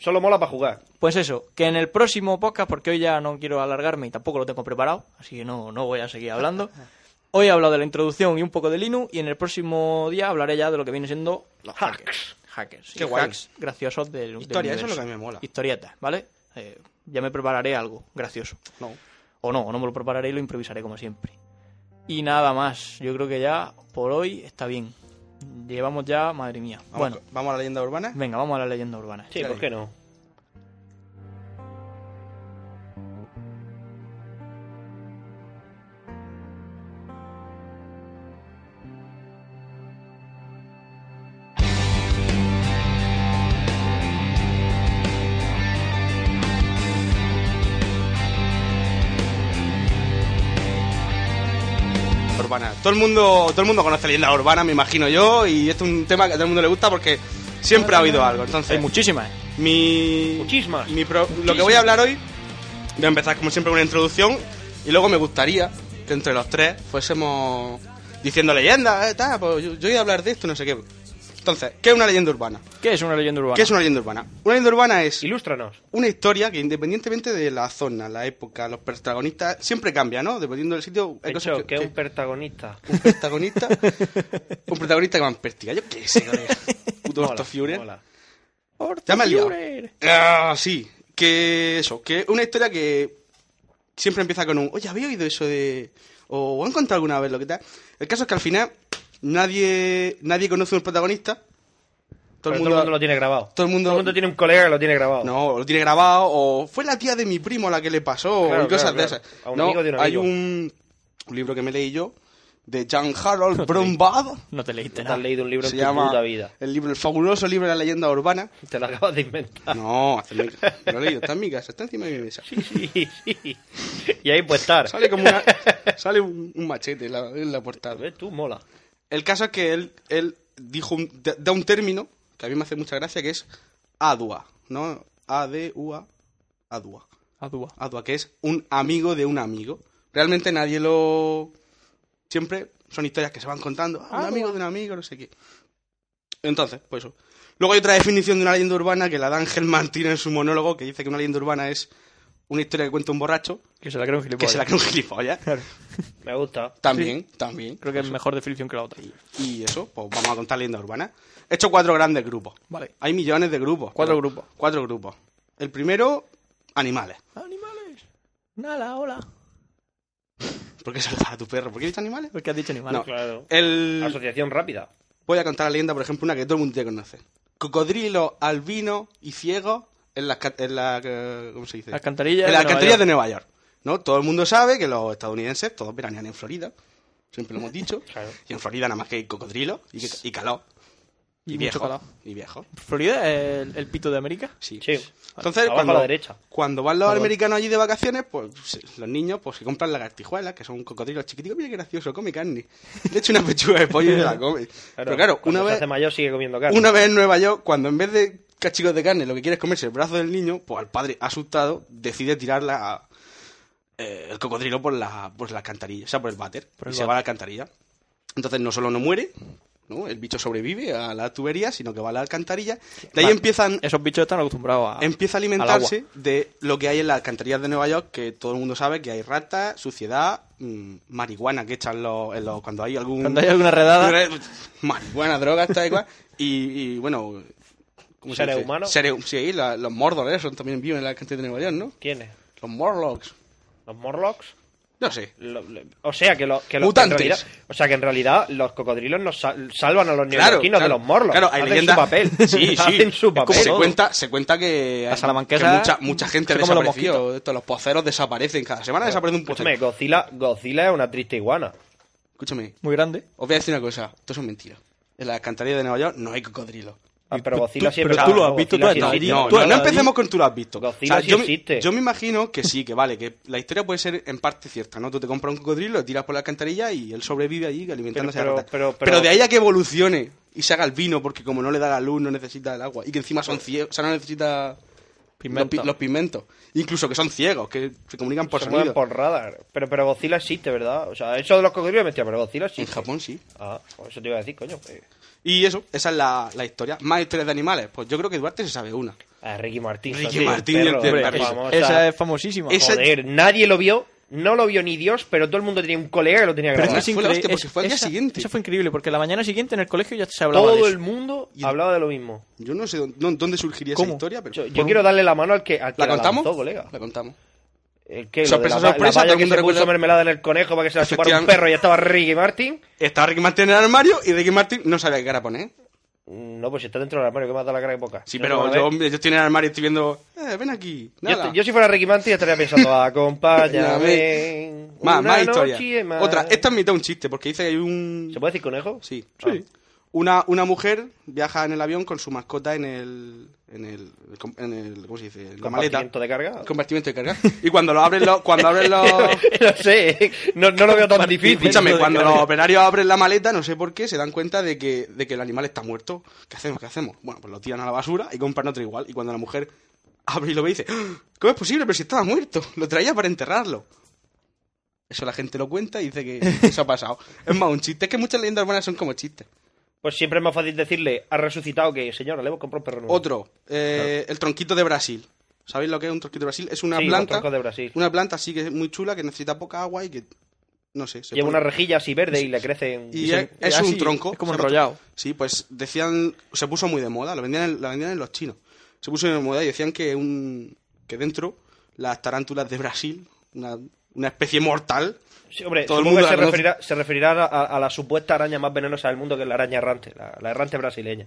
[SPEAKER 4] Solo mola para jugar.
[SPEAKER 1] Pues eso, que en el próximo podcast, porque hoy ya no quiero alargarme y tampoco lo tengo preparado, así que no, no voy a seguir hablando. Hoy he hablado de la introducción y un poco de Linux, y en el próximo día hablaré ya de lo que viene siendo los hackers. Hackers.
[SPEAKER 6] Qué
[SPEAKER 1] y
[SPEAKER 6] guay.
[SPEAKER 1] hacks graciosos del. del
[SPEAKER 6] Historia, eso es
[SPEAKER 1] universo.
[SPEAKER 6] lo que a mí me mola.
[SPEAKER 1] Historietas, ¿vale? Eh, ya me prepararé algo gracioso.
[SPEAKER 6] No.
[SPEAKER 1] O no, o no me lo prepararé y lo improvisaré como siempre. Y nada más, yo creo que ya por hoy está bien. Llevamos ya, madre mía.
[SPEAKER 6] Vamos,
[SPEAKER 1] bueno,
[SPEAKER 6] vamos a la leyenda urbana.
[SPEAKER 1] venga, vamos a la leyenda urbana.
[SPEAKER 4] Sí, ¿por qué no?
[SPEAKER 6] urbana. Todo el mundo, todo el mundo conoce leyenda urbana, me imagino yo, y este es un tema que a todo el mundo le gusta porque siempre ha habido algo. Entonces,
[SPEAKER 1] Hay muchísimas. ¿eh?
[SPEAKER 6] mi,
[SPEAKER 4] Muchismas.
[SPEAKER 6] mi pro- lo que voy a hablar hoy, voy a empezar como siempre con una introducción y luego me gustaría que entre los tres fuésemos diciendo leyendas, eh, tal, pues yo, yo voy a hablar de esto, no sé qué. Entonces, ¿qué es una leyenda urbana?
[SPEAKER 1] ¿Qué es una leyenda urbana?
[SPEAKER 6] ¿Qué es una leyenda urbana? Una leyenda urbana es
[SPEAKER 4] Ilústranos.
[SPEAKER 6] una historia que independientemente de la zona, la época, los protagonistas, siempre cambia, ¿no? Dependiendo del sitio, hay cosas
[SPEAKER 4] Eso, que es un protagonista.
[SPEAKER 6] un protagonista. un protagonista que va en pértiga. Yo qué sé, colega. Puto Horto Führer.
[SPEAKER 4] mola.
[SPEAKER 6] Ya me has liado.
[SPEAKER 1] Führer.
[SPEAKER 6] Ah, sí. Que eso, que una historia que siempre empieza con un, oye, ¿habéis oído eso de...? O he encontrado alguna vez lo que tal. El caso es que al final nadie, nadie conoce un protagonista Todo
[SPEAKER 4] Pero
[SPEAKER 6] el
[SPEAKER 4] todo el
[SPEAKER 6] mundo
[SPEAKER 4] mundo lo tiene grabado.
[SPEAKER 6] todo el mundo-
[SPEAKER 4] tiene un colega que lo tiene grabado.
[SPEAKER 6] No, lo tiene grabado, o fue la tía de mi primo la que le pasó,
[SPEAKER 4] Claro,
[SPEAKER 6] o cosas
[SPEAKER 4] claro,
[SPEAKER 6] de
[SPEAKER 4] claro.
[SPEAKER 6] esas.
[SPEAKER 4] A un
[SPEAKER 6] no,
[SPEAKER 4] amigo de un
[SPEAKER 6] hay
[SPEAKER 4] amigo.
[SPEAKER 6] un libro que me leí yo, de Jan Harold Brumbaugh,
[SPEAKER 1] No te leíste
[SPEAKER 4] Te has
[SPEAKER 1] nada.
[SPEAKER 4] leído un libro
[SPEAKER 6] se
[SPEAKER 4] en tu
[SPEAKER 6] llama
[SPEAKER 4] puta vida.
[SPEAKER 6] El, libro, el fabuloso libro de la leyenda urbana.
[SPEAKER 4] Te lo acabas de inventar.
[SPEAKER 6] No, hace mil- lo he leído, está en mi casa, está encima de mi mesa.
[SPEAKER 4] Ah. Sí, sí. Y ahí puede estar.
[SPEAKER 6] Sale como una, sale un, un machete en la, en la portada.
[SPEAKER 4] ¿Ves tú? Mola.
[SPEAKER 6] El caso es que él, él dijo un- da- da un término que a mí me hace mucha gracia, que es adua, ¿no? A-D-U-A, adua.
[SPEAKER 1] Adua.
[SPEAKER 6] Adua, que es un amigo de un amigo. Realmente nadie lo... Siempre son historias que se van contando. Ah, un amigo de un amigo, no sé qué. Entonces, pues eso. Luego hay otra definición de una leyenda urbana que la da Ángel Martín en su monólogo, que dice que una leyenda urbana es una historia que cuenta un borracho
[SPEAKER 1] Que se la creo un
[SPEAKER 6] que
[SPEAKER 1] gilipollas.
[SPEAKER 6] se la cree un gilipollas.
[SPEAKER 4] Me gusta.
[SPEAKER 6] También, también.
[SPEAKER 1] Creo que es mejor definición que la otra.
[SPEAKER 6] Y eso, pues vamos a contar leyenda urbana. He hecho cuatro grandes grupos.
[SPEAKER 1] Vale.
[SPEAKER 6] Hay millones de grupos.
[SPEAKER 1] Cuatro
[SPEAKER 6] pero-
[SPEAKER 1] grupos.
[SPEAKER 6] Cuatro grupos. El primero, animales.
[SPEAKER 1] Animales. Nada, hola.
[SPEAKER 6] ¿Por qué salvar a tu perro? ¿Por qué dices animales?
[SPEAKER 1] Porque has dicho animales.
[SPEAKER 6] No.
[SPEAKER 4] Claro.
[SPEAKER 6] El...
[SPEAKER 4] Asociación rápida.
[SPEAKER 6] Voy a contar la leyenda, por ejemplo, una que todo el mundo ya conoce. Cocodrilos, albinos y ciegos en las... ca- En la, eh, ¿Cómo se dice?
[SPEAKER 1] Alcantarillas
[SPEAKER 6] En
[SPEAKER 1] de
[SPEAKER 6] las
[SPEAKER 1] Nueva
[SPEAKER 6] alcantarillas
[SPEAKER 1] York.
[SPEAKER 6] de Nueva York. ¿no? Todo el mundo sabe que los estadounidenses todos veranean en Florida. Siempre lo hemos dicho.
[SPEAKER 4] Claro.
[SPEAKER 6] Y en Florida nada más que hay cocodrilos y, y calor.
[SPEAKER 1] Y
[SPEAKER 6] Y,
[SPEAKER 1] mucho
[SPEAKER 6] viejo.
[SPEAKER 1] calor.
[SPEAKER 6] Y viejo.
[SPEAKER 1] Florida es el, el pito de América.
[SPEAKER 6] Sí.
[SPEAKER 4] Sí.
[SPEAKER 6] Entonces,
[SPEAKER 4] Abajo
[SPEAKER 6] cuando,
[SPEAKER 4] a la derecha.
[SPEAKER 6] cuando van los americanos allí de vacaciones, pues se- los niños pues se compran lagartijuelas, que son cocodrilos chiquiticos. Mira qué gracioso, come carne. Le echa una pechuga de pollo y se la come. Pero claro, una
[SPEAKER 4] cuando se
[SPEAKER 6] vez,
[SPEAKER 4] hace mayor sigue comiendo carne.
[SPEAKER 6] una vez en Nueva York, cuando en vez de cachicos de carne lo que quiere es comerse el brazo del niño, pues al padre asustado decide tirar la, eh, el cocodrilo por la, por la alcantarilla, o sea, por el váter,
[SPEAKER 1] Por
[SPEAKER 6] y
[SPEAKER 1] el
[SPEAKER 6] se va a la alcantarilla. Entonces no solo no muere, ¿no? el bicho sobrevive a la tubería, sino que va a la alcantarilla. De ahí
[SPEAKER 1] Va,
[SPEAKER 6] empiezan
[SPEAKER 1] Esos bichos están acostumbrados a.
[SPEAKER 6] empieza a
[SPEAKER 1] al agua.
[SPEAKER 6] alimentarse de lo que hay en las alcantarillas de Nueva York, que todo el mundo sabe que hay ratas, suciedad, mm, marihuana que echan los, en los- cuando hay algún...
[SPEAKER 1] Cuando hay alguna redada.
[SPEAKER 6] Marihuana, drogas, tal y cual. Y, y, bueno... ¿cómo se
[SPEAKER 4] ¿Seres
[SPEAKER 6] dice?
[SPEAKER 4] humanos?
[SPEAKER 6] Seres- sí, la- los Mordor, eso también viven en la alcantarilla de Nueva York, ¿no?
[SPEAKER 4] ¿Quién es?
[SPEAKER 6] Los Morlocks.
[SPEAKER 4] ¿Los Morlocks?
[SPEAKER 6] No sé.
[SPEAKER 4] Lo- lo- o sea que los que los-
[SPEAKER 6] Mutantes.
[SPEAKER 4] que en realidad- o sea que en realidad los cocodrilos nos sal- salvan a los neoyorquinos
[SPEAKER 6] claro.
[SPEAKER 4] de los morlos.
[SPEAKER 6] Claro, hay
[SPEAKER 4] Hacen
[SPEAKER 6] leyendas-
[SPEAKER 4] su papel.
[SPEAKER 6] Sí, sí.
[SPEAKER 4] Hacen su
[SPEAKER 6] Es como
[SPEAKER 4] papel.
[SPEAKER 6] Se cuenta, se cuenta que,
[SPEAKER 1] La salamanquesa
[SPEAKER 6] que mucha, mucha gente ha
[SPEAKER 1] son como los
[SPEAKER 6] desaparecido. Esto, los poceros desaparecen. Cada semana desaparece un
[SPEAKER 4] Escúchame,
[SPEAKER 6] pocero.
[SPEAKER 4] Pues Godzilla, Godzilla es una triste iguana.
[SPEAKER 6] Escúchame,
[SPEAKER 1] Muy grande.
[SPEAKER 6] Os voy a decir una cosa, esto es una mentira. En la alcantarilla de Nueva York no hay cocodrilo.
[SPEAKER 4] Ah, pero
[SPEAKER 1] tú-
[SPEAKER 4] Godzilla
[SPEAKER 1] tú-
[SPEAKER 4] siempre
[SPEAKER 1] pero tú
[SPEAKER 4] estaba,
[SPEAKER 1] lo has visto,
[SPEAKER 4] Godzilla
[SPEAKER 1] tú
[SPEAKER 4] sí
[SPEAKER 1] has
[SPEAKER 4] existe.
[SPEAKER 1] ido.
[SPEAKER 6] Pues No,
[SPEAKER 1] tú
[SPEAKER 6] no,
[SPEAKER 1] has-
[SPEAKER 6] no empecemos con tú lo has visto.
[SPEAKER 4] Godzilla sí
[SPEAKER 6] yo, me-
[SPEAKER 4] existe.
[SPEAKER 6] yo me imagino que sí, que vale, que la historia puede ser en parte cierta, ¿no? Tú te compras un cocodrilo, lo tiras por la alcantarilla y él sobrevive allí alimentándose
[SPEAKER 4] Pero-
[SPEAKER 6] a
[SPEAKER 4] pero-
[SPEAKER 6] ratas.
[SPEAKER 4] pero- pero-
[SPEAKER 6] de ahí a que evolucione y se haga el vino, porque como no le da la luz, no necesita el agua. Y que encima son ciegos, o sea, no necesita
[SPEAKER 1] Pigmento.
[SPEAKER 6] Los, pi- los pigmentos. Incluso que son ciegos, que se comunican por
[SPEAKER 4] Se mueven
[SPEAKER 6] sonido.
[SPEAKER 4] por radar. Pero, pero Godzilla existe, ¿verdad? O sea, eso de los cocodrilos es mentira, pero Godzilla
[SPEAKER 6] En
[SPEAKER 4] existe.
[SPEAKER 6] Japón sí.
[SPEAKER 4] Ah, pues eso te iba a decir, coño. eh.
[SPEAKER 6] Y eso, esa es la, la historia. Más historias de animales. Pues yo creo que Duarte se sabe una.
[SPEAKER 4] Ah, Ricky Martín.
[SPEAKER 6] Ricky
[SPEAKER 4] tío, el
[SPEAKER 6] Martin, el
[SPEAKER 4] perro,
[SPEAKER 6] del
[SPEAKER 4] hombre,
[SPEAKER 6] perro.
[SPEAKER 4] famosa.
[SPEAKER 1] Esa es famosísima.
[SPEAKER 6] Esa-
[SPEAKER 4] Joder, nadie lo vio, no lo vio ni Dios, pero todo el mundo tenía un colega que lo tenía
[SPEAKER 1] Pero
[SPEAKER 4] grabado.
[SPEAKER 1] es que es
[SPEAKER 6] Fue la
[SPEAKER 1] increíble.
[SPEAKER 6] hostia, porque fue al día siguiente.
[SPEAKER 1] Eso fue increíble, porque la mañana siguiente en el colegio ya se hablaba de
[SPEAKER 4] todo
[SPEAKER 1] eso.
[SPEAKER 4] el mundo hablaba de lo mismo.
[SPEAKER 6] Yo no sé dó- no- dónde surgiría esa
[SPEAKER 1] ¿Cómo?
[SPEAKER 6] historia, pero...
[SPEAKER 4] Yo, yo
[SPEAKER 6] Por un-
[SPEAKER 4] quiero darle la mano al que, al que
[SPEAKER 6] ¿La contamos?
[SPEAKER 4] lanzó, colega.
[SPEAKER 6] La contamos.
[SPEAKER 4] El que, lo
[SPEAKER 6] Sorpresa,
[SPEAKER 4] de la,
[SPEAKER 6] sorpresa,
[SPEAKER 4] va- la
[SPEAKER 6] todo
[SPEAKER 4] valla
[SPEAKER 6] el
[SPEAKER 4] que
[SPEAKER 6] mundo
[SPEAKER 4] se puso
[SPEAKER 6] recuerda-
[SPEAKER 4] mermelada en el conejo para que se la chupara un
[SPEAKER 6] Efectivamente.
[SPEAKER 4] perro y estaba Ricky Martin.
[SPEAKER 6] Estaba Ricky Martin en el armario y Ricky Martin no sabía qué cara poner.
[SPEAKER 4] Mm, No, pues si está dentro del armario, que me ha dado la cara de boca.
[SPEAKER 6] Sí,
[SPEAKER 4] No sé
[SPEAKER 6] pero
[SPEAKER 4] cómo
[SPEAKER 6] yo,
[SPEAKER 4] ves.
[SPEAKER 6] hombre, yo estoy en el armario y estoy viendo... Eh, ven aquí.
[SPEAKER 4] Yo,
[SPEAKER 6] Nada.
[SPEAKER 4] estoy- yo si fuera Ricky Martin estaría pensando, acompáñame.
[SPEAKER 6] Más,
[SPEAKER 4] una
[SPEAKER 6] más
[SPEAKER 4] noche
[SPEAKER 6] historia.
[SPEAKER 4] más.
[SPEAKER 6] Otra. Esta es mitad un chiste, porque dice que hay un...
[SPEAKER 4] ¿Se puede decir conejo?
[SPEAKER 6] Sí. Una, una mujer viaja en el avión con su mascota en el... En el, en el ¿Cómo se dice? En la maleta.
[SPEAKER 4] ¿Compartimiento de carga?
[SPEAKER 6] Compartimiento de carga. Y cuando lo abren los... Cuando abren los...
[SPEAKER 4] no sé, no, no lo veo tan difícil.
[SPEAKER 6] Escúchame,
[SPEAKER 4] Lo de
[SPEAKER 6] cuando
[SPEAKER 4] carga.
[SPEAKER 6] los operarios abren la maleta, no sé por qué, se dan cuenta de que, de que el animal está muerto. ¿Qué hacemos? ¿Qué hacemos? Bueno, pues lo tiran a la basura y compran otro igual. Y cuando la mujer abre y lo ve, dice, "¡Ah! ¿cómo es posible? Pero si estaba muerto. Lo traía para enterrarlo. Eso la gente lo cuenta y dice que eso ha pasado. Es más, un chiste. Es que muchas leyendas urbanas son como chistes.
[SPEAKER 4] Pues siempre es más fácil decirle, ha resucitado que, señora, le hemos comprado un perro nuevo.
[SPEAKER 6] Otro, eh, el tronquito de Brasil. ¿Sabéis lo que es un tronquito de Brasil? Es una
[SPEAKER 4] Sí, los
[SPEAKER 6] planta.
[SPEAKER 4] troncos de Brasil.
[SPEAKER 6] Una planta así que es muy chula, que necesita poca agua y que. No sé. se
[SPEAKER 4] Lleva
[SPEAKER 6] pone-
[SPEAKER 4] una rejilla así verde y le crece un...
[SPEAKER 6] Y
[SPEAKER 1] se-
[SPEAKER 6] es, es
[SPEAKER 1] así,
[SPEAKER 6] un tronco.
[SPEAKER 1] es como
[SPEAKER 6] se
[SPEAKER 1] enrollado.
[SPEAKER 6] corta. Sí, pues decían, se puso muy de moda, la vendían, en- la vendían en los chinos. Se puso de moda y decían que, un, que dentro las tarántulas de Brasil, una, una especie mortal,
[SPEAKER 4] Sí, hombre,
[SPEAKER 6] Todo el
[SPEAKER 4] supongo
[SPEAKER 6] mundo
[SPEAKER 4] que se
[SPEAKER 6] la conoce.
[SPEAKER 4] referirá, se referirá a, a- a la supuesta araña más venenosa del mundo, que es la araña errante, la, la errante brasileña.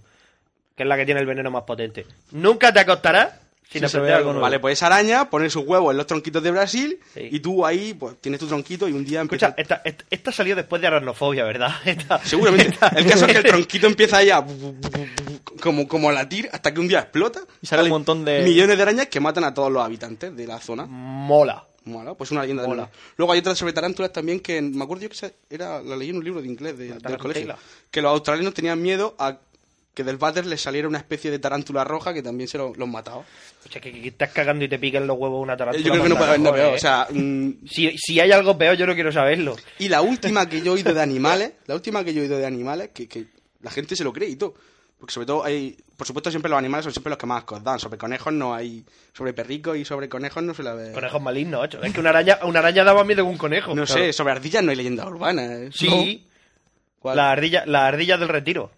[SPEAKER 4] que es la que tiene el veneno más potente. Nunca te acostarás
[SPEAKER 6] Sí, se
[SPEAKER 4] sin
[SPEAKER 6] ve
[SPEAKER 4] aprender algo
[SPEAKER 6] algo.
[SPEAKER 4] nuevo.
[SPEAKER 6] Vale, pues esa araña pone sus huevos en los tronquitos de Brasil
[SPEAKER 4] Sí.
[SPEAKER 6] y tú ahí pues tienes tu tronquito y un día empieza...
[SPEAKER 4] Escucha, eh, esta, esta, esta salió después de aracnofobia, ¿verdad? Esta-
[SPEAKER 6] Seguramente.
[SPEAKER 4] esta-
[SPEAKER 6] El caso es que el tronquito empieza ahí a... bu- bu- bu- bu- bu- como, como a latir hasta que un día explota.
[SPEAKER 1] Y sale un
[SPEAKER 6] Salen
[SPEAKER 1] montón de-
[SPEAKER 6] Millones de arañas que matan a todos los habitantes de la zona.
[SPEAKER 4] Mola.
[SPEAKER 6] Mola, pues una leyenda de
[SPEAKER 4] Mola.
[SPEAKER 6] mola. Luego hay otra sobre tarántulas también que en- me acuerdo yo que se- era, la leí en un libro de inglés de- del
[SPEAKER 4] tarántula.
[SPEAKER 6] colegio. Que los australianos tenían miedo a que del váter les saliera una especie de tarántula roja que también se lo- los mataba.
[SPEAKER 4] O sea, que, que estás cagando y te pican los huevos una
[SPEAKER 6] Eh,
[SPEAKER 4] tarántula. Eh.
[SPEAKER 6] Yo creo que no puede haber
[SPEAKER 4] pasa
[SPEAKER 6] nada peor. O sea, mm,
[SPEAKER 4] si, si hay algo peor, yo no quiero saberlo.
[SPEAKER 6] y la última que yo he oído de animales, la última que yo he oído de animales, que, que la gente se lo cree y todo. Porque sobre todo hay, por supuesto siempre los animales son siempre los que más ascos dan. Sobre conejos no hay, sobre perricos y sobre conejos no se la ve.
[SPEAKER 4] Conejos malignos, ocho. Es que una araña, una araña daba miedo que un conejo.
[SPEAKER 6] No sé, sobre ardillas no hay leyenda urbana. ¿eh?
[SPEAKER 4] Sí,
[SPEAKER 6] ¿Cuál?
[SPEAKER 4] las ardillas la ardilla del retiro.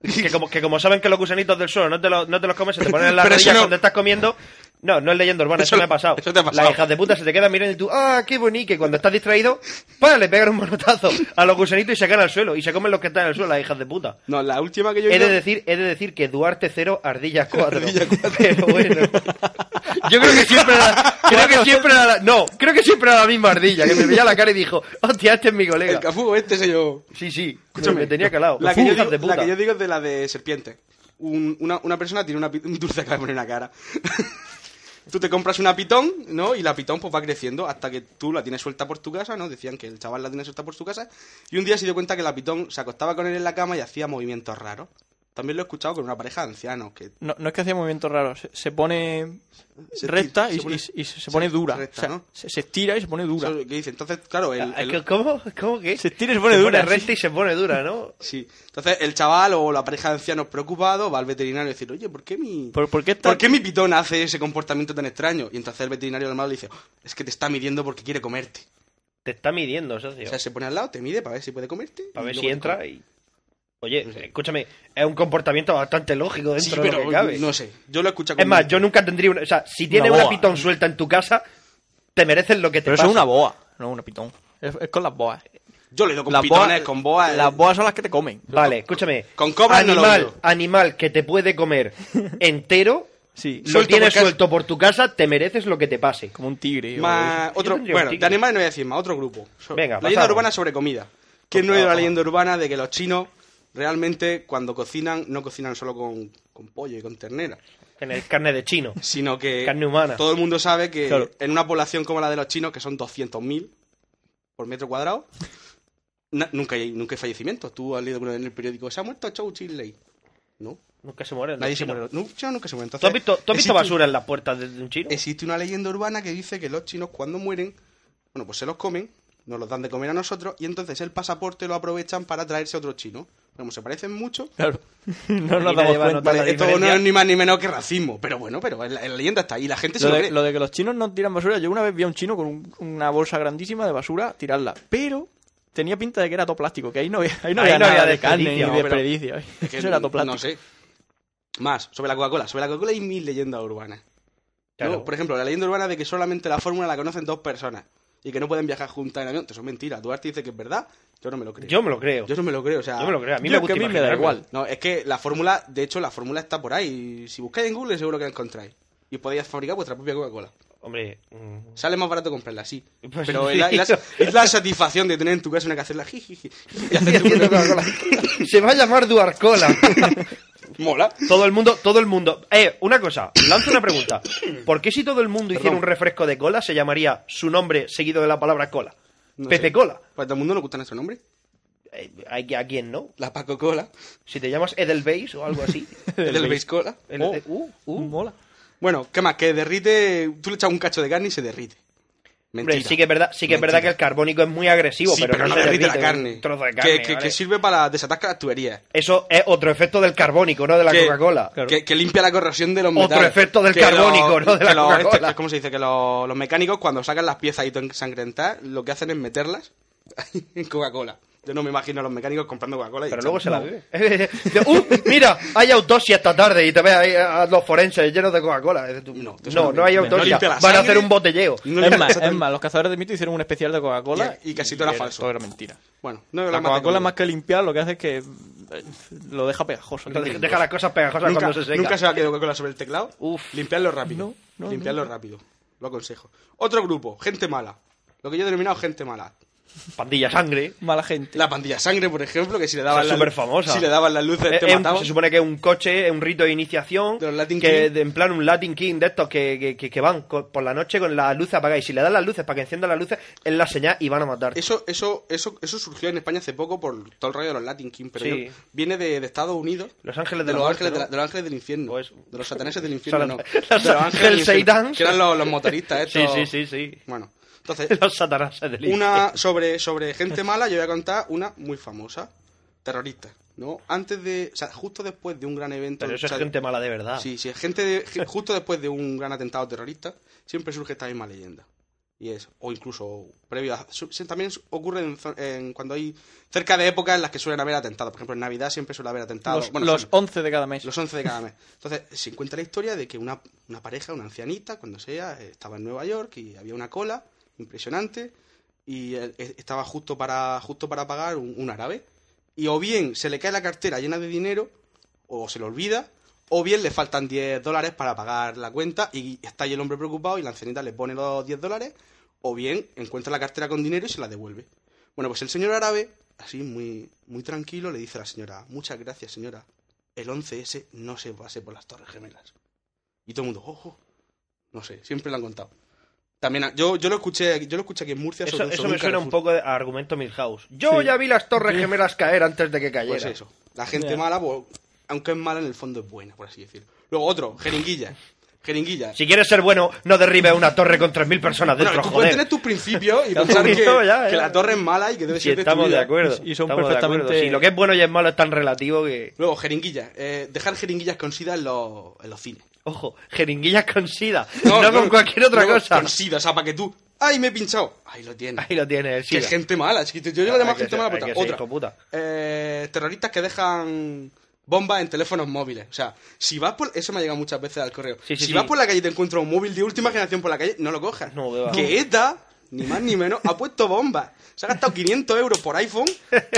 [SPEAKER 4] Que como, que como saben que los gusanitos del suelo no te, lo- no te los comes, se te ponen en la
[SPEAKER 6] Pero
[SPEAKER 4] rodilla
[SPEAKER 6] eso no-
[SPEAKER 4] cuando estás comiendo. No, no es leyenda urbana, eso,
[SPEAKER 6] Eso-
[SPEAKER 4] me ha pasado.
[SPEAKER 6] eso te ha pasado.
[SPEAKER 4] Las hijas de puta se te quedan mirando y tú, ¡ah, qué bonito! Y cuando estás distraído, ¡pa! Le pegan un manotazo a los gusanitos y se caen al suelo. Y se comen los que están en el suelo, las hijas de puta.
[SPEAKER 6] No, la última que yo he
[SPEAKER 4] He
[SPEAKER 6] oído...
[SPEAKER 4] de decir, he de decir que Duarte 0, Ardillas 4.
[SPEAKER 6] Ardillas cuatro.
[SPEAKER 4] Pero bueno. Yo creo que siempre era, creo que siempre era la- no, creo que siempre era la misma ardilla que me veía la cara y dijo, "Hostia, este es mi
[SPEAKER 6] El
[SPEAKER 4] colega."
[SPEAKER 6] Cafú, este se yo.
[SPEAKER 4] Sí, sí,
[SPEAKER 6] Escúchame.
[SPEAKER 4] me tenía calado.
[SPEAKER 6] La que, yo
[SPEAKER 4] Hijas
[SPEAKER 6] digo,
[SPEAKER 4] de puta.
[SPEAKER 6] la que yo digo es de la de serpiente. Un- una, una persona tiene una, pi- un dulce que le pone en la cara. tú te compras una pitón, ¿no? Y la pitón pues va creciendo hasta que tú la tienes suelta por tu casa, ¿no? Decían que el chaval la tiene suelta por su casa. Y un día se dio cuenta que la pitón se acostaba con él en la cama y hacía movimientos raros. También lo he escuchado con una pareja de ancianos que...
[SPEAKER 1] No, no es que hacía movimientos raros, se, se pone
[SPEAKER 6] Se
[SPEAKER 1] recta
[SPEAKER 6] tira,
[SPEAKER 1] y
[SPEAKER 6] se
[SPEAKER 1] se
[SPEAKER 6] pone-
[SPEAKER 1] pone, y, se pone
[SPEAKER 6] se-
[SPEAKER 1] dura.
[SPEAKER 6] se recta,
[SPEAKER 1] o sea,
[SPEAKER 6] ¿no?
[SPEAKER 1] se, se estira y se pone dura.
[SPEAKER 6] Eso es lo que dice. Entonces, claro, el-
[SPEAKER 4] Ah,
[SPEAKER 6] el-
[SPEAKER 4] ¿Cómo? ¿Cómo que?
[SPEAKER 1] Se tira y se pone dura, sí.
[SPEAKER 4] recta y se pone dura, ¿no?
[SPEAKER 6] Sí. Entonces el chaval o la pareja de ancianos preocupado va al veterinario y decir, oye, ¿por qué mi,
[SPEAKER 1] ¿Por- por qué está-
[SPEAKER 6] ¿por qué mi pitón hace ese comportamiento tan extraño? Y entonces el veterinario normal le dice, es que te está midiendo porque quiere comerte.
[SPEAKER 4] Te está midiendo, socio.
[SPEAKER 6] O sea, se pone al lado, te mide para ver si puede comerte.
[SPEAKER 4] Para
[SPEAKER 6] y
[SPEAKER 4] ver
[SPEAKER 6] luego
[SPEAKER 4] si
[SPEAKER 6] te
[SPEAKER 4] entra
[SPEAKER 6] come.
[SPEAKER 4] y Oye, escúchame, es un comportamiento bastante lógico dentro
[SPEAKER 6] Sí,
[SPEAKER 4] de lo
[SPEAKER 6] pero
[SPEAKER 4] que cabe.
[SPEAKER 6] no sé. Yo lo he escuchado
[SPEAKER 4] Es
[SPEAKER 6] con-
[SPEAKER 4] más, yo nunca tendría una. O sea, si tienes
[SPEAKER 1] Una
[SPEAKER 4] una,
[SPEAKER 1] boa.
[SPEAKER 4] pitón suelta en tu casa, te mereces lo que te
[SPEAKER 1] Pero eso
[SPEAKER 4] pasa.
[SPEAKER 1] es una boa, no una pitón. Es, es con las boas.
[SPEAKER 6] Yo le doy con
[SPEAKER 1] Las
[SPEAKER 6] pitones,
[SPEAKER 1] boas-
[SPEAKER 6] con boas. eh.
[SPEAKER 1] Las boas son las que te comen.
[SPEAKER 4] Vale, escúchame.
[SPEAKER 6] Con cobras no lo
[SPEAKER 4] animal,
[SPEAKER 6] veo.
[SPEAKER 4] animal que te puede comer entero,
[SPEAKER 1] Sí,
[SPEAKER 4] lo
[SPEAKER 6] Suelto
[SPEAKER 4] tienes
[SPEAKER 6] por casa.
[SPEAKER 4] suelto por tu casa, te mereces lo que te pase.
[SPEAKER 1] como un tigre. o-
[SPEAKER 6] Más
[SPEAKER 4] Yo
[SPEAKER 6] otro,
[SPEAKER 4] tendría un
[SPEAKER 6] bueno,
[SPEAKER 4] tigre.
[SPEAKER 6] de animales no voy a decir más, otro grupo. So-
[SPEAKER 4] Venga,
[SPEAKER 6] leyenda
[SPEAKER 4] pasamos. Pues
[SPEAKER 6] urbana sobre comida. ¿Quién no ha oído la leyenda urbana de que los chinos realmente cuando cocinan no cocinan solo con, con pollo y con ternera?
[SPEAKER 4] En el carne de chino.
[SPEAKER 6] sino que
[SPEAKER 4] Carne humana.
[SPEAKER 6] todo el mundo sabe que
[SPEAKER 1] Claro.
[SPEAKER 6] en una población como la de los chinos, que son 200.000 por metro cuadrado, na- nunca, hay, nunca hay fallecimientos. Tú has leído alguna vez en el periódico, se ha muerto Chou Chin Lei. No,
[SPEAKER 4] Nunca se muere.
[SPEAKER 6] nadie se muere. No, los chinos nunca se mueren.
[SPEAKER 4] ¿Tú
[SPEAKER 6] Entonces,
[SPEAKER 4] has visto, tú has
[SPEAKER 6] existe-
[SPEAKER 4] visto basura en las puertas de de un chino?
[SPEAKER 6] Existe una leyenda urbana que dice que los chinos cuando mueren, bueno, pues se los comen, nos los dan de comer a nosotros y entonces el pasaporte lo aprovechan para traerse a otro chino. Como se parecen mucho,
[SPEAKER 1] Claro. no nos
[SPEAKER 4] nadie
[SPEAKER 1] damos
[SPEAKER 4] va a
[SPEAKER 1] cuenta.
[SPEAKER 4] notar la
[SPEAKER 6] vale, esto no
[SPEAKER 4] diferencia.
[SPEAKER 6] es ni más ni menos que racismo, pero bueno, pero la, la leyenda está ahí y la gente se
[SPEAKER 1] Lo
[SPEAKER 6] lo
[SPEAKER 1] de,
[SPEAKER 6] cree.
[SPEAKER 1] lo de que los chinos no tiran basura, yo una vez vi a un chino con un- una bolsa grandísima de basura tirarla, pero tenía pinta de que era todo plástico, que ahí no había, ahí no
[SPEAKER 4] Ahí
[SPEAKER 1] había
[SPEAKER 4] no
[SPEAKER 1] nada
[SPEAKER 4] había
[SPEAKER 1] de carne ni
[SPEAKER 4] desperdicio,
[SPEAKER 1] de
[SPEAKER 4] pero-
[SPEAKER 1] desperdicio.
[SPEAKER 6] que
[SPEAKER 1] Eso era todo plástico.
[SPEAKER 6] No sé. Más, sobre la Coca-Cola. Sobre la Coca-Cola hay mil leyendas urbanas. ¿no?
[SPEAKER 4] Claro.
[SPEAKER 6] Por ejemplo, la leyenda urbana de que solamente la fórmula la conocen dos personas y que no pueden viajar juntas en avión. Eso es mentira. Duarte dice que es verdad. Yo no me lo creo.
[SPEAKER 4] Yo me lo creo.
[SPEAKER 6] Yo no me lo creo. O sea,
[SPEAKER 4] Yo me lo creo. A mí
[SPEAKER 1] Yo
[SPEAKER 4] me
[SPEAKER 1] es que
[SPEAKER 4] gusta
[SPEAKER 1] a mí me da
[SPEAKER 4] imaginarlo.
[SPEAKER 1] igual.
[SPEAKER 6] No, es que la fórmula, de hecho, la fórmula está por ahí. Si buscáis en Google, seguro que la encontráis. Y podéis fabricar vuestra propia Coca-Cola.
[SPEAKER 4] Hombre, mm,
[SPEAKER 6] Sale más barato comprarla, sí.
[SPEAKER 4] Pues
[SPEAKER 6] Pero
[SPEAKER 4] sí.
[SPEAKER 6] es, la, es la- es la satisfacción de tener en tu casa una cacerla. jijiji, Y hacer tu
[SPEAKER 4] haciendo
[SPEAKER 6] propia
[SPEAKER 4] Coca-Cola.
[SPEAKER 6] Coca-Cola.
[SPEAKER 4] Se va a llamar Duarcola.
[SPEAKER 6] Mola.
[SPEAKER 4] todo el mundo, todo el mundo. Eh, una cosa, lanzo una pregunta. ¿Por qué si todo el mundo hiciera un refresco de cola se llamaría su nombre seguido de la palabra cola?
[SPEAKER 6] No
[SPEAKER 4] Pepe
[SPEAKER 6] sé.
[SPEAKER 4] Cola.
[SPEAKER 6] Pues a todo el mundo le gusta nuestro nombre.
[SPEAKER 4] Eh, ¿hay- ¿A quién no?
[SPEAKER 6] La Paco Cola.
[SPEAKER 4] Si te llamas Edelweiss o algo así.
[SPEAKER 6] El del Base Cola.
[SPEAKER 4] El-
[SPEAKER 6] Oh.
[SPEAKER 4] eh, uh, uh.
[SPEAKER 1] Mola.
[SPEAKER 6] Bueno, ¿qué más? Que derrite. Tú le echas un cacho de carne y se derrite.
[SPEAKER 4] Hombre,
[SPEAKER 6] Mentira.
[SPEAKER 4] sí que es verdad, sí que es verdad que el carbónico es muy agresivo,
[SPEAKER 6] Sí,
[SPEAKER 4] pero, no, se
[SPEAKER 6] derrite, la
[SPEAKER 4] derrite,
[SPEAKER 6] carne.
[SPEAKER 4] un trozo de
[SPEAKER 6] Que-
[SPEAKER 4] carne,
[SPEAKER 6] que, que
[SPEAKER 4] ¿vale?
[SPEAKER 6] sirve para desatascar las tuberías.
[SPEAKER 4] Eso es otro efecto del carbónico, no de la
[SPEAKER 6] que,
[SPEAKER 4] Coca-Cola.
[SPEAKER 6] que, que limpia la corrosión de los
[SPEAKER 4] Otro
[SPEAKER 6] metales.
[SPEAKER 4] efecto del
[SPEAKER 6] Que los-
[SPEAKER 4] carbónico, ¿no? De la
[SPEAKER 6] que los-
[SPEAKER 4] Coca-Cola.
[SPEAKER 6] este, que- ¿Cómo se dice? Que los, los mecánicos, cuando sacan las piezas y todo ensangrentadas, lo que hacen es meterlas en Coca-Cola. Yo no me imagino a los mecánicos comprando Coca-Cola. y
[SPEAKER 4] Pero luego se la
[SPEAKER 6] echando-
[SPEAKER 4] bebe. Uh, mira, hay autopsia esta tarde y te ves ahí a los forenses llenos de Coca-Cola. Dices tú,
[SPEAKER 6] No,
[SPEAKER 4] No,
[SPEAKER 6] tú
[SPEAKER 4] no,
[SPEAKER 6] solo-
[SPEAKER 4] hay
[SPEAKER 6] no
[SPEAKER 4] autopsia.
[SPEAKER 6] limpia la
[SPEAKER 4] Van a
[SPEAKER 6] sangre. Mm,
[SPEAKER 4] hacer un botelleo.
[SPEAKER 6] No
[SPEAKER 1] es
[SPEAKER 6] limpia-
[SPEAKER 1] más, es más, los cazadores de mito hicieron un especial de Coca-Cola
[SPEAKER 6] Y- y casi todo era
[SPEAKER 1] era-
[SPEAKER 6] falso.
[SPEAKER 1] Todo era mentira.
[SPEAKER 6] Bueno, no voy a
[SPEAKER 1] La
[SPEAKER 6] hablar más de
[SPEAKER 1] Coca-Cola
[SPEAKER 6] comida.
[SPEAKER 1] más que limpiar lo que hace es que eh, lo deja pegajoso.
[SPEAKER 4] Entonces, deja las cosas pegajosas
[SPEAKER 6] nunca,
[SPEAKER 4] cuando se seca.
[SPEAKER 6] nunca se va a quedar con la sobre el teclado.
[SPEAKER 1] Uf.
[SPEAKER 6] Limpiarlo rápido.
[SPEAKER 1] No, no,
[SPEAKER 6] Limpiarlo
[SPEAKER 1] no.
[SPEAKER 6] rápido. Lo aconsejo. Otro grupo, gente mala. Lo que yo he denominado gente mala.
[SPEAKER 4] Pandilla sangre.
[SPEAKER 1] Mala gente.
[SPEAKER 6] La pandilla sangre, por ejemplo, que si le
[SPEAKER 4] Esa
[SPEAKER 6] daban
[SPEAKER 4] es
[SPEAKER 6] las-
[SPEAKER 4] superfamosa.
[SPEAKER 6] Si le daban las luces,
[SPEAKER 4] Eh,
[SPEAKER 6] te
[SPEAKER 4] eh, un-
[SPEAKER 6] mataban.
[SPEAKER 4] se supone que es un coche, es un rito de iniciación.
[SPEAKER 6] De los Latin
[SPEAKER 4] que,
[SPEAKER 6] King.
[SPEAKER 4] de- en plan, un Latin King de estos que, que- que- que van co- por la noche con las luces apagadas. Y si le dan las luces para que enciendan las luces, es la señal y van a matar.
[SPEAKER 6] Eso, eso, eso, eso surgió en España hace poco por todo el rollo de los Latin King, pero
[SPEAKER 4] Sí.
[SPEAKER 6] yo- viene de, de Estados Unidos.
[SPEAKER 4] Los ángeles
[SPEAKER 6] de
[SPEAKER 4] de la
[SPEAKER 6] los
[SPEAKER 4] muerte,
[SPEAKER 6] ángeles, de,
[SPEAKER 4] ¿no?
[SPEAKER 6] la- de los ángeles del infierno.
[SPEAKER 4] O eso.
[SPEAKER 6] De los sataneses del infierno, no.
[SPEAKER 4] Los
[SPEAKER 6] De los ángeles del
[SPEAKER 4] Hell's
[SPEAKER 6] infierno,
[SPEAKER 4] Satan.
[SPEAKER 6] Que eran los, los motoristas estos.
[SPEAKER 4] Sí, sí, sí, sí.
[SPEAKER 6] Bueno, entonces,
[SPEAKER 4] Los satanases del
[SPEAKER 6] una sobre, sobre gente mala, yo voy a contar una muy famosa. Terrorista, ¿no? Antes de... O sea, justo después de un gran evento...
[SPEAKER 4] Pero eso
[SPEAKER 6] o sea,
[SPEAKER 4] es gente mala de verdad.
[SPEAKER 6] Sí, sí, es gente de- ge- justo después de un gran atentado terrorista, siempre surge esta misma leyenda. Y es, o incluso previo a. su- se- También su- ocurre en, zo- en cuando hay. cerca de épocas en las que suelen haber atentados. Por ejemplo, en Navidad siempre suele haber atentados.
[SPEAKER 1] Los,
[SPEAKER 6] Bueno,
[SPEAKER 1] los
[SPEAKER 6] son-
[SPEAKER 1] 11 de cada mes.
[SPEAKER 6] los 11 de cada mes. Entonces, se encuentra la historia de que una, una pareja, una ancianita, cuando sea, eh, estaba en Nueva York y había una cola impresionante y eh, eh, estaba justo para, justo para pagar un, un árabe. Y o bien se le cae la cartera llena de dinero, o se le olvida, o bien le faltan 10 dólares para pagar la cuenta y está ahí el hombre preocupado y la ancianita le pone los 10 dólares, o bien encuentra la cartera con dinero y se la devuelve. Bueno, pues el señor árabe, así muy, muy tranquilo, le dice a la señora, muchas gracias señora, el 11S no se pase por las Torres Gemelas. Y todo el mundo, ojo, no sé, siempre lo han contado. También a- yo, yo lo escuché, yo lo escuché aquí en Murcia
[SPEAKER 4] Eso,
[SPEAKER 6] sobre-
[SPEAKER 4] eso
[SPEAKER 6] sobre
[SPEAKER 4] me suena un
[SPEAKER 6] Carrefour.
[SPEAKER 4] poco a argumento Milhouse. Yo ya vi las torres gemelas caer antes de que cayera.
[SPEAKER 6] Pues eso. La gente mala, pues, aunque es mala, en el fondo es buena, por así decirlo. Luego otro, jeringuilla. Jeringuilla.
[SPEAKER 4] Si quieres ser bueno, no derribes una torre con 3.000 personas
[SPEAKER 6] Bueno,
[SPEAKER 4] dentro,
[SPEAKER 6] tú puedes
[SPEAKER 4] joder.
[SPEAKER 6] tener tus principios y pensar que,
[SPEAKER 4] No, ya,
[SPEAKER 6] que
[SPEAKER 4] ya.
[SPEAKER 6] la torre es mala y que debe
[SPEAKER 4] Si
[SPEAKER 6] ser
[SPEAKER 4] estamos de
[SPEAKER 6] destruida.
[SPEAKER 4] acuerdo.
[SPEAKER 1] Y son
[SPEAKER 4] estamos de acuerdo.
[SPEAKER 1] perfectamente-
[SPEAKER 4] Si lo que es bueno y es malo es tan relativo que.
[SPEAKER 6] Luego, jeringuilla. Eh, dejar jeringuillas con sida en los, en los cines.
[SPEAKER 4] Ojo, jeringuillas con sida. No, con cualquier otra
[SPEAKER 6] no,
[SPEAKER 4] cosa.
[SPEAKER 6] Con sida, o sea, para que tú... ¡Ay, me he pinchado! Ahí lo tienes.
[SPEAKER 4] Ahí lo tienes, el
[SPEAKER 6] Que
[SPEAKER 4] sida.
[SPEAKER 6] es gente mala. Es que yo yo lo
[SPEAKER 4] Hay
[SPEAKER 6] llamo
[SPEAKER 4] que
[SPEAKER 6] gente
[SPEAKER 4] ser-
[SPEAKER 6] mala,
[SPEAKER 4] hay
[SPEAKER 6] pero
[SPEAKER 4] que ser
[SPEAKER 6] otra.
[SPEAKER 4] hijo puta.
[SPEAKER 6] Eh, terroristas que dejan bombas en teléfonos móviles. O sea, si vas por. Eso me ha llegado muchas veces al correo.
[SPEAKER 4] Sí, sí,
[SPEAKER 6] si
[SPEAKER 4] sí.
[SPEAKER 6] vas por la calle y te encuentras un móvil de última generación por la calle, no lo cojas.
[SPEAKER 4] No, de verdad.
[SPEAKER 6] que ETA, ni más ni menos, ha puesto bombas. Se ha gastado 500 euros por iPhone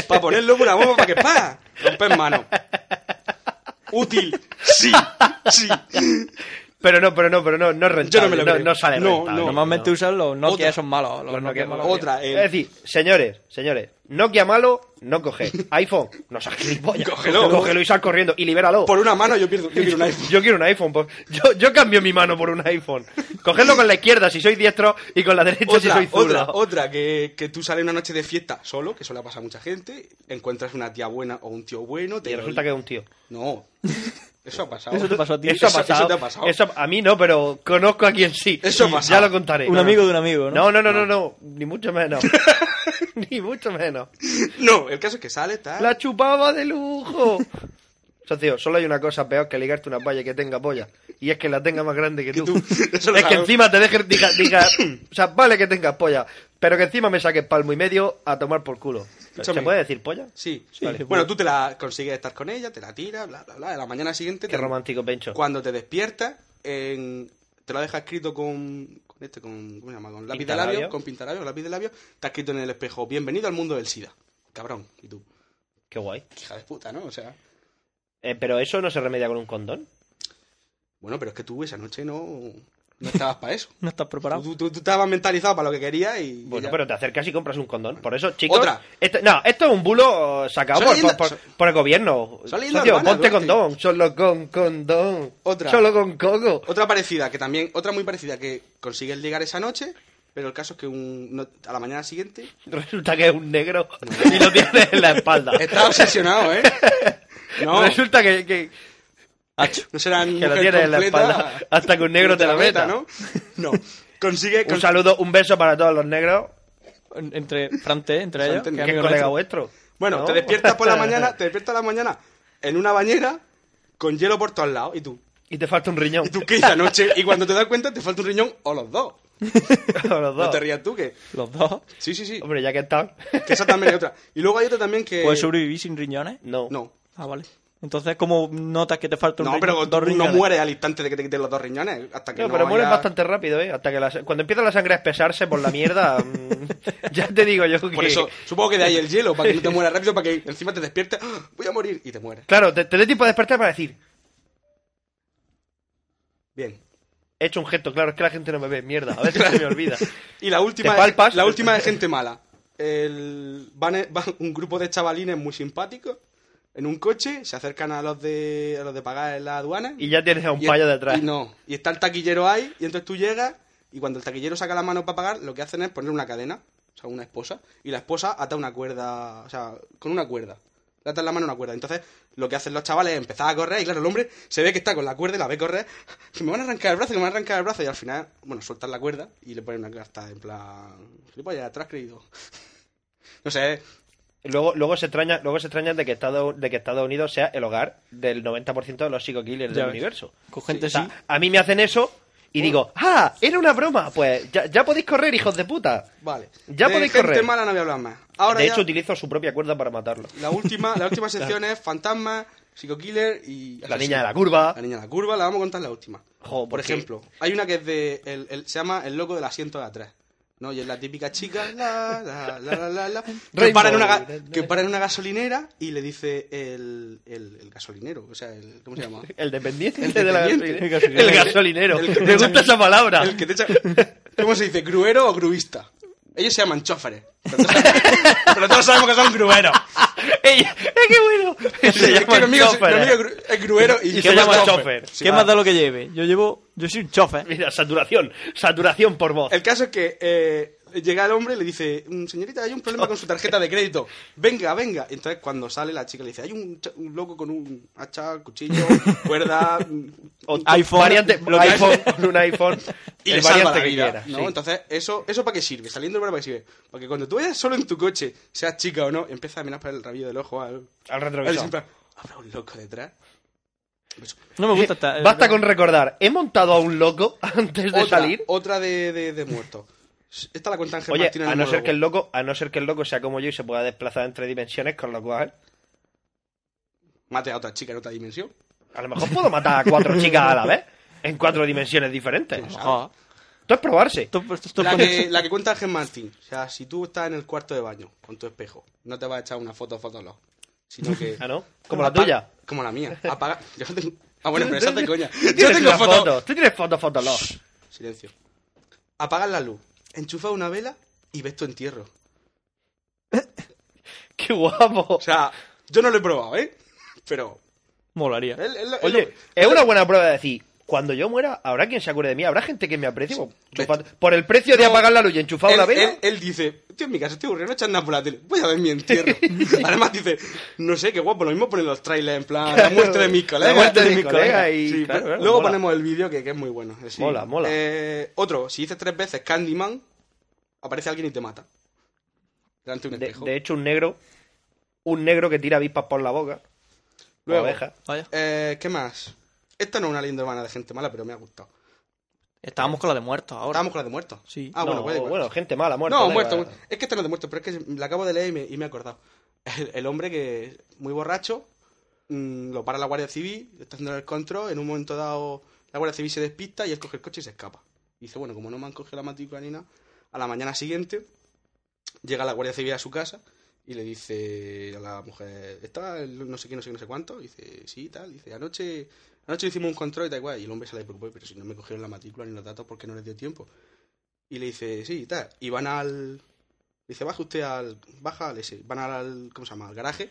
[SPEAKER 6] para ponerle una bomba para que pa Romper mano. Útil. Sí, sí.
[SPEAKER 4] Pero no, pero no, pero no, no es rentable.
[SPEAKER 6] Yo no me lo
[SPEAKER 4] no,
[SPEAKER 6] creo.
[SPEAKER 4] no sale
[SPEAKER 6] No,
[SPEAKER 4] rentable.
[SPEAKER 6] no.
[SPEAKER 1] Normalmente usan los Nokia,
[SPEAKER 6] Otra.
[SPEAKER 1] son malos. Los, Nokia
[SPEAKER 4] Los Nokia
[SPEAKER 1] malos.
[SPEAKER 4] malos.
[SPEAKER 6] Otra. eh,
[SPEAKER 4] Es decir, señores, señores, Nokia malo, no coge. iPhone, no seas gilipollas.
[SPEAKER 6] Cógelo.
[SPEAKER 4] Cógelo y sal corriendo y libéralo.
[SPEAKER 6] por una mano yo pierdo, yo pierdo un iPhone.
[SPEAKER 4] Yo quiero un iPhone. pues. Yo, yo cambio mi mano por un iPhone. Cogedlo con la izquierda si soy diestro y con la derecha si
[SPEAKER 6] Otra,
[SPEAKER 4] soy zurdo.
[SPEAKER 6] otra, otra, que, que tú sales una noche de fiesta solo, que eso le pasa a mucha gente, encuentras una tía buena o un tío bueno, te
[SPEAKER 4] Y resulta que es un tío.
[SPEAKER 6] No, eso ha pasado.
[SPEAKER 1] Eso te pasó a ti.
[SPEAKER 4] Eso, ha
[SPEAKER 6] Eso-
[SPEAKER 4] pasado.
[SPEAKER 6] eso te ha pasado.
[SPEAKER 4] Eso- a mí no, pero conozco a quien sí.
[SPEAKER 6] Eso ha
[SPEAKER 4] Y
[SPEAKER 6] pasado.
[SPEAKER 4] Ya lo contaré.
[SPEAKER 1] Un
[SPEAKER 4] No,
[SPEAKER 1] amigo
[SPEAKER 4] no.
[SPEAKER 1] de un amigo, ¿no?
[SPEAKER 4] No, no, no, no, no. Ni mucho menos. Ni mucho menos.
[SPEAKER 6] No, el caso es que sale, tal.
[SPEAKER 4] La chupaba de lujo. Socio, solo hay una cosa peor que ligarte una valla que tenga polla. Y es que la tenga más grande que tú.
[SPEAKER 6] tú. Eso lo
[SPEAKER 4] Es que
[SPEAKER 6] sabemos.
[SPEAKER 4] encima te dejes. Diga, diga- o sea, vale que tengas polla. Pero que encima me saques palmo y medio a tomar por culo.
[SPEAKER 6] Escúchame.
[SPEAKER 4] ¿Se puede decir polla?
[SPEAKER 6] Sí,
[SPEAKER 1] Sí,
[SPEAKER 6] Vale.
[SPEAKER 1] se puede.
[SPEAKER 6] Bueno, tú te la consigues estar con ella, te la tiras, bla, bla, bla. A la mañana siguiente.
[SPEAKER 4] Qué
[SPEAKER 6] te-
[SPEAKER 4] romántico, Pencho.
[SPEAKER 6] Cuando te despiertas, en- te lo deja escrito con. con este, con. ¿Cómo se llama? Con lápiz de
[SPEAKER 4] Pintalabio.
[SPEAKER 6] labio, con pintalabio, lápiz de labio. Te ha escrito en el espejo: Bienvenido al mundo del SIDA. Cabrón. Y tú,
[SPEAKER 4] Qué guay.
[SPEAKER 6] hija de puta, ¿no? O sea.
[SPEAKER 4] Eh, pero eso no se remedia con un condón.
[SPEAKER 6] Bueno, pero es que tú esa noche no. No estabas para eso.
[SPEAKER 1] No estás preparado.
[SPEAKER 6] Tú, tú- tú estabas mentalizado para lo que querías y. y
[SPEAKER 4] Bueno,
[SPEAKER 6] ya.
[SPEAKER 4] pero te acercas y compras un condón. Por eso, chicos.
[SPEAKER 6] Otra.
[SPEAKER 4] esto- no, esto es un bulo eh, sacado
[SPEAKER 6] Son
[SPEAKER 4] por,
[SPEAKER 6] leyendas-
[SPEAKER 4] por-
[SPEAKER 6] son-
[SPEAKER 4] por el gobierno.
[SPEAKER 6] son leyendas
[SPEAKER 4] Socio,
[SPEAKER 6] urbanas,
[SPEAKER 4] ponte
[SPEAKER 6] Duarte.
[SPEAKER 4] condón. Solo con condón.
[SPEAKER 6] Otra.
[SPEAKER 4] Solo con coco.
[SPEAKER 6] Otra parecida, que también, otra muy parecida, que consigues llegar esa noche, pero el caso es que un, no- a la mañana siguiente
[SPEAKER 4] Resulta que es un negro y lo tiene en la espalda.
[SPEAKER 6] estás obsesionado, ¿eh? No,
[SPEAKER 4] Resulta que, que-
[SPEAKER 6] no serán
[SPEAKER 4] que lo tiene en la espalda hasta que un negro te la meta.
[SPEAKER 6] ¿no? No, consigue...
[SPEAKER 4] Un saludo, un beso para todos los negros.
[SPEAKER 1] En- Entre Frante, entre
[SPEAKER 6] Son
[SPEAKER 1] ellos.
[SPEAKER 6] ten-
[SPEAKER 1] que
[SPEAKER 6] que
[SPEAKER 4] Que es
[SPEAKER 1] amigo
[SPEAKER 4] colega
[SPEAKER 1] nuestro.
[SPEAKER 4] vuestro.
[SPEAKER 6] este. Bueno,
[SPEAKER 4] ¿no?
[SPEAKER 6] te despiertas por la mañana, te despiertas a la mañana en una bañera con hielo por todos lados, y tú...
[SPEAKER 4] Y te falta un riñón.
[SPEAKER 6] Y tú qué esa noche, y cuando te das cuenta te falta un riñón o los dos.
[SPEAKER 4] Los
[SPEAKER 6] No
[SPEAKER 4] dos.
[SPEAKER 6] te rías tú, que...
[SPEAKER 1] Los dos.
[SPEAKER 6] Sí, sí, sí,
[SPEAKER 4] Hombre, Pues ya que están.
[SPEAKER 6] que esa también es otra. Y luego hay otra también que...
[SPEAKER 1] ¿Puedes sobrevivir sin riñones?
[SPEAKER 4] No.
[SPEAKER 6] Eh, No,
[SPEAKER 1] Ah, vale. Entonces, como notas que te falta un
[SPEAKER 6] No,
[SPEAKER 1] riñón-
[SPEAKER 6] pero
[SPEAKER 1] dos
[SPEAKER 6] no
[SPEAKER 1] riñones?
[SPEAKER 6] mueres al instante de que te quiten los dos riñones. Hasta que
[SPEAKER 4] No,
[SPEAKER 6] no,
[SPEAKER 4] pero mueres
[SPEAKER 6] haya-
[SPEAKER 4] bastante rápido, ¿eh? Hasta que la sa- cuando empieza la sangre a espesarse por la mierda, mm, ya te digo yo que...
[SPEAKER 6] Por eso, supongo que de ahí el hielo, para que no te mueras rápido, para que encima te despiertes, ¡Ah! voy a morir, y te mueres.
[SPEAKER 4] Claro, te, te dé tiempo de despertar para decir,
[SPEAKER 6] Bien.
[SPEAKER 4] he hecho un gesto, claro, es que la gente no me ve, mierda, a veces se me olvida.
[SPEAKER 6] Y la última,
[SPEAKER 4] Te palpas.
[SPEAKER 6] la última de gente mala. El- van, van un grupo de chavalines muy simpáticos en un coche, se acercan a los de, a los de pagar en la aduana.
[SPEAKER 4] Y ya tienes a un
[SPEAKER 6] y-
[SPEAKER 4] payo detrás.
[SPEAKER 6] Y no, y está el taquillero ahí, y entonces tú llegas, y cuando el taquillero saca la mano para pagar, lo que hacen es poner una cadena, o sea, una esposa, y la esposa ata una cuerda, o sea, con una cuerda. Le atan la mano a una cuerda. Entonces, lo que hacen los chavales es empezar a correr, y claro, el hombre se ve que está con la cuerda y la ve correr, que me van a arrancar el brazo, que me van a arrancar el brazo, y al final, bueno, sueltan la cuerda y le ponen una carta en plan. Gilipollas, atrás creído. No sé,
[SPEAKER 4] Luego, luego se extraña, luego se extraña de que Estados, de que Estados Unidos sea el hogar del 90% de los psico-killers
[SPEAKER 1] Ya
[SPEAKER 4] del
[SPEAKER 1] ves.
[SPEAKER 4] universo.
[SPEAKER 1] Con gente
[SPEAKER 4] O sea,
[SPEAKER 1] sí.
[SPEAKER 4] a mí me hacen eso y digo, ¡ah! Era una broma. Pues ya, ya podéis correr, hijos de puta.
[SPEAKER 6] vale.
[SPEAKER 4] Ya
[SPEAKER 6] De
[SPEAKER 4] podéis
[SPEAKER 6] gente
[SPEAKER 4] correr.
[SPEAKER 6] mala no voy a hablar más. Ahora
[SPEAKER 4] de
[SPEAKER 6] ya-
[SPEAKER 4] hecho, utilizo su propia cuerda para matarlo.
[SPEAKER 6] La última, la última sección es Fantasma, Psico-Killer y...
[SPEAKER 4] La niña de la curva.
[SPEAKER 6] La niña de la curva, la vamos a contar la última.
[SPEAKER 4] Jo, ¿por
[SPEAKER 6] Por
[SPEAKER 4] qué?
[SPEAKER 6] ejemplo, hay una que es de... el- el- se llama El loco del asiento de atrás. ¿no? Y es la típica chica la, la, la, la, la, la, que,
[SPEAKER 4] Rainbow.
[SPEAKER 6] para en una, ga- que para en una gasolinera y le dice el, el, el gasolinero, o sea, el, ¿cómo se llama?
[SPEAKER 4] El dependiente,
[SPEAKER 6] El
[SPEAKER 4] de la
[SPEAKER 6] dependiente.
[SPEAKER 4] gasolina- El gasolinero.
[SPEAKER 6] El que
[SPEAKER 4] Me
[SPEAKER 6] te
[SPEAKER 4] gusta
[SPEAKER 6] echa-
[SPEAKER 4] esa palabra.
[SPEAKER 6] El que te echa... ¿Cómo se dice? ¿Gruero o gruista? Ellos se llaman choferes. Pero todos- pero todos sabemos que son grueros.
[SPEAKER 4] Ey, ¡Es que bueno! Se
[SPEAKER 6] es que
[SPEAKER 4] llama
[SPEAKER 6] mi amigo,
[SPEAKER 4] chofer.
[SPEAKER 6] mi amigo es gru- es gruero y,
[SPEAKER 4] Y se llama
[SPEAKER 6] chofer.
[SPEAKER 4] chofer.
[SPEAKER 6] Sí.
[SPEAKER 1] ¿Qué más da lo que lleve? Yo llevo... Yo soy un chofer.
[SPEAKER 4] Mira, saturación. Saturación por voz.
[SPEAKER 6] El caso es que eh, llega el hombre y le dice, "Mm, señorita, hay un problema con su tarjeta de crédito. Venga, venga. Y Entonces cuando sale la chica le dice, hay un, cha- un loco con un hacha, cuchillo, cuerda... mm,
[SPEAKER 4] O-
[SPEAKER 1] iPhone.
[SPEAKER 4] variante-
[SPEAKER 1] Lo que
[SPEAKER 4] iPhone, un iPhone.
[SPEAKER 6] Y
[SPEAKER 4] el
[SPEAKER 6] le salva
[SPEAKER 4] variante
[SPEAKER 6] la
[SPEAKER 4] que
[SPEAKER 6] vida,
[SPEAKER 4] quiera,
[SPEAKER 6] ¿no?
[SPEAKER 4] sí.
[SPEAKER 6] Entonces, ¿eso, ¿eso para qué sirve? Saliendo del para qué sirve. Porque cuando tú vayas solo en tu coche, seas chica o no, empieza a mirar por el rabillo del ojo al...
[SPEAKER 4] Al
[SPEAKER 6] al
[SPEAKER 4] retrovisor.
[SPEAKER 6] siempre, ¿Habrá un loco detrás?
[SPEAKER 1] No me gusta esta...
[SPEAKER 4] Eh,
[SPEAKER 1] eh,
[SPEAKER 4] Basta con recordar. ¿He montado a un loco antes de
[SPEAKER 6] Otra,
[SPEAKER 4] salir?
[SPEAKER 6] otra de, de, de muerto. Esta la cuenta Ángel
[SPEAKER 4] Oye,
[SPEAKER 6] Martínez.
[SPEAKER 4] a
[SPEAKER 6] en
[SPEAKER 4] no
[SPEAKER 6] un
[SPEAKER 4] ser que el
[SPEAKER 6] monólogo.
[SPEAKER 4] loco, a no ser que el loco sea como yo y se pueda desplazar entre dimensiones, con lo cual,
[SPEAKER 6] Mate a otra chica en otra dimensión.
[SPEAKER 4] a lo mejor puedo matar a cuatro chicas a la vez, en cuatro dimensiones diferentes.
[SPEAKER 1] Ah,
[SPEAKER 4] Esto es probarse.
[SPEAKER 1] esto- esto- esto-
[SPEAKER 6] La que, la que cuenta Ángel Martín. O sea, si tú estás en el cuarto de baño con tu espejo, no te vas a echar una foto, foto, no. Sino que.
[SPEAKER 4] Ah, ¿no? Como la
[SPEAKER 6] Apa-
[SPEAKER 4] tuya.
[SPEAKER 6] Como la mía. Apaga. Yo no tengo... Ah, bueno, pero eso es de coña.
[SPEAKER 4] Tú
[SPEAKER 6] Yo
[SPEAKER 4] tienes
[SPEAKER 6] tengo
[SPEAKER 4] una
[SPEAKER 6] foto.
[SPEAKER 4] foto, Tú tienes fotos, fotos, no.
[SPEAKER 6] Silencio. Apagas la luz, enchufas una vela y ves tu entierro.
[SPEAKER 4] Qué guapo.
[SPEAKER 6] O sea, yo no lo he probado, ¿eh? Pero.
[SPEAKER 1] Molaría.
[SPEAKER 6] él- él lo- él
[SPEAKER 4] Oye,
[SPEAKER 6] lo-
[SPEAKER 4] es una buena prueba de decir, cuando yo muera, habrá quien se acuerde de mí, habrá gente que me aprecie por, chufa- por el precio de apagar la luz y enchufar
[SPEAKER 6] él,
[SPEAKER 4] una vela.
[SPEAKER 6] él- él dice, tío, en mi casa estoy aburrido, no echan nada por la tele, voy a ver mi entierro. Además dice, no sé, qué guapo, lo mismo ponen los trailers en plan, la muerte de mis
[SPEAKER 4] La
[SPEAKER 6] colegas.
[SPEAKER 4] muerte de mis
[SPEAKER 6] colegas".
[SPEAKER 4] colegas y-
[SPEAKER 6] Sí,
[SPEAKER 4] claro,
[SPEAKER 6] pero
[SPEAKER 4] claro,
[SPEAKER 6] luego
[SPEAKER 4] mola.
[SPEAKER 6] ponemos el vídeo que, que es muy bueno. eh, sí.
[SPEAKER 4] Mola, mola.
[SPEAKER 6] Eh, otro, si dices tres veces Candyman, aparece alguien y te mata. Delante de un
[SPEAKER 4] De,
[SPEAKER 6] espejo.
[SPEAKER 4] de hecho, un negro, un negro que tira avispas por la boca,
[SPEAKER 6] Luego,
[SPEAKER 4] oveja.
[SPEAKER 1] Vaya.
[SPEAKER 6] eh, ¿qué más? Esta no es una leyenda urbana de gente mala, pero me ha gustado.
[SPEAKER 1] Estábamos con la de muertos ahora.
[SPEAKER 6] Estábamos con la de muertos.
[SPEAKER 1] Sí.
[SPEAKER 6] Ah, bueno,
[SPEAKER 4] No,
[SPEAKER 6] pues da igual.
[SPEAKER 4] bueno, gente mala, muerta.
[SPEAKER 6] no,
[SPEAKER 4] da
[SPEAKER 6] muerto.
[SPEAKER 4] igual.
[SPEAKER 6] muerto. Es que esta no es de muerto, pero es que la acabo de leer y me, y me he acordado. El, el hombre que, muy borracho, mm, lo para la Guardia Civil, está haciendo el control, en un momento dado la Guardia Civil se despista y él coge el coche y se escapa. Y dice, bueno, como no me han cogido la matrícula ni nada, a la mañana siguiente llega la Guardia Civil a su casa y le dice a la mujer, está el no sé qué, no sé qué, no sé cuánto, y dice, sí, tal, dice, anoche, anoche hicimos un control y tal igual, y el hombre se le preocupó, pero si no me cogieron la matrícula ni los datos porque no les dio tiempo. Y le dice, sí, tal, y van al dice, baja usted al, baja al ese, van al, ¿cómo se llama? al garaje,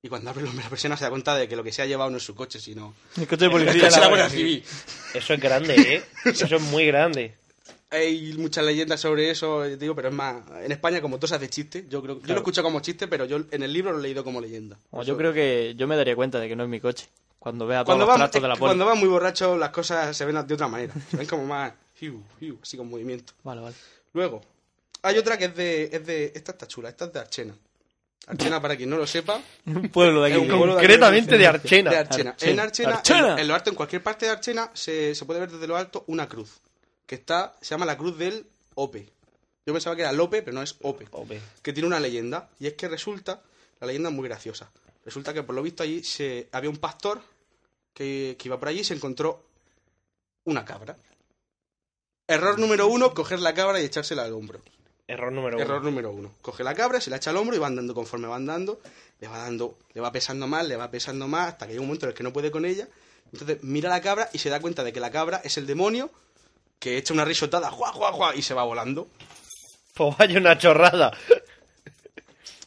[SPEAKER 6] y cuando abre el hombre la persona se da cuenta de que lo que se ha llevado no es su coche, sino
[SPEAKER 1] El coche de
[SPEAKER 6] el
[SPEAKER 1] policía.
[SPEAKER 6] coche de la
[SPEAKER 1] la
[SPEAKER 6] Guardia
[SPEAKER 1] verdad.
[SPEAKER 6] Civil.
[SPEAKER 4] Eso es grande, ¿eh? Eso es muy grande.
[SPEAKER 6] Hay muchas leyendas sobre eso, eh, digo, pero es más, en España como todo se hace chiste, yo creo, yo lo
[SPEAKER 4] Claro.
[SPEAKER 6] he escuchado como chiste, pero yo en el libro lo he leído como leyenda.
[SPEAKER 1] Bueno,
[SPEAKER 6] Eso-
[SPEAKER 1] yo creo que yo me daría cuenta de que no es mi coche. Cuando vea todos
[SPEAKER 6] cuando
[SPEAKER 1] los
[SPEAKER 6] va,
[SPEAKER 1] tratos de la
[SPEAKER 6] es que cuando
[SPEAKER 1] poli.
[SPEAKER 6] va muy borracho las cosas se ven de otra manera, se ven como más, hiu, hiu, así con movimiento.
[SPEAKER 1] Vale, vale.
[SPEAKER 6] Luego, hay otra que es de, es de, esta está chula, esta es de Archena. Archena, para quien no lo sepa,
[SPEAKER 1] Un pueblo de
[SPEAKER 6] Es
[SPEAKER 1] aquí.
[SPEAKER 6] un pueblo
[SPEAKER 4] Eh, Concretamente de Archena.
[SPEAKER 6] De Archena. En Archena,
[SPEAKER 1] Archena.
[SPEAKER 6] En, en lo alto, en cualquier parte de Archena, se, se puede ver desde lo alto una cruz. Que está, se llama la cruz del Ope. Yo pensaba que era Lope, pero no es Ope.
[SPEAKER 4] Ope.
[SPEAKER 6] Que tiene una leyenda. Y es que resulta, la leyenda es muy graciosa. Resulta que por lo visto allí se, había un pastor que, que iba por allí y se encontró una cabra. Error número uno, coger la cabra y echársela al hombro.
[SPEAKER 4] Error número
[SPEAKER 6] Error
[SPEAKER 4] uno.
[SPEAKER 6] número uno. Coge la cabra, se la echa al hombro y va andando conforme va andando. Le va dando, le va pesando más, le va pesando más, hasta que llega un momento en el que no puede con ella. Entonces mira la cabra y se da cuenta de que la cabra es el demonio que echa una risotada, ¡juá, juá, juá! y se va volando.
[SPEAKER 4] Pues vaya una chorrada.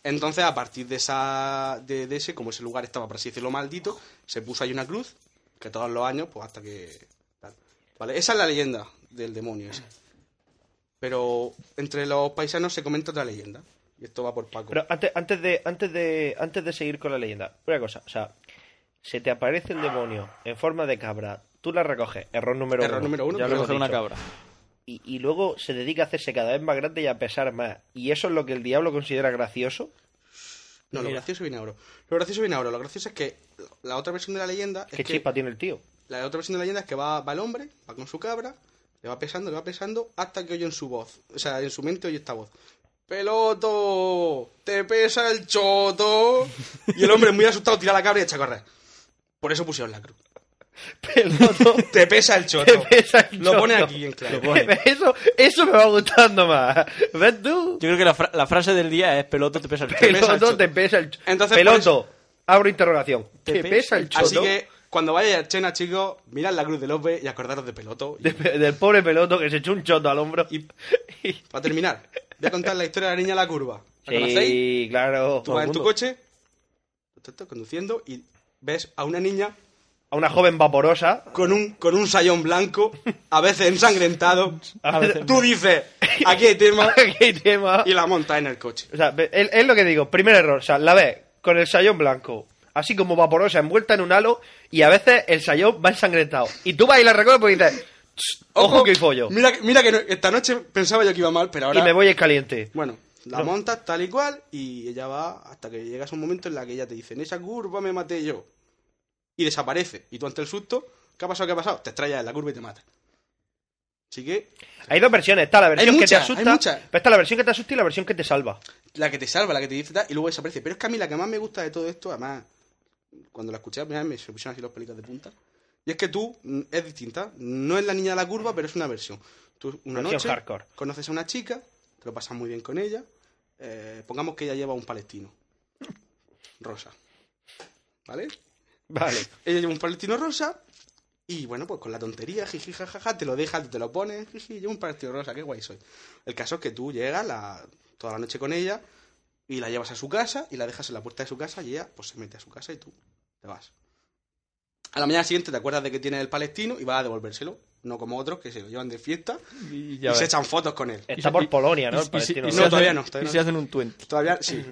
[SPEAKER 6] Entonces, a partir de esa de, de ese, como ese lugar estaba, por así decirlo, maldito, se puso ahí una cruz, que todos los años, pues hasta que... tal. Vale, esa es la leyenda del demonio ese. Pero entre los paisanos se comenta otra leyenda. Y esto va por Paco.
[SPEAKER 4] Pero antes, antes de, antes de, antes de seguir con la leyenda, una cosa, o sea, se te aparece el demonio en forma de cabra, tú la recoges, error número
[SPEAKER 6] Error
[SPEAKER 4] uno.
[SPEAKER 6] número uno,
[SPEAKER 4] ya lo hemos
[SPEAKER 6] recoger
[SPEAKER 8] una
[SPEAKER 4] dicho.
[SPEAKER 8] cabra.
[SPEAKER 4] Y, y luego se dedica a hacerse cada vez más grande y a pesar más. Y eso es lo que el diablo considera gracioso.
[SPEAKER 6] No, lo
[SPEAKER 1] Mira.
[SPEAKER 6] gracioso viene ahora. Lo gracioso viene ahora. Lo gracioso es que la otra versión de la leyenda es
[SPEAKER 4] ¿Qué
[SPEAKER 6] que
[SPEAKER 4] chispa tiene el tío?
[SPEAKER 6] la otra versión de la leyenda es que va, va el hombre, va con su cabra, le va pesando, le va pesando, hasta que oye en su voz. O sea, en su mente oye esta voz. ¡Peloto! ¡Te pesa el choto! Y el hombre muy asustado tira la cabra y echa a correr. Por eso pusieron la cruz.
[SPEAKER 4] Peloto.
[SPEAKER 6] ¡Te pesa el choto!
[SPEAKER 4] Te pesa el
[SPEAKER 6] Lo pone
[SPEAKER 4] choto.
[SPEAKER 6] aquí en claro.
[SPEAKER 4] Eso, eso me va gustando más. ¿Ves tú?
[SPEAKER 8] Yo creo que la, fra- la frase del día es peloto te pesa el choto.
[SPEAKER 6] pesa el
[SPEAKER 4] Peloto
[SPEAKER 6] choto.
[SPEAKER 4] te pesa el choto.
[SPEAKER 6] Entonces,
[SPEAKER 4] Peloto,
[SPEAKER 6] por eso-
[SPEAKER 4] abro interrogación.
[SPEAKER 8] Te
[SPEAKER 4] ¿Te
[SPEAKER 8] pesa
[SPEAKER 4] pesa
[SPEAKER 8] el
[SPEAKER 4] el choto?
[SPEAKER 6] Así que cuando vayáis a Chena, chicos, mirad la cruz de López y acordaros de Peloto. Y-
[SPEAKER 4] De- del pobre peloto que se echó un choto al hombro.
[SPEAKER 6] Y- Para terminar, voy a contar la historia de la niña de la curva. ¿La conocéis?
[SPEAKER 4] sí, claro.
[SPEAKER 6] Tú vas en tu coche, tú estás conduciendo y ves a una niña
[SPEAKER 4] A una joven vaporosa.
[SPEAKER 6] con un, con un sayón blanco, a veces ensangrentado.
[SPEAKER 4] A veces-
[SPEAKER 6] Tú dices, aquí hay tema,
[SPEAKER 4] ¿Qué tema?
[SPEAKER 6] y la montas en el coche.
[SPEAKER 4] O sea, ve- es, es lo que digo. Primer error. O sea, la ves con el sayón blanco. Así como vaporosa, envuelta en un halo. Y a veces el sayón va ensangrentado. Y tú vas y la recoges porque dices... "Ch, Ojo que hoy follo.
[SPEAKER 6] Mira, que- mira que no- esta noche pensaba yo que iba mal, pero ahora...
[SPEAKER 4] Y me voy es caliente.
[SPEAKER 6] Bueno, la
[SPEAKER 4] No.
[SPEAKER 6] montas tal y cual y ella va hasta que llegas a un momento en la que ella te dice, en esa curva me maté yo. Y desaparece. Y tú ante el susto, ¿qué ha pasado? ¿Qué ha pasado? Te estrellas en la curva y te mata. Así que
[SPEAKER 4] Hay dos versiones. Está la versión que
[SPEAKER 6] muchas,
[SPEAKER 4] te
[SPEAKER 6] hay
[SPEAKER 4] asusta.
[SPEAKER 6] muchas.
[SPEAKER 4] pero está la versión que te asusta y la versión que te salva.
[SPEAKER 6] la que te salva, la que te dice tal, y luego desaparece. Pero es que a mí la que más me gusta de todo esto, además, cuando la escuché la primera vez me se pusieron así los pelitos de punta. Y es que tú mm, es distinta. No es la niña de la curva, pero es una versión. Tú una
[SPEAKER 4] Versión
[SPEAKER 6] noche
[SPEAKER 4] hardcore.
[SPEAKER 6] conoces a una chica, te lo pasas muy bien con ella. eh, pongamos que ella lleva un palestino. Rosa. ¿Vale?
[SPEAKER 4] Vale.
[SPEAKER 6] Ella lleva un palestino rosa y bueno, pues con la tontería, jiji, jajaja, te lo dejas, te lo pones, jiji, llevo un palestino rosa, qué guay soy. El caso es que tú llegas la, toda la noche con ella y la llevas a su casa y la dejas en la puerta de su casa y ella pues se mete a su casa y tú te vas. A la mañana siguiente te acuerdas de que tiene el palestino y vas a devolvérselo, no como otros que se lo llevan de fiesta
[SPEAKER 8] Y,
[SPEAKER 6] y se echan fotos con él.
[SPEAKER 4] Está por Polonia, ¿no? El palestino.
[SPEAKER 6] y- No, todavía no,
[SPEAKER 8] Y
[SPEAKER 6] todavía no.
[SPEAKER 8] se hacen un 20.
[SPEAKER 6] Todavía, sí.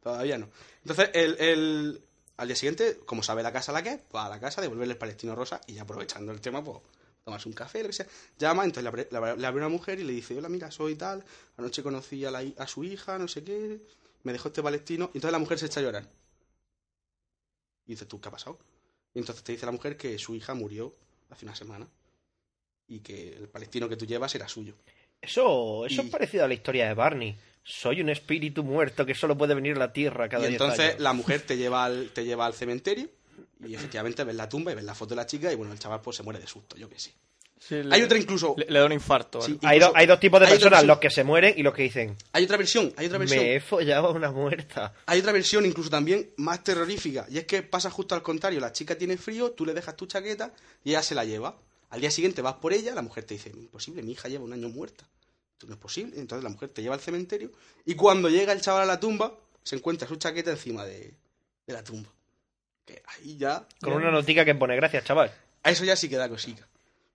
[SPEAKER 6] Todavía no. Entonces, el, el- al día siguiente, como sabe la casa la que es, va a la casa, devuelve el palestino rosa y ya aprovechando el tema, pues tomas un café, lo que sea. Llama, entonces le abre, le abre- le abre una mujer y le dice, hola, mira, soy tal, anoche conocí a, la hi- a su hija, no sé qué, me dejó este palestino. Y entonces la mujer se echa a llorar. Y dices tú, ¿qué ha pasado? Y entonces te dice la mujer que su hija murió hace una semana y que el palestino que tú llevas era suyo.
[SPEAKER 4] Eso, eso
[SPEAKER 6] Y-
[SPEAKER 4] es parecido a la historia de Barney. Soy un espíritu muerto que solo puede venir a la tierra cada
[SPEAKER 6] Y
[SPEAKER 4] diez
[SPEAKER 6] entonces
[SPEAKER 4] años.
[SPEAKER 6] la mujer te lleva al, te lleva al cementerio y efectivamente ves la tumba y ves la foto de la chica y bueno, el chaval pues se muere de susto, yo que sé.
[SPEAKER 8] Sí, le-
[SPEAKER 6] Hay otra incluso...
[SPEAKER 8] Le, le da un infarto.
[SPEAKER 6] sí,
[SPEAKER 8] ¿vale?
[SPEAKER 4] Hay,
[SPEAKER 6] incluso-
[SPEAKER 4] dos- hay dos tipos de
[SPEAKER 6] hay otra
[SPEAKER 4] personas,
[SPEAKER 6] versión-
[SPEAKER 4] los que se mueren y los que dicen,
[SPEAKER 6] Hay otra versión, hay otra versión.
[SPEAKER 4] me he follado a una muerta.
[SPEAKER 6] Hay otra versión incluso también más terrorífica y es que pasa justo al contrario, la chica tiene frío, tú le dejas tu chaqueta y ella se la lleva. Al día siguiente vas por ella, la mujer te dice, imposible, mi hija lleva un año muerta. Esto no es posible. Entonces la mujer te lleva al cementerio y cuando llega el chaval a la tumba, se encuentra su chaqueta encima de, de la tumba. Que ahí ya...
[SPEAKER 4] Con una notica que pone, gracias, chaval.
[SPEAKER 6] A eso ya sí queda cosica.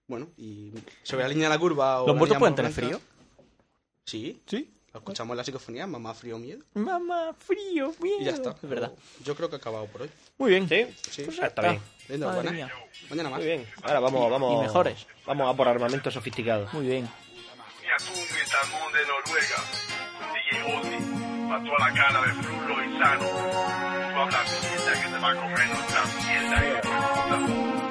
[SPEAKER 6] Bueno, y sobre la línea de la curva... o
[SPEAKER 8] ¿Los muertos
[SPEAKER 6] la línea
[SPEAKER 8] pueden
[SPEAKER 6] más
[SPEAKER 8] tener
[SPEAKER 6] blanca-
[SPEAKER 8] frío?
[SPEAKER 6] Sí,
[SPEAKER 8] Sí.
[SPEAKER 6] lo escuchamos en la psicofonía, mamá frío miedo.
[SPEAKER 8] Mamá, frío, miedo.
[SPEAKER 6] Y ya está.
[SPEAKER 8] Es verdad.
[SPEAKER 6] Yo creo que ha acabado por hoy.
[SPEAKER 8] Muy bien.
[SPEAKER 4] ¿Sí?
[SPEAKER 6] Oh. Sí.
[SPEAKER 4] Pues ya está
[SPEAKER 8] Ah,
[SPEAKER 4] bien.
[SPEAKER 6] Venga,
[SPEAKER 8] madre
[SPEAKER 6] buena.
[SPEAKER 8] mía.
[SPEAKER 6] Mañana más.
[SPEAKER 4] Muy bien. Ahora vamos, vamos.
[SPEAKER 8] y mejores.
[SPEAKER 4] Vamos a por armamento sofisticado.
[SPEAKER 8] Muy bien.
[SPEAKER 9] un metamón de Noruega. DJ Ozzy mató a la cara de Flulo y Sano. Tú hablas mierda que te va a comer nuestra mierda y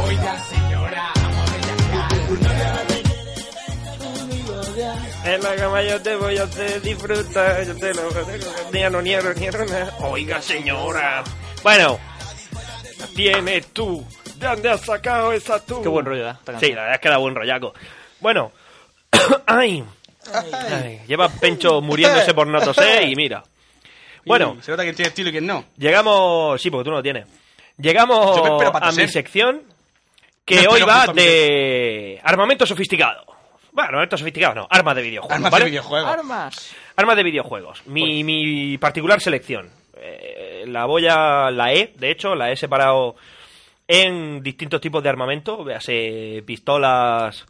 [SPEAKER 7] Oiga, señora, amor
[SPEAKER 4] en la cama yo te voy a hacer disfrutar, yo te lo ya no niero, niero nada. Oiga, señora. Bueno, tienes tú. ¿De dónde has sacado esa tú?
[SPEAKER 8] Qué buen rollo da esta
[SPEAKER 4] Sí,
[SPEAKER 8] canción.
[SPEAKER 4] la verdad es que da buen rollaco. Bueno, ay, ay, lleva Pencho muriéndose por no toser y mira. Bueno,
[SPEAKER 6] Se nota quién tiene estilo y quién no.
[SPEAKER 4] Llegamos. Sí, porque tú no lo tienes. Llegamos
[SPEAKER 6] Yo me espero para
[SPEAKER 4] a mi
[SPEAKER 6] toser.
[SPEAKER 4] sección
[SPEAKER 6] Me
[SPEAKER 4] que
[SPEAKER 6] espero
[SPEAKER 4] hoy va
[SPEAKER 6] justo a mi
[SPEAKER 4] de armamento sofisticado. Bueno, armamento sofisticado no, armas de videojuegos.
[SPEAKER 6] Armas
[SPEAKER 4] ¿vale?
[SPEAKER 6] de videojuegos.
[SPEAKER 8] Armas.
[SPEAKER 4] Armas de videojuegos. Mi, mi particular selección. Eh, la voy a. La he, de hecho, la he separado en distintos tipos de armamento. Véase pistolas,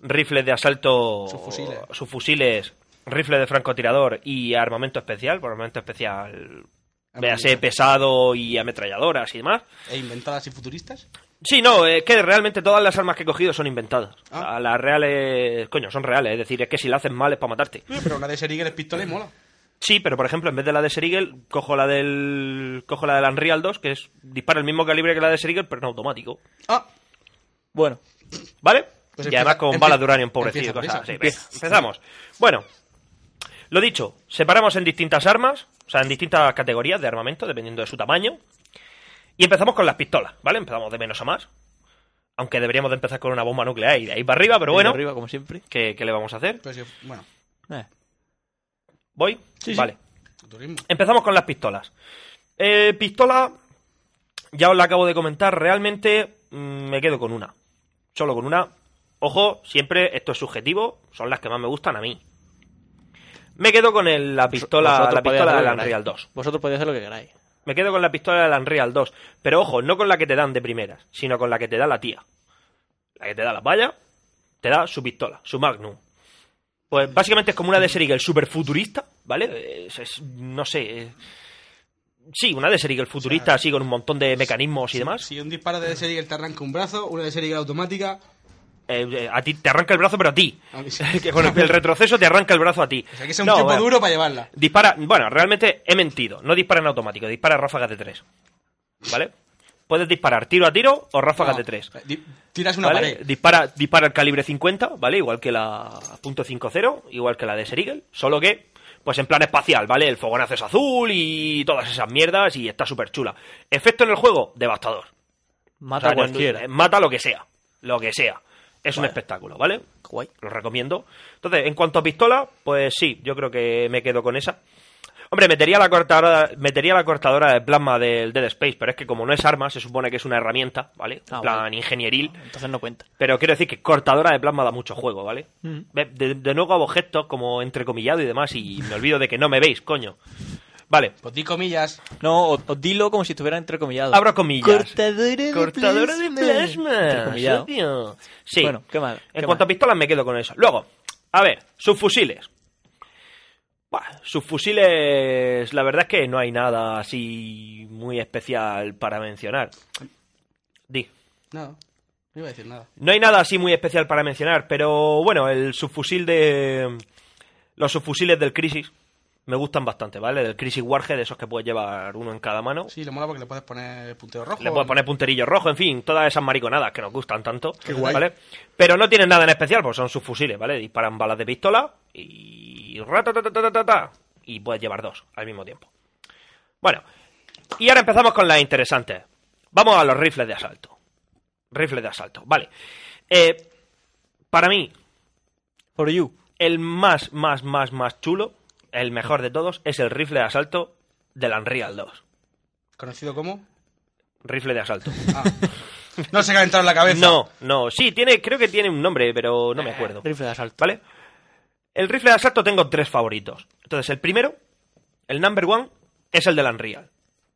[SPEAKER 4] rifles de asalto,
[SPEAKER 6] Subfusiles.
[SPEAKER 4] subfusiles, rifles de francotirador y armamento especial. Por armamento especial, véase pesado y ametralladoras y demás.
[SPEAKER 6] ¿E inventadas y futuristas?
[SPEAKER 4] Sí, no, es que realmente todas las armas que he cogido son inventadas.
[SPEAKER 6] Ah.
[SPEAKER 4] A Las reales, coño, son reales. Es decir, es que si la haces mal es para matarte.
[SPEAKER 6] Oye, pero una de Serigal es pistola y mola.
[SPEAKER 4] Sí, pero por ejemplo, en vez de la de Serigel, cojo la del cojo la del Unreal 2, que es dispara el mismo calibre que la de Serigel, pero en automático.
[SPEAKER 6] Ah,
[SPEAKER 8] Bueno,
[SPEAKER 4] ¿Vale?
[SPEAKER 6] Pues
[SPEAKER 4] y
[SPEAKER 6] empieza-
[SPEAKER 4] además con
[SPEAKER 6] empie-
[SPEAKER 4] balas de uranio empobrecido y
[SPEAKER 6] empieza,
[SPEAKER 4] cosas así.
[SPEAKER 6] empieza.
[SPEAKER 4] Venga, empezamos. Bueno, lo dicho, separamos en distintas armas, o sea, en distintas categorías de armamento, dependiendo de su tamaño. Y empezamos con las pistolas, ¿vale? Empezamos de menos a más. Aunque deberíamos de empezar con una bomba nuclear y de ahí para arriba, pero bueno,
[SPEAKER 8] arriba como siempre.
[SPEAKER 4] ¿qué, qué le vamos a hacer?
[SPEAKER 6] pero si- bueno,
[SPEAKER 8] Eh,
[SPEAKER 4] ¿Voy?
[SPEAKER 8] Sí, sí.
[SPEAKER 4] vale.
[SPEAKER 6] futurismo.
[SPEAKER 4] Empezamos con las pistolas. Eh, pistola, ya os la acabo de comentar, realmente mm, me quedo con una. Solo con una. Ojo, siempre esto es subjetivo, son las que más me gustan a mí. Me quedo con el- la pistola,
[SPEAKER 8] vosotros
[SPEAKER 4] la
[SPEAKER 8] podéis
[SPEAKER 4] pistola
[SPEAKER 8] hacer
[SPEAKER 4] del
[SPEAKER 8] lo que
[SPEAKER 4] Unreal
[SPEAKER 8] queráis.
[SPEAKER 4] 2.
[SPEAKER 8] Vosotros podéis hacer lo que queráis.
[SPEAKER 4] Me quedo con la pistola del Unreal 2. Pero ojo, no con la que te dan de primeras, sino con la que te da la tía. La que te da la valla, te da su pistola, su Magnum. Pues básicamente es como una de Serigel super futurista, ¿vale? Es, es- no sé. eh, Sí, una de Serigel futurista, así con un montón de mecanismos y demás.
[SPEAKER 6] Si un disparo de Serigal te arranca un brazo, una de Serigal automática.
[SPEAKER 4] Eh, eh, a ti te arranca el brazo, pero a ti.
[SPEAKER 6] A mí sí.
[SPEAKER 4] Que con el retroceso te arranca el brazo a ti.
[SPEAKER 6] O sea, hay que ser un
[SPEAKER 4] No,
[SPEAKER 6] tipo
[SPEAKER 4] bueno.
[SPEAKER 6] duro para llevarla.
[SPEAKER 4] Dispara, bueno, realmente he mentido. No dispara en automático, dispara ráfagas de tres. ¿Vale? Puedes disparar tiro a tiro o ráfagas
[SPEAKER 6] No,
[SPEAKER 4] de tres.
[SPEAKER 6] di- Tiras una
[SPEAKER 4] ¿vale?
[SPEAKER 6] pared.
[SPEAKER 4] Dispara, dispara el calibre 50, ¿vale? Igual que la .50, igual que la de Serigel, solo que, pues en plan espacial, ¿vale? El fogonazo es azul y todas esas mierdas y está súper chula. Efecto en el juego, devastador. O
[SPEAKER 8] Mata
[SPEAKER 4] sea,
[SPEAKER 8] a cualquiera.
[SPEAKER 4] cuando- mata lo que sea, lo que sea. Es un espectáculo, ¿vale?
[SPEAKER 8] Guay.
[SPEAKER 4] Lo recomiendo. Entonces, en cuanto a pistola, pues sí, yo creo que me quedo con esa. Hombre, metería la cortadora, metería la cortadora de plasma del Dead Space, pero es que como no es arma, se supone que es una herramienta, ¿vale? En
[SPEAKER 8] Ah,
[SPEAKER 4] plan
[SPEAKER 8] guay.
[SPEAKER 4] ingenieril.
[SPEAKER 8] Entonces no cuenta.
[SPEAKER 4] Pero quiero decir que cortadora de plasma da mucho juego, ¿vale? Ve- De, de nuevo hago gestos como entrecomillado y demás y me olvido de que no me veis, coño. Vale,
[SPEAKER 6] Pues di comillas.
[SPEAKER 8] No, o, o dilo como si estuviera entrecomillado.
[SPEAKER 4] abro comillas.
[SPEAKER 8] Cortadora de
[SPEAKER 4] Cortadora de
[SPEAKER 8] plasma.
[SPEAKER 4] plasma.
[SPEAKER 8] Entrecomillado.
[SPEAKER 4] obvio. Sí.
[SPEAKER 8] Bueno, qué mal,
[SPEAKER 4] En
[SPEAKER 8] qué
[SPEAKER 4] cuanto
[SPEAKER 8] mal.
[SPEAKER 4] a pistolas me quedo con eso. Luego, a ver, subfusiles. Bah, subfusiles, la verdad es que no hay nada así muy especial para mencionar. Di.
[SPEAKER 6] No, no iba a decir nada.
[SPEAKER 4] No hay nada así muy especial para mencionar, pero bueno, el subfusil de. Los subfusiles del Crisis me gustan bastante, ¿vale? Del Crisis Warhead, de esos que puedes llevar uno en cada mano.
[SPEAKER 6] Sí, le mola porque le puedes poner punteo rojo.
[SPEAKER 4] Le puedes poner punterillo rojo, en fin, todas esas mariconadas que nos gustan tanto.
[SPEAKER 6] guay.
[SPEAKER 4] ¿Vale? Pero no tienen nada en especial, porque son subfusiles, ¿vale? Disparan balas de pistola y. ratatatatata, Y puedes llevar dos al mismo tiempo. Bueno, y ahora empezamos con las interesantes. Vamos a los rifles de asalto. Rifles de asalto, vale. Eh, para mí,
[SPEAKER 8] For you.
[SPEAKER 4] el más, más, más, más chulo, el mejor de todos, es el rifle de asalto del Unreal 2.
[SPEAKER 6] ¿Conocido como?
[SPEAKER 4] Rifle de asalto.
[SPEAKER 6] No se calentaron la cabeza.
[SPEAKER 4] No, no, sí, tiene, creo que tiene un nombre, pero no me acuerdo.
[SPEAKER 8] Rifle de asalto.
[SPEAKER 4] ¿Vale? El rifle de asalto tengo tres favoritos. Entonces, el primero, el number one, es el del Unreal.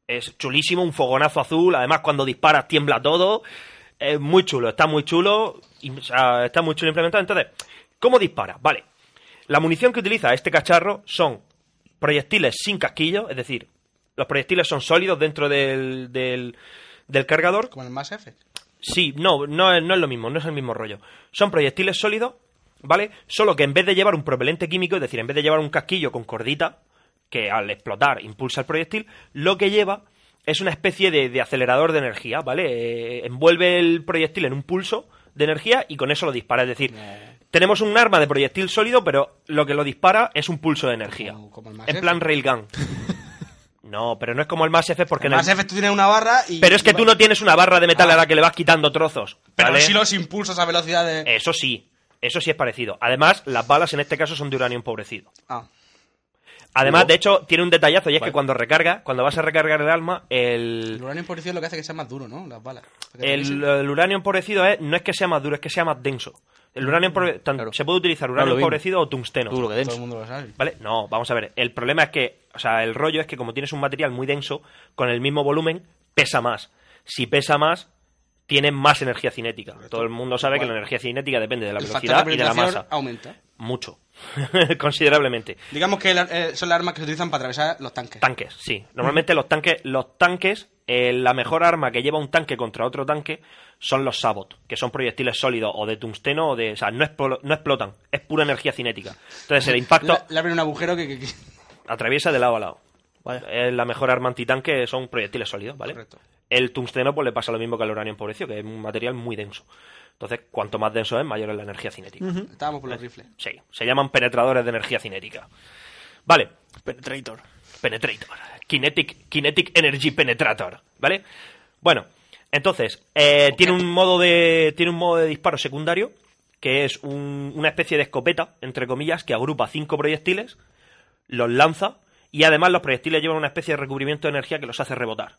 [SPEAKER 4] Es chulísimo, un fogonazo azul. Además, cuando disparas tiembla todo. Es muy chulo, está muy chulo. y, o sea, está muy chulo implementado. Entonces, ¿cómo dispara? Vale. La munición que utiliza este cacharro son proyectiles sin casquillo, es decir, los proyectiles son sólidos dentro del, del, del cargador.
[SPEAKER 6] Como en el Mass Effect.
[SPEAKER 4] Sí, no, no, es- no es lo mismo, no es el mismo rollo. Son proyectiles sólidos, ¿vale? Solo que en vez de llevar un propelente químico, es decir, en vez de llevar un casquillo con cordita, que al explotar impulsa el proyectil, lo que lleva es una especie de, de acelerador de energía, ¿vale? Eh, envuelve el eh, proyectil en un pulso de energía y con eso lo dispara. Es decir, tenemos un arma de proyectil sólido, pero lo que lo dispara es un pulso de energía.
[SPEAKER 6] Como- como el Mass
[SPEAKER 4] en plan railgun. no, pero no es como el Mass Effect porque... en el-
[SPEAKER 6] Además, F, tú tienes una barra y.
[SPEAKER 4] Pero es que tú no tienes una barra de metal
[SPEAKER 8] Ah.
[SPEAKER 4] a la que le vas quitando trozos.
[SPEAKER 6] Pero
[SPEAKER 4] ¿vale? Eh.
[SPEAKER 6] sí los impulsos a velocidades.
[SPEAKER 4] Eso sí, eso sí es parecido. Además, las balas en este caso son de uranio empobrecido.
[SPEAKER 6] Ah.
[SPEAKER 4] Además, de hecho, tiene un detallazo y es que cuando recarga, cuando vas a recargar el alma, el,
[SPEAKER 6] El uranio empobrecido es lo que hace que sea más duro, ¿no? Las balas. Para que
[SPEAKER 4] el,
[SPEAKER 6] pese.
[SPEAKER 4] el uranio empobrecido es, no es que sea más duro, es que sea más denso. El uranio empobre- tan-
[SPEAKER 8] Mm, Claro.
[SPEAKER 4] se puede utilizar
[SPEAKER 8] No,
[SPEAKER 4] uranio
[SPEAKER 8] lo mismo.
[SPEAKER 4] empobrecido o tungsteno.
[SPEAKER 8] Tú lo que
[SPEAKER 6] Todo el
[SPEAKER 8] denso.
[SPEAKER 6] mundo lo sabe.
[SPEAKER 4] ¿Vale? No, vamos a ver. El problema es que, o sea, el rollo es que como tienes un material muy denso, con el mismo volumen, pesa más. Si pesa más, tiene más energía cinética. Todo el mundo sabe que la energía cinética depende de la
[SPEAKER 6] el
[SPEAKER 4] velocidad
[SPEAKER 6] factor de
[SPEAKER 4] y de la
[SPEAKER 6] penetración
[SPEAKER 4] masa.
[SPEAKER 6] aumenta.
[SPEAKER 4] Mucho. Considerablemente.
[SPEAKER 6] Digamos que la- eh, son las armas que se utilizan para atravesar los tanques.
[SPEAKER 4] Tanques, sí. Normalmente los tanques, los tanques, eh, la mejor arma que lleva un tanque contra otro tanque son los sabot, que son proyectiles sólidos o de tungsteno o de, o sea, no, explo- no explotan, es pura energía cinética. Entonces el impacto
[SPEAKER 6] Le, le abren un agujero que. que- que-
[SPEAKER 4] atraviesa de lado a lado.
[SPEAKER 8] Vaya.
[SPEAKER 4] Es la mejor arma antitanque son proyectiles sólidos, ¿vale?
[SPEAKER 6] Correcto.
[SPEAKER 4] El tungsteno pues le pasa lo mismo que al uranio empobrecido, que es un material muy denso. Entonces, cuanto más denso es, mayor es la energía cinética.
[SPEAKER 6] Estábamos por los
[SPEAKER 4] Eh.
[SPEAKER 6] rifles.
[SPEAKER 4] Sí, se llaman penetradores de energía cinética. Vale,
[SPEAKER 8] Penetrator.
[SPEAKER 4] Penetrator. Kinetic, Kinetic Energy Penetrator. ¿Vale? Bueno, entonces, eh, tiene un modo de. Tiene un modo de disparo secundario. Que es un- una especie de escopeta, entre comillas, que agrupa cinco proyectiles, los lanza, y además los proyectiles llevan una especie de recubrimiento de energía que los hace rebotar.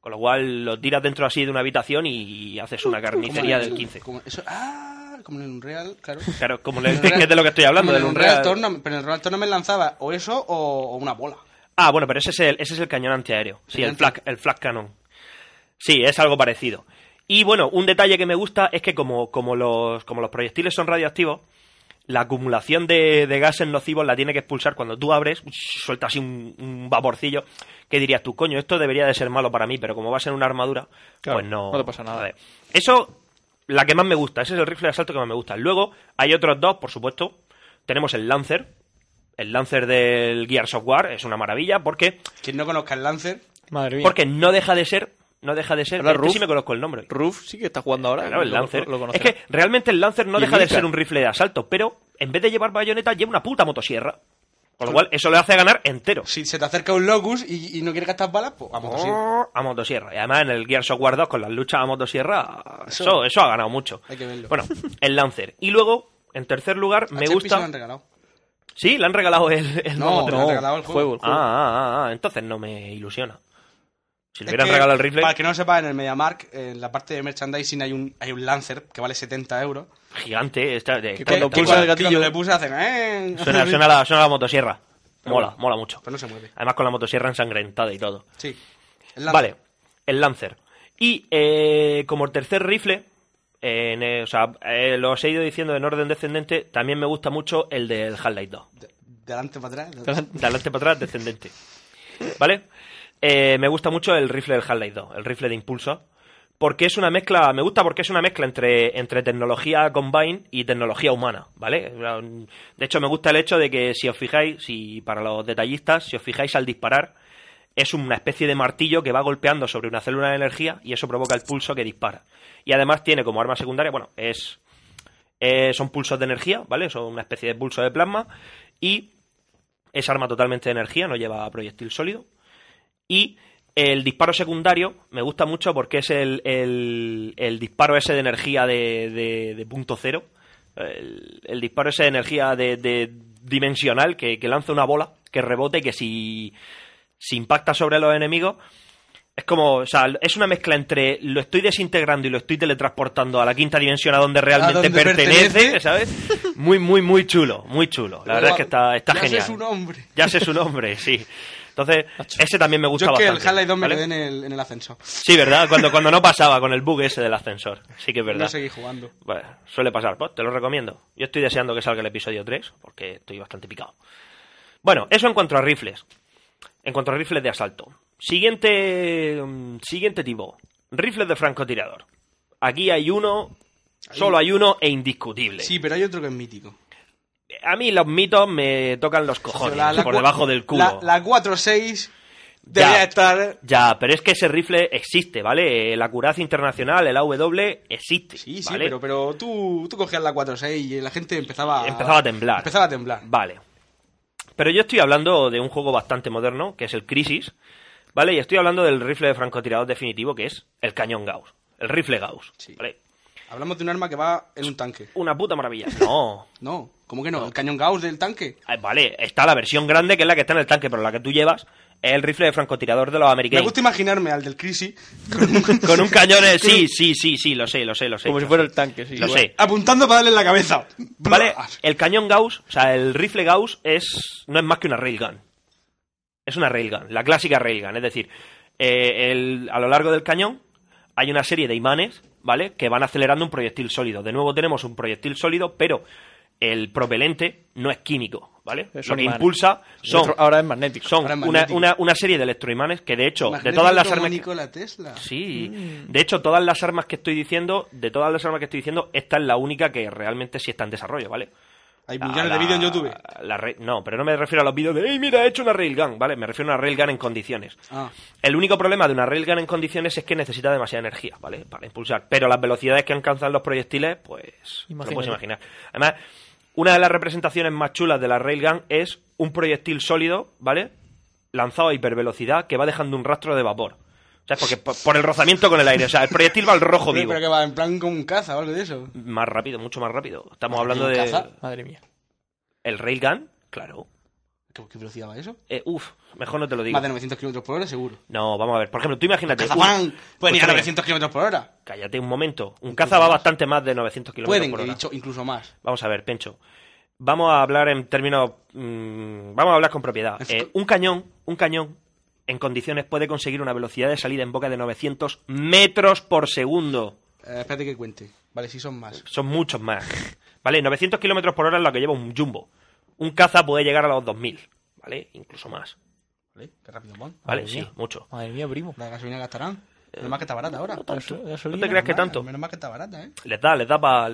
[SPEAKER 4] Con lo cual los tiras dentro así de una habitación y haces una carnicería
[SPEAKER 6] Como en-
[SPEAKER 4] del 15.
[SPEAKER 6] Como, eso, ah, como en el Unreal, claro.
[SPEAKER 4] Claro, como
[SPEAKER 6] En
[SPEAKER 4] le
[SPEAKER 6] el Unreal-
[SPEAKER 4] que de lo que estoy hablando,
[SPEAKER 6] como en
[SPEAKER 4] del
[SPEAKER 6] el Unreal.
[SPEAKER 4] Unreal.
[SPEAKER 6] Tournament, pero en el Unreal Tournament lanzaba o eso o, o una bola.
[SPEAKER 4] Ah, bueno, pero ese es el, ese es el cañón antiaéreo. Sí, el
[SPEAKER 6] Anti-
[SPEAKER 4] flak, el flak cannon. Sí, es algo parecido. Y bueno, un detalle que me gusta es que como, como, los, como los proyectiles son radioactivos, la acumulación de, de gases nocivos la tiene que expulsar cuando tú abres, suelta así un, un vaporcillo, que dirías tú, coño, esto debería de ser malo para mí, pero como va a ser una armadura,
[SPEAKER 8] Claro,
[SPEAKER 4] pues no...
[SPEAKER 8] no te pasa nada.
[SPEAKER 4] Vale. Eso, la que más me gusta, ese es el rifle de asalto que más me gusta. Luego hay otros dos, por supuesto. Tenemos el Lancer, el Lancer del Gear Software, es una maravilla porque
[SPEAKER 6] Quien no conozca el Lancer,
[SPEAKER 8] Madre mía.
[SPEAKER 4] porque no deja de ser. No deja de ser.
[SPEAKER 8] Ahora,
[SPEAKER 4] este
[SPEAKER 8] Ruf-
[SPEAKER 4] sí me conozco el nombre.
[SPEAKER 8] Roof sí que está jugando ahora.
[SPEAKER 4] Claro, el
[SPEAKER 8] Lo-
[SPEAKER 4] Lancer.
[SPEAKER 8] Lo,
[SPEAKER 4] es
[SPEAKER 8] conoces.
[SPEAKER 4] que realmente el Lancer no
[SPEAKER 8] Y
[SPEAKER 4] deja de
[SPEAKER 8] Milka.
[SPEAKER 4] ser un rifle de asalto, pero en vez de llevar bayoneta, lleva una puta motosierra. Con lo cual, eso le hace ganar entero. Oh,
[SPEAKER 6] si se te acerca un Locus y, y no quieres gastar balas, pues vamos así.
[SPEAKER 4] A motosierra. Y además en el Gears of War 2 con las luchas a motosierra,
[SPEAKER 6] Eso-
[SPEAKER 4] eso, eso ha ganado mucho.
[SPEAKER 6] Hay que verlo.
[SPEAKER 4] Bueno, el Lancer. Y luego, en tercer lugar,
[SPEAKER 6] A
[SPEAKER 4] me
[SPEAKER 6] Chepi se lo
[SPEAKER 4] gusta.
[SPEAKER 6] han regalado.
[SPEAKER 4] Sí, le han regalado el, el
[SPEAKER 6] No, te
[SPEAKER 4] nuevo tren.
[SPEAKER 6] lo han regalado el
[SPEAKER 8] el juego,
[SPEAKER 6] juego.
[SPEAKER 8] el
[SPEAKER 4] Ah,
[SPEAKER 8] juego.
[SPEAKER 4] ah, ah, ah, entonces no me ilusiona. Si le
[SPEAKER 6] Es
[SPEAKER 4] hubieran
[SPEAKER 6] que,
[SPEAKER 4] regalado el rifle.
[SPEAKER 6] Para que no lo sepa, en el MediaMark, en la parte de merchandising hay un, hay un Lancer que vale 70 euros.
[SPEAKER 4] gigante. Está, de-
[SPEAKER 8] Que
[SPEAKER 4] está-
[SPEAKER 8] cuando
[SPEAKER 6] Que- que
[SPEAKER 8] pulsa
[SPEAKER 6] cuando-
[SPEAKER 8] el
[SPEAKER 6] que
[SPEAKER 8] gatillo-
[SPEAKER 6] cuando le puse hacen... Eh,
[SPEAKER 4] suena, suena la, suena la motosierra. Mola,
[SPEAKER 6] bueno.
[SPEAKER 4] mola mucho.
[SPEAKER 6] Pero no se mueve.
[SPEAKER 4] Además con la motosierra ensangrentada y todo.
[SPEAKER 6] Sí. El Lancer.
[SPEAKER 4] Vale, el Lancer. Y eh, como tercer rifle, eh, en, eh, o sea, eh, los he ido diciendo en orden descendente, también me gusta mucho el del Half-Life 2.
[SPEAKER 6] De- delante para atrás.
[SPEAKER 4] De adelante para atrás, descendente. ¿Vale? Eh, me gusta mucho el rifle del Half-Life 2, el rifle de impulso. Porque es una mezcla, me gusta porque es una mezcla entre, entre tecnología combine y tecnología humana, ¿vale? De hecho, me gusta el hecho de que si os fijáis, si para los detallistas, si os fijáis al disparar, es una especie de martillo que va golpeando sobre una célula de energía y eso provoca el pulso que dispara. Y además tiene como arma secundaria, bueno, es. eh, son pulsos de energía, ¿vale? Son una especie de pulso de plasma. Y es arma totalmente de energía, no lleva proyectil sólido. Y el disparo secundario me gusta mucho porque es el, el- el disparo ese de energía de, de- de punto cero. El, el disparo ese de energía de, de dimensional que, que lanza una bola, que rebote, que si, si impacta sobre los enemigos. Es como, o sea, es una mezcla entre lo estoy desintegrando y lo estoy teletransportando a la quinta dimensión a donde realmente
[SPEAKER 6] donde
[SPEAKER 4] pertenece,
[SPEAKER 6] pertenece.
[SPEAKER 4] ¿sabes? Muy, muy, muy chulo, muy chulo. La verdad es que está, está
[SPEAKER 6] Ya sé
[SPEAKER 4] genial.
[SPEAKER 6] su nombre.
[SPEAKER 4] Ya sé su nombre, sí. Entonces, ese también me gusta
[SPEAKER 6] Yo es que el
[SPEAKER 4] bastante.
[SPEAKER 6] Half-Life 2 me
[SPEAKER 4] ¿vale?
[SPEAKER 6] quedé en el, en el ascensor.
[SPEAKER 4] Sí, ¿verdad? Cuando, cuando no pasaba con el bug ese del ascensor. Sí que es verdad.
[SPEAKER 6] No seguí jugando.
[SPEAKER 4] Bueno, suele pasar, pues, te lo recomiendo. Yo estoy deseando que salga el episodio 3 porque estoy bastante picado. Bueno, eso en cuanto a rifles. En cuanto a rifles de asalto. Siguiente, mm, siguiente tipo. Rifles de francotirador. Aquí hay uno, solo hay uno e indiscutible.
[SPEAKER 6] Sí, pero hay otro que es mítico.
[SPEAKER 4] A mí los mitos me tocan los cojones
[SPEAKER 6] La- la
[SPEAKER 4] por
[SPEAKER 6] cua-
[SPEAKER 4] debajo del culo.
[SPEAKER 6] La, la 4.6 Debería
[SPEAKER 4] Ya.
[SPEAKER 6] estar.
[SPEAKER 4] Ya, pero es que ese rifle existe, ¿vale? Eh, La Curaz Internacional, el AW, existe.
[SPEAKER 6] Sí, sí,
[SPEAKER 4] ¿vale?
[SPEAKER 6] pero, pero tú, tú cogías la 4.6 y la gente empezaba.
[SPEAKER 4] Empezaba a temblar.
[SPEAKER 6] Empezaba a temblar.
[SPEAKER 4] Vale. Pero yo estoy hablando de un juego bastante moderno, que es el Crisis, ¿vale? Y estoy hablando del rifle de francotirador definitivo, que es el cañón Gauss. El rifle Gauss,
[SPEAKER 6] Sí.
[SPEAKER 4] ¿vale?
[SPEAKER 6] Hablamos de un arma que va en un tanque.
[SPEAKER 4] Una puta maravilla. No.
[SPEAKER 6] No, ¿cómo que no? ¿El cañón Gauss del tanque?
[SPEAKER 4] Eh, Vale, está la versión grande, que es la que está en el tanque, pero la que tú llevas es el rifle de francotirador de los
[SPEAKER 6] Me
[SPEAKER 4] americanos.
[SPEAKER 6] gusta imaginarme al del Crisis con un,
[SPEAKER 4] Con un cañón... eh,
[SPEAKER 6] con un-
[SPEAKER 4] Sí, sí, sí, sí, lo sé, lo sé, lo sé.
[SPEAKER 8] Como si
[SPEAKER 4] lo
[SPEAKER 8] fuera
[SPEAKER 4] sé.
[SPEAKER 8] el tanque, sí.
[SPEAKER 4] Lo
[SPEAKER 8] igual.
[SPEAKER 4] sé.
[SPEAKER 6] Apuntando para darle en la cabeza.
[SPEAKER 4] ¿Vale?
[SPEAKER 8] Ah.
[SPEAKER 4] El cañón Gauss, o sea, el rifle Gauss es no es más que una railgun. Es una railgun, la clásica railgun. Es decir, eh, el- a lo largo del cañón hay una serie de imanes, ¿vale? Que van acelerando un proyectil sólido. De nuevo tenemos un proyectil sólido, pero el propelente no es químico, ¿vale?
[SPEAKER 8] Es
[SPEAKER 4] lo
[SPEAKER 8] un
[SPEAKER 4] que
[SPEAKER 8] imán.
[SPEAKER 4] impulsa son,
[SPEAKER 8] Otro- ahora es magnético.
[SPEAKER 4] son
[SPEAKER 6] ahora es
[SPEAKER 4] una,
[SPEAKER 6] magnético.
[SPEAKER 4] una- una serie de electroimanes que, de hecho,
[SPEAKER 6] Imagínate
[SPEAKER 4] de todas las
[SPEAKER 6] como
[SPEAKER 4] armas... que-
[SPEAKER 6] Nikola Tesla.
[SPEAKER 4] Sí,
[SPEAKER 8] Mm.
[SPEAKER 4] de hecho todas las armas que estoy diciendo, de todas las armas que estoy diciendo, esta es la única que realmente sí está en desarrollo, ¿vale?
[SPEAKER 6] Hay
[SPEAKER 4] A
[SPEAKER 6] millones de
[SPEAKER 4] la-
[SPEAKER 6] vídeos en YouTube.
[SPEAKER 4] la re- no, pero no me refiero a los vídeos de, ¡Ey, mira, he hecho una railgun! Vale, me refiero a una railgun en condiciones.
[SPEAKER 6] Ah.
[SPEAKER 4] El único problema de una railgun en condiciones es que necesita demasiada energía, ¿vale? Para impulsar. Pero las velocidades que alcanzan los proyectiles, pues. te Lo
[SPEAKER 8] Imagínate.
[SPEAKER 4] puedes imaginar. Además, una de las representaciones más chulas de la railgun es un proyectil sólido, ¿vale? Lanzado a hipervelocidad que va dejando un rastro de vapor. ¿Sabes? Porque por, por el rozamiento con el aire. O sea, el proyectil va al rojo
[SPEAKER 6] Pero,
[SPEAKER 4] vivo.
[SPEAKER 6] pero que va en plan con un caza o algo de eso.
[SPEAKER 4] Más rápido, mucho más rápido. Estamos hablando
[SPEAKER 6] ¿Un
[SPEAKER 4] de.
[SPEAKER 6] caza?
[SPEAKER 8] Madre mía.
[SPEAKER 4] El railgun, claro.
[SPEAKER 6] ¿Qué, qué velocidad va eso?
[SPEAKER 4] Eh, uf, mejor no te lo digo.
[SPEAKER 6] Más de 900 kilómetros por hora, seguro.
[SPEAKER 4] No, vamos a ver. Por ejemplo, tú imagínate. un-
[SPEAKER 6] ¡Cazafán! pues Pueden ir a
[SPEAKER 4] Escúchame,
[SPEAKER 6] 900 kilómetros por hora.
[SPEAKER 4] Cállate un momento. Un caza va bastante más de 900 kilómetros
[SPEAKER 6] Pueden,
[SPEAKER 4] por
[SPEAKER 6] he
[SPEAKER 4] hora.
[SPEAKER 6] dicho, incluso más.
[SPEAKER 4] Vamos a ver, Pencho. Vamos a hablar en términos. mm, vamos a hablar con propiedad.
[SPEAKER 6] Es-
[SPEAKER 4] Eh, un cañón, un cañón, en condiciones puede conseguir una velocidad de salida en boca de 900 metros por segundo.
[SPEAKER 6] Eh, espérate que cuente. Vale, sí son más.
[SPEAKER 4] Son muchos más. ¿Vale? 900 kilómetros por hora es lo que lleva un jumbo. Un caza puede llegar a los 2000. ¿Vale? Incluso más.
[SPEAKER 6] Vale, qué rápido van.
[SPEAKER 4] ¿Vale?
[SPEAKER 8] Madre
[SPEAKER 4] Sí,
[SPEAKER 8] mía.
[SPEAKER 4] mucho.
[SPEAKER 8] Madre mía, primo.
[SPEAKER 6] La gasolina gastarán. Menos más que está barata ahora.
[SPEAKER 8] La gaso- la
[SPEAKER 4] No
[SPEAKER 8] gasolina.
[SPEAKER 4] te creas
[SPEAKER 6] Menos
[SPEAKER 4] que
[SPEAKER 6] mal,
[SPEAKER 4] tanto.
[SPEAKER 6] Menos más que está barata, ¿eh?
[SPEAKER 4] les da, les da para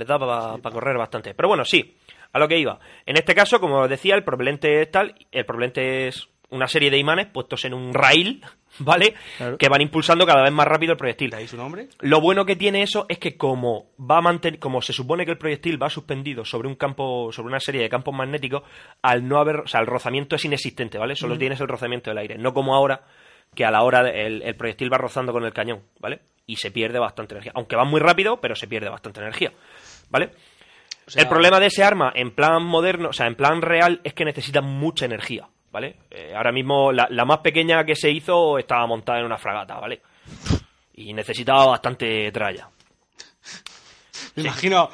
[SPEAKER 4] correr bastante. Pero bueno, sí, a lo que iba. En este caso, como os decía, el propelente es tal, el propelente es una serie de imanes puestos en un rail, ¿vale?
[SPEAKER 8] Claro.
[SPEAKER 4] Que van impulsando cada vez más rápido el proyectil.
[SPEAKER 6] ¿De ahí su nombre?
[SPEAKER 4] Lo bueno que tiene eso es que como va a manten- como se supone que el proyectil va suspendido sobre un campo, sobre una serie de campos magnéticos, al no haber, o sea, el rozamiento es inexistente, ¿vale? Solo tienes el rozamiento del aire, no como ahora que a la hora de- el, el proyectil va rozando con el cañón, ¿vale? Y se pierde bastante energía, aunque va muy rápido, pero se pierde bastante energía, ¿vale? el problema de ese arma en plan moderno, o sea, en plan real, es que necesita mucha energía, ¿vale? Eh, ahora mismo la, la más pequeña que se hizo estaba montada en una fragata, ¿vale? Y necesitaba bastante tralla.
[SPEAKER 6] Me imagino.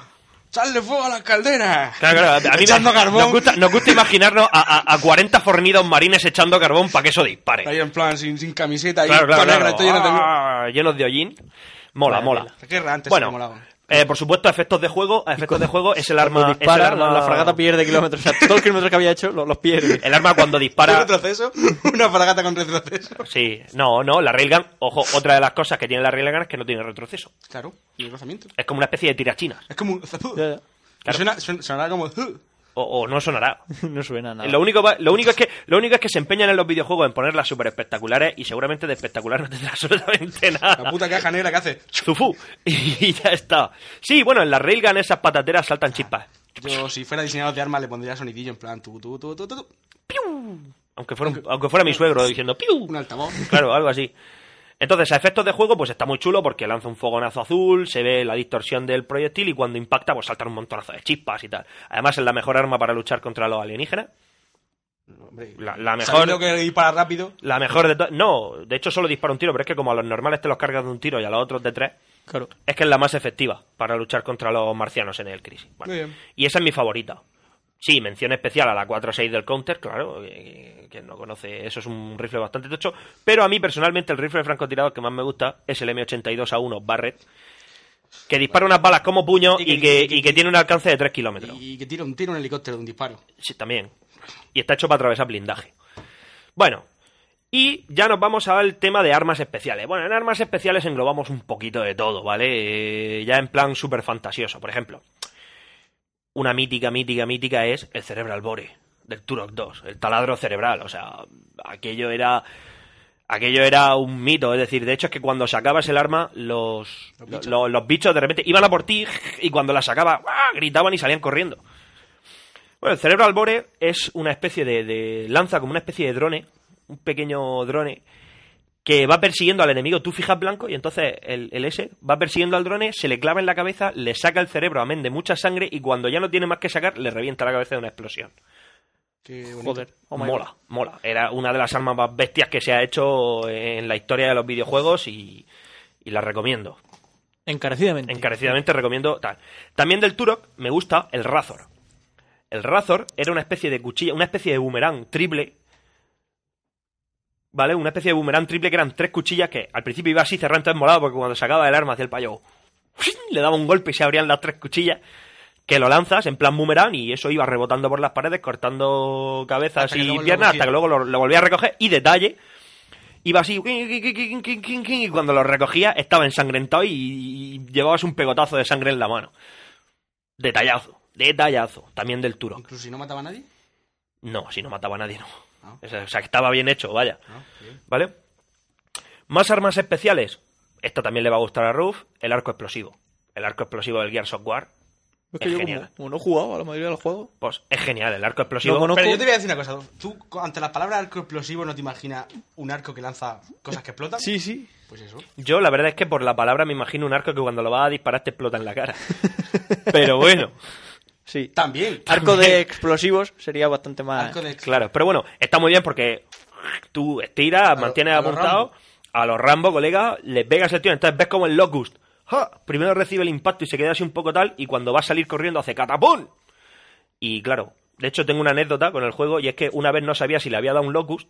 [SPEAKER 6] ¡Echarle fuego a las calderas!
[SPEAKER 4] Claro, claro, a mí me-
[SPEAKER 6] Echando carbón.
[SPEAKER 4] Nos gusta, nos gusta imaginarnos a, a- a 40 fornidos marines echando carbón para que eso dispare.
[SPEAKER 6] Ahí en plan, sin, sin camiseta, ahí
[SPEAKER 4] Claro, claro,
[SPEAKER 6] toda negra,
[SPEAKER 4] claro.
[SPEAKER 6] todo lleno de luz.
[SPEAKER 4] Ah, llenos de hollín. Mola,
[SPEAKER 6] Vaya
[SPEAKER 4] mola.
[SPEAKER 6] tela. Qué rante, sí, como la
[SPEAKER 4] bueno,
[SPEAKER 6] hago.
[SPEAKER 4] eh, por supuesto, efectos de juego, a efectos de juego es el arma,
[SPEAKER 8] Cuando
[SPEAKER 4] es el
[SPEAKER 8] dispara,
[SPEAKER 4] arma,
[SPEAKER 8] la, la fragata pierde kilómetros. O sea, todos los kilómetros que había hecho lo- los, pierde.
[SPEAKER 4] el arma cuando
[SPEAKER 6] ¿Un
[SPEAKER 4] dispara.
[SPEAKER 6] retroceso? Una fragata con retroceso.
[SPEAKER 4] Sí, no, no, la railgun, ojo, otra de las cosas que tiene la railgun es que no tiene retroceso.
[SPEAKER 6] Claro, y el rozamiento.
[SPEAKER 4] Es como una especie de tirachinas.
[SPEAKER 6] Es como un. zapu.
[SPEAKER 8] Ya, ya.
[SPEAKER 4] Claro.
[SPEAKER 6] Suena, suena- sonará como. "Huh".
[SPEAKER 4] O, o no sonará.
[SPEAKER 8] No suena a nada.
[SPEAKER 4] Lo único, va- lo, único es que, lo único es que se empeñan en los videojuegos en ponerlas súper espectaculares y seguramente de espectacular no tendrá absolutamente nada.
[SPEAKER 6] La puta caja negra que hace.
[SPEAKER 4] Zufú. Y ya está. Sí, bueno, en la railgun esas patateras saltan chispas.
[SPEAKER 6] Yo, si fuera diseñador de armas, le pondría sonidillo en plan. Tu, tu, tu, tu, tu, tu.
[SPEAKER 4] Aunque fuera, un- aunque fuera mi suegro diciendo ¡piu!
[SPEAKER 6] Un altavoz.
[SPEAKER 4] Claro, algo así. Entonces, a efectos de juego, pues está muy chulo porque lanza un fogonazo azul, se ve la distorsión del proyectil y cuando impacta, pues saltan un montonazo de chispas y tal. Además, es la mejor arma para luchar contra los alienígenas.
[SPEAKER 6] Hombre,
[SPEAKER 4] La, la mejor.
[SPEAKER 6] sabiendo que dispara rápido.
[SPEAKER 4] La mejor de todas. No, de hecho solo dispara un tiro, pero es que como a los normales te los cargas de un tiro y a los otros de tres,
[SPEAKER 8] Claro.
[SPEAKER 4] es que es la más efectiva para luchar contra los marcianos en el crisis. Bueno,
[SPEAKER 6] Muy bien.
[SPEAKER 4] Y esa es mi favorita. Sí, mención especial a la 4.6 del Counter, claro, eh, quien no conoce, eso es un rifle bastante tocho, pero a mí personalmente el rifle de francotirador que más me gusta es el M82A1 Barrett, que dispara unas balas como puño
[SPEAKER 6] Y que-
[SPEAKER 4] y que,
[SPEAKER 6] y que-
[SPEAKER 4] y que tiene un alcance de 3 kilómetros.
[SPEAKER 6] Y que tira un tiro un helicóptero de un disparo.
[SPEAKER 4] Sí, también. Y está hecho para atravesar blindaje. Bueno, y ya nos vamos al tema de armas especiales. Bueno, en armas especiales englobamos un poquito de todo, ¿vale? Eh, ya en plan súper fantasioso. Por ejemplo, una mítica, mítica, mítica es el Cerebral Bore del Turok 2, el taladro cerebral. O sea, aquello era Aquello era un mito, es decir, de hecho es que cuando sacabas el arma, los, lo- lo- los, bichos. de repente iban a por ti y cuando la sacaba, ¡guau!, gritaban y salían corriendo. Bueno, el cerebro albore es una especie de, de- lanza como una especie de drone, un pequeño drone que va persiguiendo al enemigo. Tú fijas blanco y entonces el, el S va persiguiendo al drone, se le clava en la cabeza, le saca el cerebro, amén de mucha sangre y cuando ya no tiene más que sacar, le revienta la cabeza de una explosión.
[SPEAKER 8] Joder. Oh my God.
[SPEAKER 4] mola, mola. Era una de las armas más bestias que se ha hecho en la historia de los videojuegos y, y la recomiendo.
[SPEAKER 8] Encarecidamente.
[SPEAKER 4] Encarecidamente recomiendo tal. También del Turok me gusta el Razor. El Razor era una especie de cuchilla, una especie de boomerang triple. ¿Vale? Una especie de boomerang triple que eran tres cuchillas que al principio iba así cerrando entonces molado porque cuando sacaba el arma hacía el payo. Le daba un golpe y se abrían las tres cuchillas. Que lo lanzas en plan boomerang y eso iba rebotando por las paredes, cortando cabezas
[SPEAKER 6] Hasta que luego
[SPEAKER 4] y
[SPEAKER 6] lo
[SPEAKER 4] piernas
[SPEAKER 6] cogía.
[SPEAKER 4] hasta que luego lo, lo volvía a recoger. Y detalle, iba así, quin, quin, quin, quin, quin, quin, quin, y cuando lo recogía estaba ensangrentado y, y llevabas un pegotazo de sangre en la mano. Detallazo, detallazo. También del Turok.
[SPEAKER 6] Incluso si no mataba a nadie.
[SPEAKER 4] No, si no mataba a nadie, no.
[SPEAKER 8] Ah.
[SPEAKER 6] No.
[SPEAKER 4] O sea, o sea, que estaba bien hecho, vaya.
[SPEAKER 6] ¿no? Bien.
[SPEAKER 4] ¿Vale? Más armas especiales. Esta también le va a gustar a Ruf. El arco explosivo. El arco explosivo del Gear Software.
[SPEAKER 8] Es
[SPEAKER 4] Es
[SPEAKER 8] que yo
[SPEAKER 4] genial.
[SPEAKER 8] como, como no he jugado a la mayoría del juego.
[SPEAKER 4] Pues es genial, el arco explosivo.
[SPEAKER 8] Lo conozco.
[SPEAKER 6] Pero yo te voy a decir una cosa. Tú, co- ante la palabra arco explosivo, ¿no te imaginas un arco que lanza cosas que explotan?
[SPEAKER 8] Sí, sí.
[SPEAKER 6] Pues eso.
[SPEAKER 4] Yo la verdad es que por la palabra me imagino un arco que cuando lo vas a disparar te explota en la cara. Pero bueno.
[SPEAKER 8] Sí.
[SPEAKER 6] También.
[SPEAKER 8] Arco de explosivos sería bastante más.
[SPEAKER 6] Arco de
[SPEAKER 4] Ah, Claro, pero bueno, está muy bien porque tú estiras,
[SPEAKER 6] lo-
[SPEAKER 4] mantienes
[SPEAKER 6] a lo
[SPEAKER 4] apuntado
[SPEAKER 6] Rambo.
[SPEAKER 4] a los Rambo, colega, le pegas el tío, entonces ves como el Locust. ¡ja! Primero recibe el impacto y se queda así un poco tal, y cuando va a salir corriendo hace catapum. Y claro, de hecho tengo una anécdota con el juego y es que una vez no sabía si le había dado un Locust.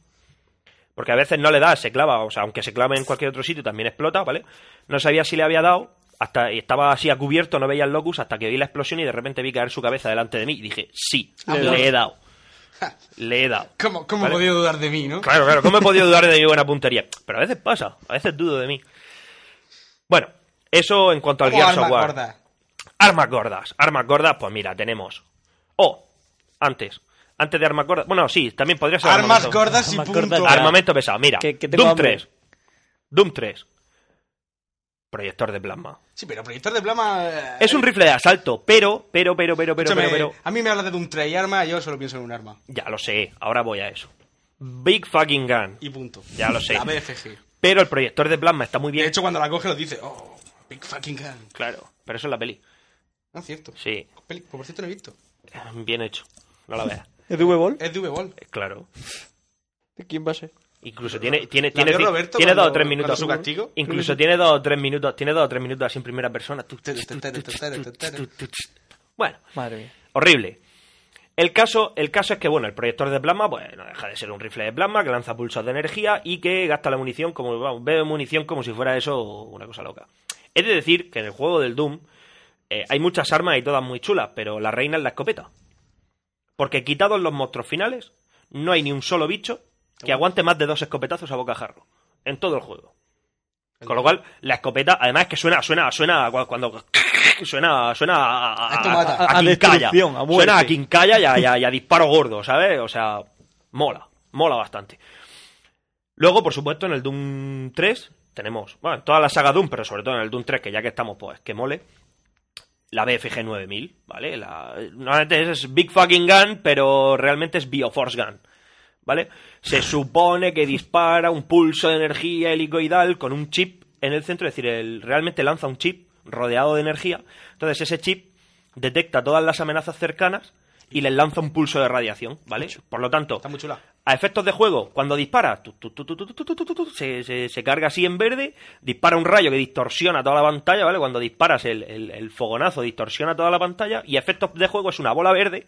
[SPEAKER 4] Porque a veces no le da, se clava, o sea, aunque se clave en cualquier otro sitio también explota, ¿vale? No sabía si le había dado, hasta y estaba así a cubierto, no veía el locus, hasta que oí la explosión y de repente vi caer su cabeza delante de mí y dije, sí,
[SPEAKER 6] Le he
[SPEAKER 4] le
[SPEAKER 6] dado.
[SPEAKER 4] he dado. Le he dado.
[SPEAKER 6] ¿Cómo, cómo
[SPEAKER 4] Vale.
[SPEAKER 6] he podido dudar de mí, no?
[SPEAKER 4] Claro, claro, ¿cómo he podido dudar de mi buena puntería? Pero a veces pasa, a veces dudo de mí. Bueno, eso en cuanto al
[SPEAKER 6] O
[SPEAKER 4] Gears
[SPEAKER 6] armas
[SPEAKER 4] of War.
[SPEAKER 6] gordas.
[SPEAKER 4] Armas gordas. Armas gordas, pues mira, tenemos. Oh, antes. Antes de armas gordas. Bueno, sí, también podría ser.
[SPEAKER 6] Armas
[SPEAKER 4] armamento.
[SPEAKER 6] gordas y
[SPEAKER 8] Armas
[SPEAKER 6] punto.
[SPEAKER 8] gordas.
[SPEAKER 6] Arma-
[SPEAKER 4] Armamento pesado, mira.
[SPEAKER 8] Que- que tengo
[SPEAKER 4] Doom
[SPEAKER 8] hambre.
[SPEAKER 4] 3. Doom 3. Proyector de plasma.
[SPEAKER 6] Sí, pero proyector de plasma... eh,
[SPEAKER 4] Es un rifle de asalto, pero, pero, pero, pero, pero,
[SPEAKER 6] escúchame,
[SPEAKER 4] pero, pero.
[SPEAKER 6] A mí me hablas de un tray arma, yo solo pienso en un arma.
[SPEAKER 4] Ya lo sé, ahora voy a eso. Big fucking gun.
[SPEAKER 6] Y punto.
[SPEAKER 4] Ya lo sé.
[SPEAKER 6] La BFG.
[SPEAKER 4] Pero el proyector de plasma está muy
[SPEAKER 6] De
[SPEAKER 4] bien.
[SPEAKER 6] hecho, cuando la coge, lo dice. Oh, big fucking gun.
[SPEAKER 4] Claro, pero eso es la peli.
[SPEAKER 6] No es cierto.
[SPEAKER 4] Sí,
[SPEAKER 6] Peli- Por cierto, no he visto.
[SPEAKER 4] bien hecho. No la veas.
[SPEAKER 8] ¿Es de V-Ball?
[SPEAKER 6] Es de V-Ball.
[SPEAKER 4] Eh, Claro.
[SPEAKER 8] ¿De quién va a ser?
[SPEAKER 4] Incluso tiene, tiene,
[SPEAKER 6] ¿La
[SPEAKER 4] tiene,
[SPEAKER 6] vio
[SPEAKER 4] ci-
[SPEAKER 6] Roberto
[SPEAKER 4] tiene dos o
[SPEAKER 6] cuando-
[SPEAKER 4] tres
[SPEAKER 6] cuando
[SPEAKER 4] minutos.
[SPEAKER 6] su castigo?
[SPEAKER 4] Incluso tiene dos o tres minutos. Tiene dos o tres minutos así en primera persona. Tu, tu,
[SPEAKER 6] Tere,
[SPEAKER 4] tu,
[SPEAKER 6] tere,
[SPEAKER 4] tu,
[SPEAKER 6] tere,
[SPEAKER 4] tu,
[SPEAKER 6] tere.
[SPEAKER 4] tu, tu, tu. Bueno,
[SPEAKER 8] Madre mía.
[SPEAKER 4] horrible. El caso, el caso es que, bueno, el proyector de plasma, pues no deja de ser un rifle de plasma que lanza pulsos de energía y que gasta la munición como, vamos, bebe munición como si fuera eso una cosa loca. Es de decir que en el juego del Doom eh, hay muchas armas y todas muy chulas, pero la reina es la escopeta. Porque quitados los monstruos finales, no hay ni un solo bicho que aguante más de dos escopetazos a bocajarro. En todo el juego. Con lo cual, la escopeta, además es que suena, suena, suena cu- cuando. Suena, suena a. a-
[SPEAKER 6] Esto mata.
[SPEAKER 4] a- a
[SPEAKER 8] A
[SPEAKER 4] quincalla.
[SPEAKER 8] destrucción, a muerte.
[SPEAKER 4] Suena a quincalla y a, y a- y a disparo gordo, ¿sabes? O sea, mola, mola bastante. Luego, por supuesto, en el Doom 3 tenemos, bueno, en toda la saga Doom, pero sobre todo en el Doom 3, que ya que estamos, pues, que mole la BFG 9000, ¿vale? La, normalmente es Big Fucking Gun, pero realmente es Bioforce Gun, ¿vale? Se supone que dispara un pulso de energía helicoidal con un chip en el centro, es decir, el- realmente lanza un chip rodeado de energía. Entonces ese chip detecta todas las amenazas cercanas y les lanza un pulso de radiación, ¿vale? Por lo tanto,
[SPEAKER 6] Está muy chula.
[SPEAKER 4] a efectos de juego, cuando dispara, tu, tu, tu, tu, tu, tu, tu, tu, tu, tu, se, se- se carga así en verde, dispara un rayo que distorsiona toda la pantalla, ¿vale? Cuando disparas el, el- el fogonazo distorsiona toda la pantalla y a efectos de juego es una bola verde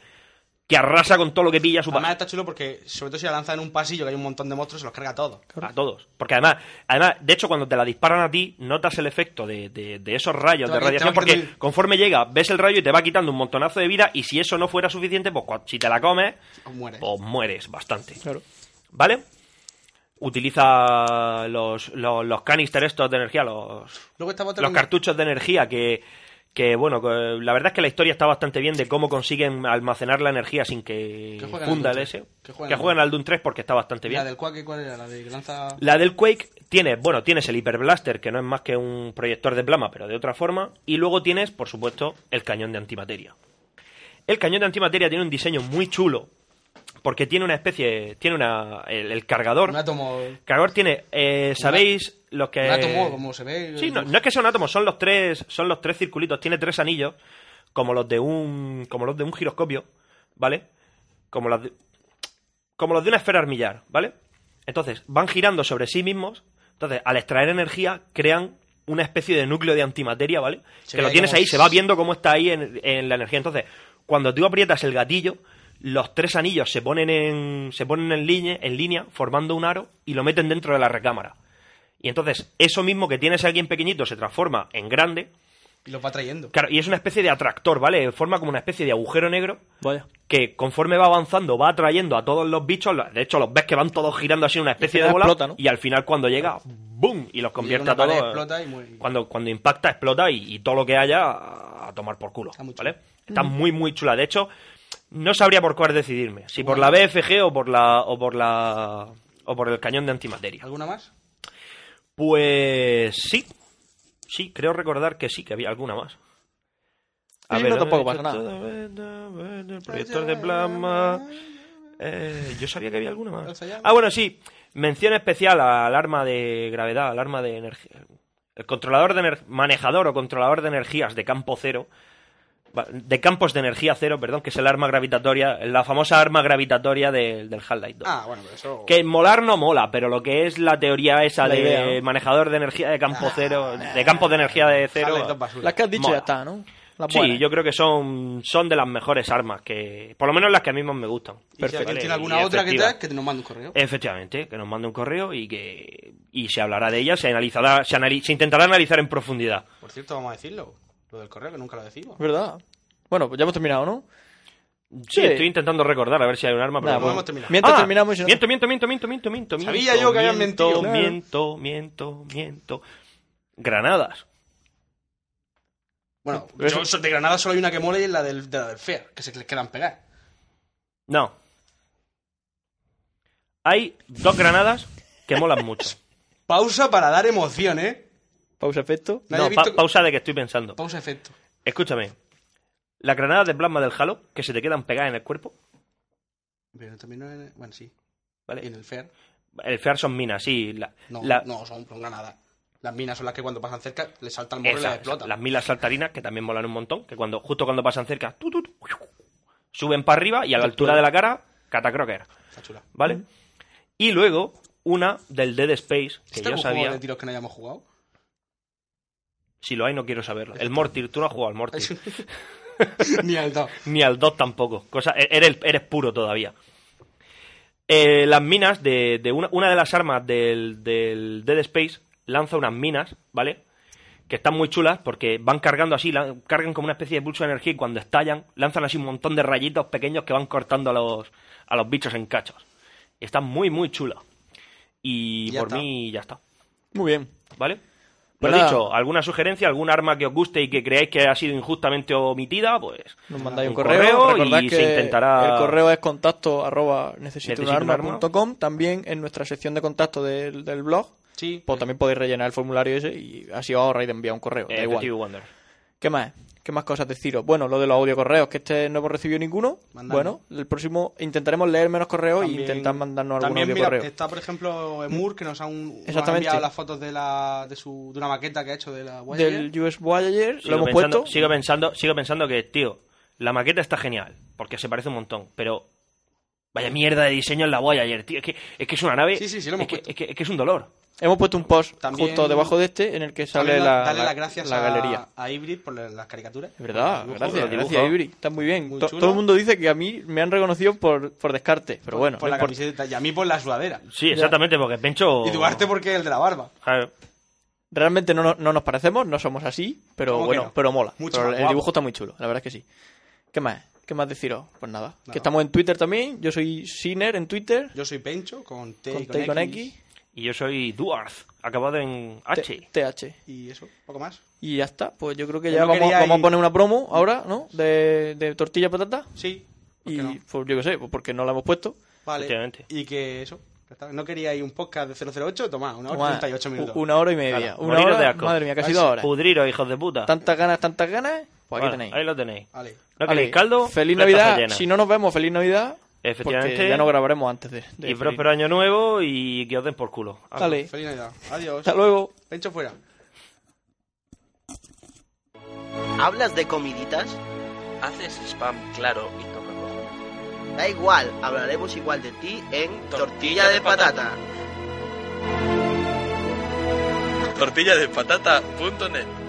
[SPEAKER 4] que arrasa con todo lo que pilla a su
[SPEAKER 6] Además,
[SPEAKER 4] paso.
[SPEAKER 6] está chulo porque, sobre todo si la lanzan en un pasillo que hay un montón de monstruos, se los carga todos.
[SPEAKER 4] A todos. Porque además, además, de hecho, cuando te la disparan a ti, notas el efecto de, de- de esos rayos
[SPEAKER 6] Te
[SPEAKER 4] de
[SPEAKER 6] va- te va
[SPEAKER 4] radiación.
[SPEAKER 6] quitando
[SPEAKER 4] Porque
[SPEAKER 6] el-
[SPEAKER 4] conforme llega, ves el rayo y te va quitando un montonazo de vida. Y si eso no fuera suficiente, pues cua- si te la comes,
[SPEAKER 6] O mueres.
[SPEAKER 4] pues mueres bastante.
[SPEAKER 8] Claro.
[SPEAKER 4] ¿Vale? Utiliza los, los, los canister estos de energía, los,
[SPEAKER 6] Luego estaba otra
[SPEAKER 4] los
[SPEAKER 6] con-
[SPEAKER 4] cartuchos de energía que, Que bueno, que la verdad es que la historia está bastante bien de cómo consiguen almacenar la energía sin que,
[SPEAKER 6] Que jueguen al
[SPEAKER 4] funda el
[SPEAKER 6] Doom
[SPEAKER 4] S.
[SPEAKER 6] 3.
[SPEAKER 4] Que
[SPEAKER 6] Que
[SPEAKER 4] juegan,
[SPEAKER 6] jueguen
[SPEAKER 4] que
[SPEAKER 6] al
[SPEAKER 4] jueguen al Doom 3 porque está bastante bien.
[SPEAKER 6] ¿La del Quake cuál era? ¿La de que lanza...?
[SPEAKER 4] La del Quake tiene, bueno, tienes el Hyper Blaster, que no es más que un proyector de plasma, pero de otra forma. Y luego tienes, por supuesto, el cañón de antimateria. El cañón de antimateria tiene un diseño muy chulo, porque tiene una especie, tiene una, el, el cargador.
[SPEAKER 6] Un átomo...
[SPEAKER 4] El cargador tiene, eh, ¿sabéis? Los que...
[SPEAKER 6] Un átomo, como se ve...
[SPEAKER 4] Sí, no, no es que sea un átomo, son los tres, son los tres circulitos, tiene tres anillos, como los de un, como los de un giroscopio, ¿vale? Como los de, como los de una esfera armillar, ¿vale? Entonces, van girando sobre sí mismos, entonces, al extraer energía, crean una especie de núcleo de antimateria, ¿vale?
[SPEAKER 6] Se
[SPEAKER 4] que
[SPEAKER 6] ve
[SPEAKER 4] lo
[SPEAKER 6] ahí
[SPEAKER 4] tienes
[SPEAKER 6] como-
[SPEAKER 4] ahí, se va viendo cómo está ahí en, en la energía. Entonces, cuando tú aprietas el gatillo, los tres anillos se ponen en, se ponen en línea, en línea, formando un aro, y lo meten dentro de la recámara. Y entonces, eso mismo que tienes aquí en pequeñito se transforma en grande.
[SPEAKER 6] Y los va trayendo.
[SPEAKER 4] Claro, y es una especie de atractor, ¿vale? Forma como una especie de agujero negro
[SPEAKER 1] Vaya.
[SPEAKER 4] que conforme va avanzando va atrayendo a todos los bichos. Los- De hecho, los ves que van todos girando así en una especie
[SPEAKER 1] al final
[SPEAKER 4] de bola.
[SPEAKER 1] explota, ¿no?
[SPEAKER 4] Y al final cuando llega, ¡boom! Y los convierte
[SPEAKER 6] una
[SPEAKER 4] a todos.
[SPEAKER 6] pared, explota y muere.
[SPEAKER 4] Cuando, cuando impacta, explota y, y todo lo que haya a tomar por culo.
[SPEAKER 6] Está muy
[SPEAKER 4] ¿vale?
[SPEAKER 6] chula.
[SPEAKER 4] Está muy, muy chula. De hecho, no sabría por cuál decidirme. Si por la BFG o por la. o por la. o por el cañón de antimateria.
[SPEAKER 6] ¿Alguna más?
[SPEAKER 4] Pues sí. Sí, creo recordar que sí, que había alguna más.
[SPEAKER 1] Sí, no, tampoco pasa nada.
[SPEAKER 4] El proyector de plasma. Eh, yo sabía que había alguna más.
[SPEAKER 6] Lanza llamas.
[SPEAKER 4] Ah, bueno, sí. Mención especial al arma de gravedad, al arma de energía. El controlador de ener- manejador o controlador de energías de campo cero. va- De campos de energía cero, perdón, que es el arma gravitatoria, la famosa arma gravitatoria del del Half-Life 2.
[SPEAKER 6] Ah, bueno, pero eso...
[SPEAKER 4] Que molar no mola, pero lo que es la teoría esa
[SPEAKER 1] La
[SPEAKER 4] de
[SPEAKER 1] idea, ¿no?
[SPEAKER 4] manejador de energía de campo cero, de campo de energía de
[SPEAKER 6] Half-Life
[SPEAKER 4] cero.
[SPEAKER 6] 2 basura.
[SPEAKER 1] Las que has dicho
[SPEAKER 4] Mola.
[SPEAKER 1] ya está, ¿no? Las
[SPEAKER 4] Sí,
[SPEAKER 1] buenas.
[SPEAKER 4] yo creo que son, son de las mejores armas, que por lo menos las que a mí más me gustan.
[SPEAKER 6] Y si alguien
[SPEAKER 4] Vale,
[SPEAKER 6] tiene
[SPEAKER 4] y
[SPEAKER 6] alguna otra que
[SPEAKER 4] efectiva. Eh.
[SPEAKER 6] tal, que te nos mande un correo.
[SPEAKER 4] Efectivamente, que nos mande un correo y que y se hablará de ella, se analizará, se, anali- se intentará analizar en profundidad.
[SPEAKER 6] Por cierto, vamos a decirlo. Lo del correo, que nunca lo decimos.
[SPEAKER 1] Es verdad. Bueno, pues ya hemos terminado, ¿no? Sí.
[SPEAKER 4] Sí, estoy intentando recordar a ver si hay un arma, pero
[SPEAKER 1] Nada,
[SPEAKER 4] no.
[SPEAKER 1] pues,
[SPEAKER 6] hemos terminado.
[SPEAKER 1] Mientras
[SPEAKER 4] Ah,
[SPEAKER 1] terminamos... y si no-
[SPEAKER 4] Miento, miento, miento, miento, miento, miento.
[SPEAKER 6] Sabía
[SPEAKER 4] miento,
[SPEAKER 6] yo que habían
[SPEAKER 4] miento,
[SPEAKER 6] mentido.
[SPEAKER 1] Claro.
[SPEAKER 4] Miento, miento, miento. Granadas.
[SPEAKER 6] Bueno,
[SPEAKER 1] Pero
[SPEAKER 6] yo, de Granada solo hay una que mola y es la del, de la del Fair, que se les quedan pegadas.
[SPEAKER 4] No. Hay dos granadas que molan mucho.
[SPEAKER 6] Pausa para dar emoción, ¿eh?
[SPEAKER 1] Pausa efecto.
[SPEAKER 6] Nadie
[SPEAKER 4] No,
[SPEAKER 6] ha visto
[SPEAKER 4] pa-
[SPEAKER 6] que-
[SPEAKER 4] pausa de que estoy pensando.
[SPEAKER 6] Pausa efecto.
[SPEAKER 4] Escúchame. Las granadas de plasma del Halo, que se te quedan pegadas en el cuerpo.
[SPEAKER 6] Pero también no en- Bueno, sí. Y en
[SPEAKER 4] ¿vale?
[SPEAKER 6] el Fair.
[SPEAKER 4] El FEAR son minas, sí. la-
[SPEAKER 6] No,
[SPEAKER 4] la-
[SPEAKER 6] no, son, son granadas. Las minas son las que cuando pasan cerca le salta el morro y
[SPEAKER 4] esas,
[SPEAKER 6] las explotan.
[SPEAKER 4] las milas saltarinas, que también molan un montón, que cuando justo cuando pasan cerca, tu, tu, tu, suben para arriba y a la altura de la cara, catacroker.
[SPEAKER 6] Está chula.
[SPEAKER 4] ¿Vale? Y luego, una del Dead Space, que
[SPEAKER 6] ¿Este
[SPEAKER 4] yo
[SPEAKER 6] es un juego
[SPEAKER 4] sabía.
[SPEAKER 6] de tiros que no hayamos jugado?
[SPEAKER 4] Si lo hay, no quiero saberlo.
[SPEAKER 6] Este
[SPEAKER 4] El Mortir, tú no has jugado al Mortir.
[SPEAKER 6] Ni al 2.
[SPEAKER 4] ni al 2 tampoco. Cosa, e- eres, eres puro todavía. Eh, las minas de, de una, una de las armas del, del Dead Space lanza unas minas, ¿vale? Que están muy chulas porque van cargando así, la- cargan como una especie de pulso de energía y cuando estallan lanzan así un montón de rayitos pequeños que van cortando a los, a los bichos en cachos. Y están muy, muy chulas. Y
[SPEAKER 6] Ya
[SPEAKER 4] por
[SPEAKER 6] está.
[SPEAKER 4] mí ya está,
[SPEAKER 1] Muy bien.
[SPEAKER 4] ¿vale?
[SPEAKER 1] Pues
[SPEAKER 4] Lo
[SPEAKER 1] nada.
[SPEAKER 4] dicho, alguna sugerencia, algún arma que os guste y que creáis que ha sido injustamente omitida, pues
[SPEAKER 1] Nos mandáis un
[SPEAKER 4] un
[SPEAKER 1] correo,
[SPEAKER 4] correo
[SPEAKER 1] recordad
[SPEAKER 4] y
[SPEAKER 1] que
[SPEAKER 4] se intentará-
[SPEAKER 1] el correo es contacto arroba necesito un arma
[SPEAKER 4] Necesito un arma.
[SPEAKER 1] punto com. también en nuestra sección de contacto del, del blog
[SPEAKER 6] Sí.
[SPEAKER 1] pues también podéis rellenar el formulario ese y así os ahorráis de enviar un correo, da
[SPEAKER 4] Effective
[SPEAKER 1] igual.
[SPEAKER 4] Wonder.
[SPEAKER 1] ¿Qué más? ¿Qué más cosas deciros? Bueno, lo de los audio correos, que este no hemos recibido ninguno.
[SPEAKER 6] Mandadnos.
[SPEAKER 1] Bueno, el próximo intentaremos leer menos correos
[SPEAKER 6] También-
[SPEAKER 1] e intentar mandarnos algún
[SPEAKER 6] también,
[SPEAKER 1] audio
[SPEAKER 6] mira,
[SPEAKER 1] correo.
[SPEAKER 6] está por ejemplo Emur que nos ha, un, nos ha
[SPEAKER 1] Exactamente.
[SPEAKER 6] enviado las fotos de la de, su, de una maqueta que ha hecho de la Voyager.
[SPEAKER 1] Del US Voyager,
[SPEAKER 4] Sigo
[SPEAKER 1] lo hemos
[SPEAKER 4] pensando,
[SPEAKER 1] puesto.
[SPEAKER 4] Sigo pensando, sigo pensando que, tío, la maqueta está genial, porque se parece un montón, pero vaya mierda de diseño en la Voyager, tío. Es que es, que es una nave.
[SPEAKER 6] Sí, sí, sí, lo hemos
[SPEAKER 4] es, que,
[SPEAKER 6] puesto.
[SPEAKER 4] es que- es que es un dolor.
[SPEAKER 1] Hemos puesto un post
[SPEAKER 6] También-
[SPEAKER 1] justo debajo de este en el que sale
[SPEAKER 6] También
[SPEAKER 1] la,
[SPEAKER 6] darle
[SPEAKER 1] la-
[SPEAKER 6] las gracias
[SPEAKER 1] la
[SPEAKER 6] a,
[SPEAKER 1] galería.
[SPEAKER 6] a Hybrid por la- las caricaturas.
[SPEAKER 1] Es verdad,
[SPEAKER 6] Por los dibujos,
[SPEAKER 1] gracias,
[SPEAKER 4] los
[SPEAKER 1] gracias
[SPEAKER 4] dibujos.
[SPEAKER 1] Ibri, está muy bien.
[SPEAKER 6] Muy
[SPEAKER 1] To-
[SPEAKER 6] chulo.
[SPEAKER 1] todo el mundo dice que a mí me han reconocido por, por descarte, pero bueno,
[SPEAKER 6] por
[SPEAKER 1] no
[SPEAKER 6] la
[SPEAKER 1] importa. Oh.
[SPEAKER 6] camiseta y a mí por la sudadera.
[SPEAKER 4] Sí, exactamente, porque Pencho.
[SPEAKER 6] Y Duarte porque el de la barba.
[SPEAKER 4] Claro.
[SPEAKER 1] realmente no, no- no nos parecemos, no somos así, pero
[SPEAKER 6] ¿Cómo que
[SPEAKER 1] bueno,
[SPEAKER 6] no?
[SPEAKER 1] pero mola.
[SPEAKER 6] Mucho
[SPEAKER 1] Pero
[SPEAKER 6] más
[SPEAKER 1] el
[SPEAKER 6] guapo.
[SPEAKER 1] dibujo está muy chulo, la verdad es que sí. ¿Qué más? ¿Qué más deciros? Pues nada, que
[SPEAKER 6] Nada.
[SPEAKER 1] estamos en Twitter también, yo soy Siner en Twitter,
[SPEAKER 6] Yo soy Pencho con T
[SPEAKER 1] con
[SPEAKER 6] y
[SPEAKER 1] T y con X.
[SPEAKER 4] Y yo soy Duarth, acabado en H.
[SPEAKER 1] T- TH.
[SPEAKER 6] ¿Y eso? ¿Poco más?
[SPEAKER 1] Y ya está. Pues yo creo que
[SPEAKER 6] Yo
[SPEAKER 1] ya
[SPEAKER 6] no
[SPEAKER 1] vamos,
[SPEAKER 6] quería
[SPEAKER 1] vamos
[SPEAKER 6] ir-
[SPEAKER 1] a poner una promo ahora, ¿no? De, de tortilla de patata.
[SPEAKER 6] Sí. ¿por
[SPEAKER 1] Y
[SPEAKER 6] qué no?
[SPEAKER 1] pues yo qué sé, pues porque no la hemos puesto.
[SPEAKER 6] Vale.
[SPEAKER 4] Efectivamente.
[SPEAKER 6] Y que eso. ya está. ¿No queríais un podcast de 008? Toma, una hora
[SPEAKER 1] Bueno,
[SPEAKER 6] y 38 minutos.
[SPEAKER 1] u- Una hora y media.
[SPEAKER 4] Ala,
[SPEAKER 1] una
[SPEAKER 4] moriros
[SPEAKER 1] hora,
[SPEAKER 4] de asco.
[SPEAKER 1] Madre mía, casi
[SPEAKER 6] Vais
[SPEAKER 1] dos horas.
[SPEAKER 4] Pudriros, hijos de puta.
[SPEAKER 1] Tantas ganas, tantas ganas. Pues aquí
[SPEAKER 4] Bueno,
[SPEAKER 1] tenéis.
[SPEAKER 4] Ahí lo tenéis.
[SPEAKER 6] Vale.
[SPEAKER 4] ¿No
[SPEAKER 1] Vale,
[SPEAKER 4] queréis caldo?
[SPEAKER 1] Feliz
[SPEAKER 4] Flecha
[SPEAKER 1] Navidad.
[SPEAKER 4] rellena.
[SPEAKER 1] Si no nos vemos, feliz Navidad.
[SPEAKER 4] Efectivamente.
[SPEAKER 1] Porque ya no grabaremos antes de. de
[SPEAKER 4] Y
[SPEAKER 1] feliz-
[SPEAKER 4] próspero año nuevo y que os den por culo. Ala.
[SPEAKER 1] Dale.
[SPEAKER 6] Feliz Navidad. Adiós.
[SPEAKER 1] Hasta luego.
[SPEAKER 6] Pencho fuera.
[SPEAKER 10] ¿Hablas de comiditas? Haces spam, claro, y toca cojones. Da igual, hablaremos igual de ti en Tortilla, de, patata.
[SPEAKER 11] tortillaspatata.net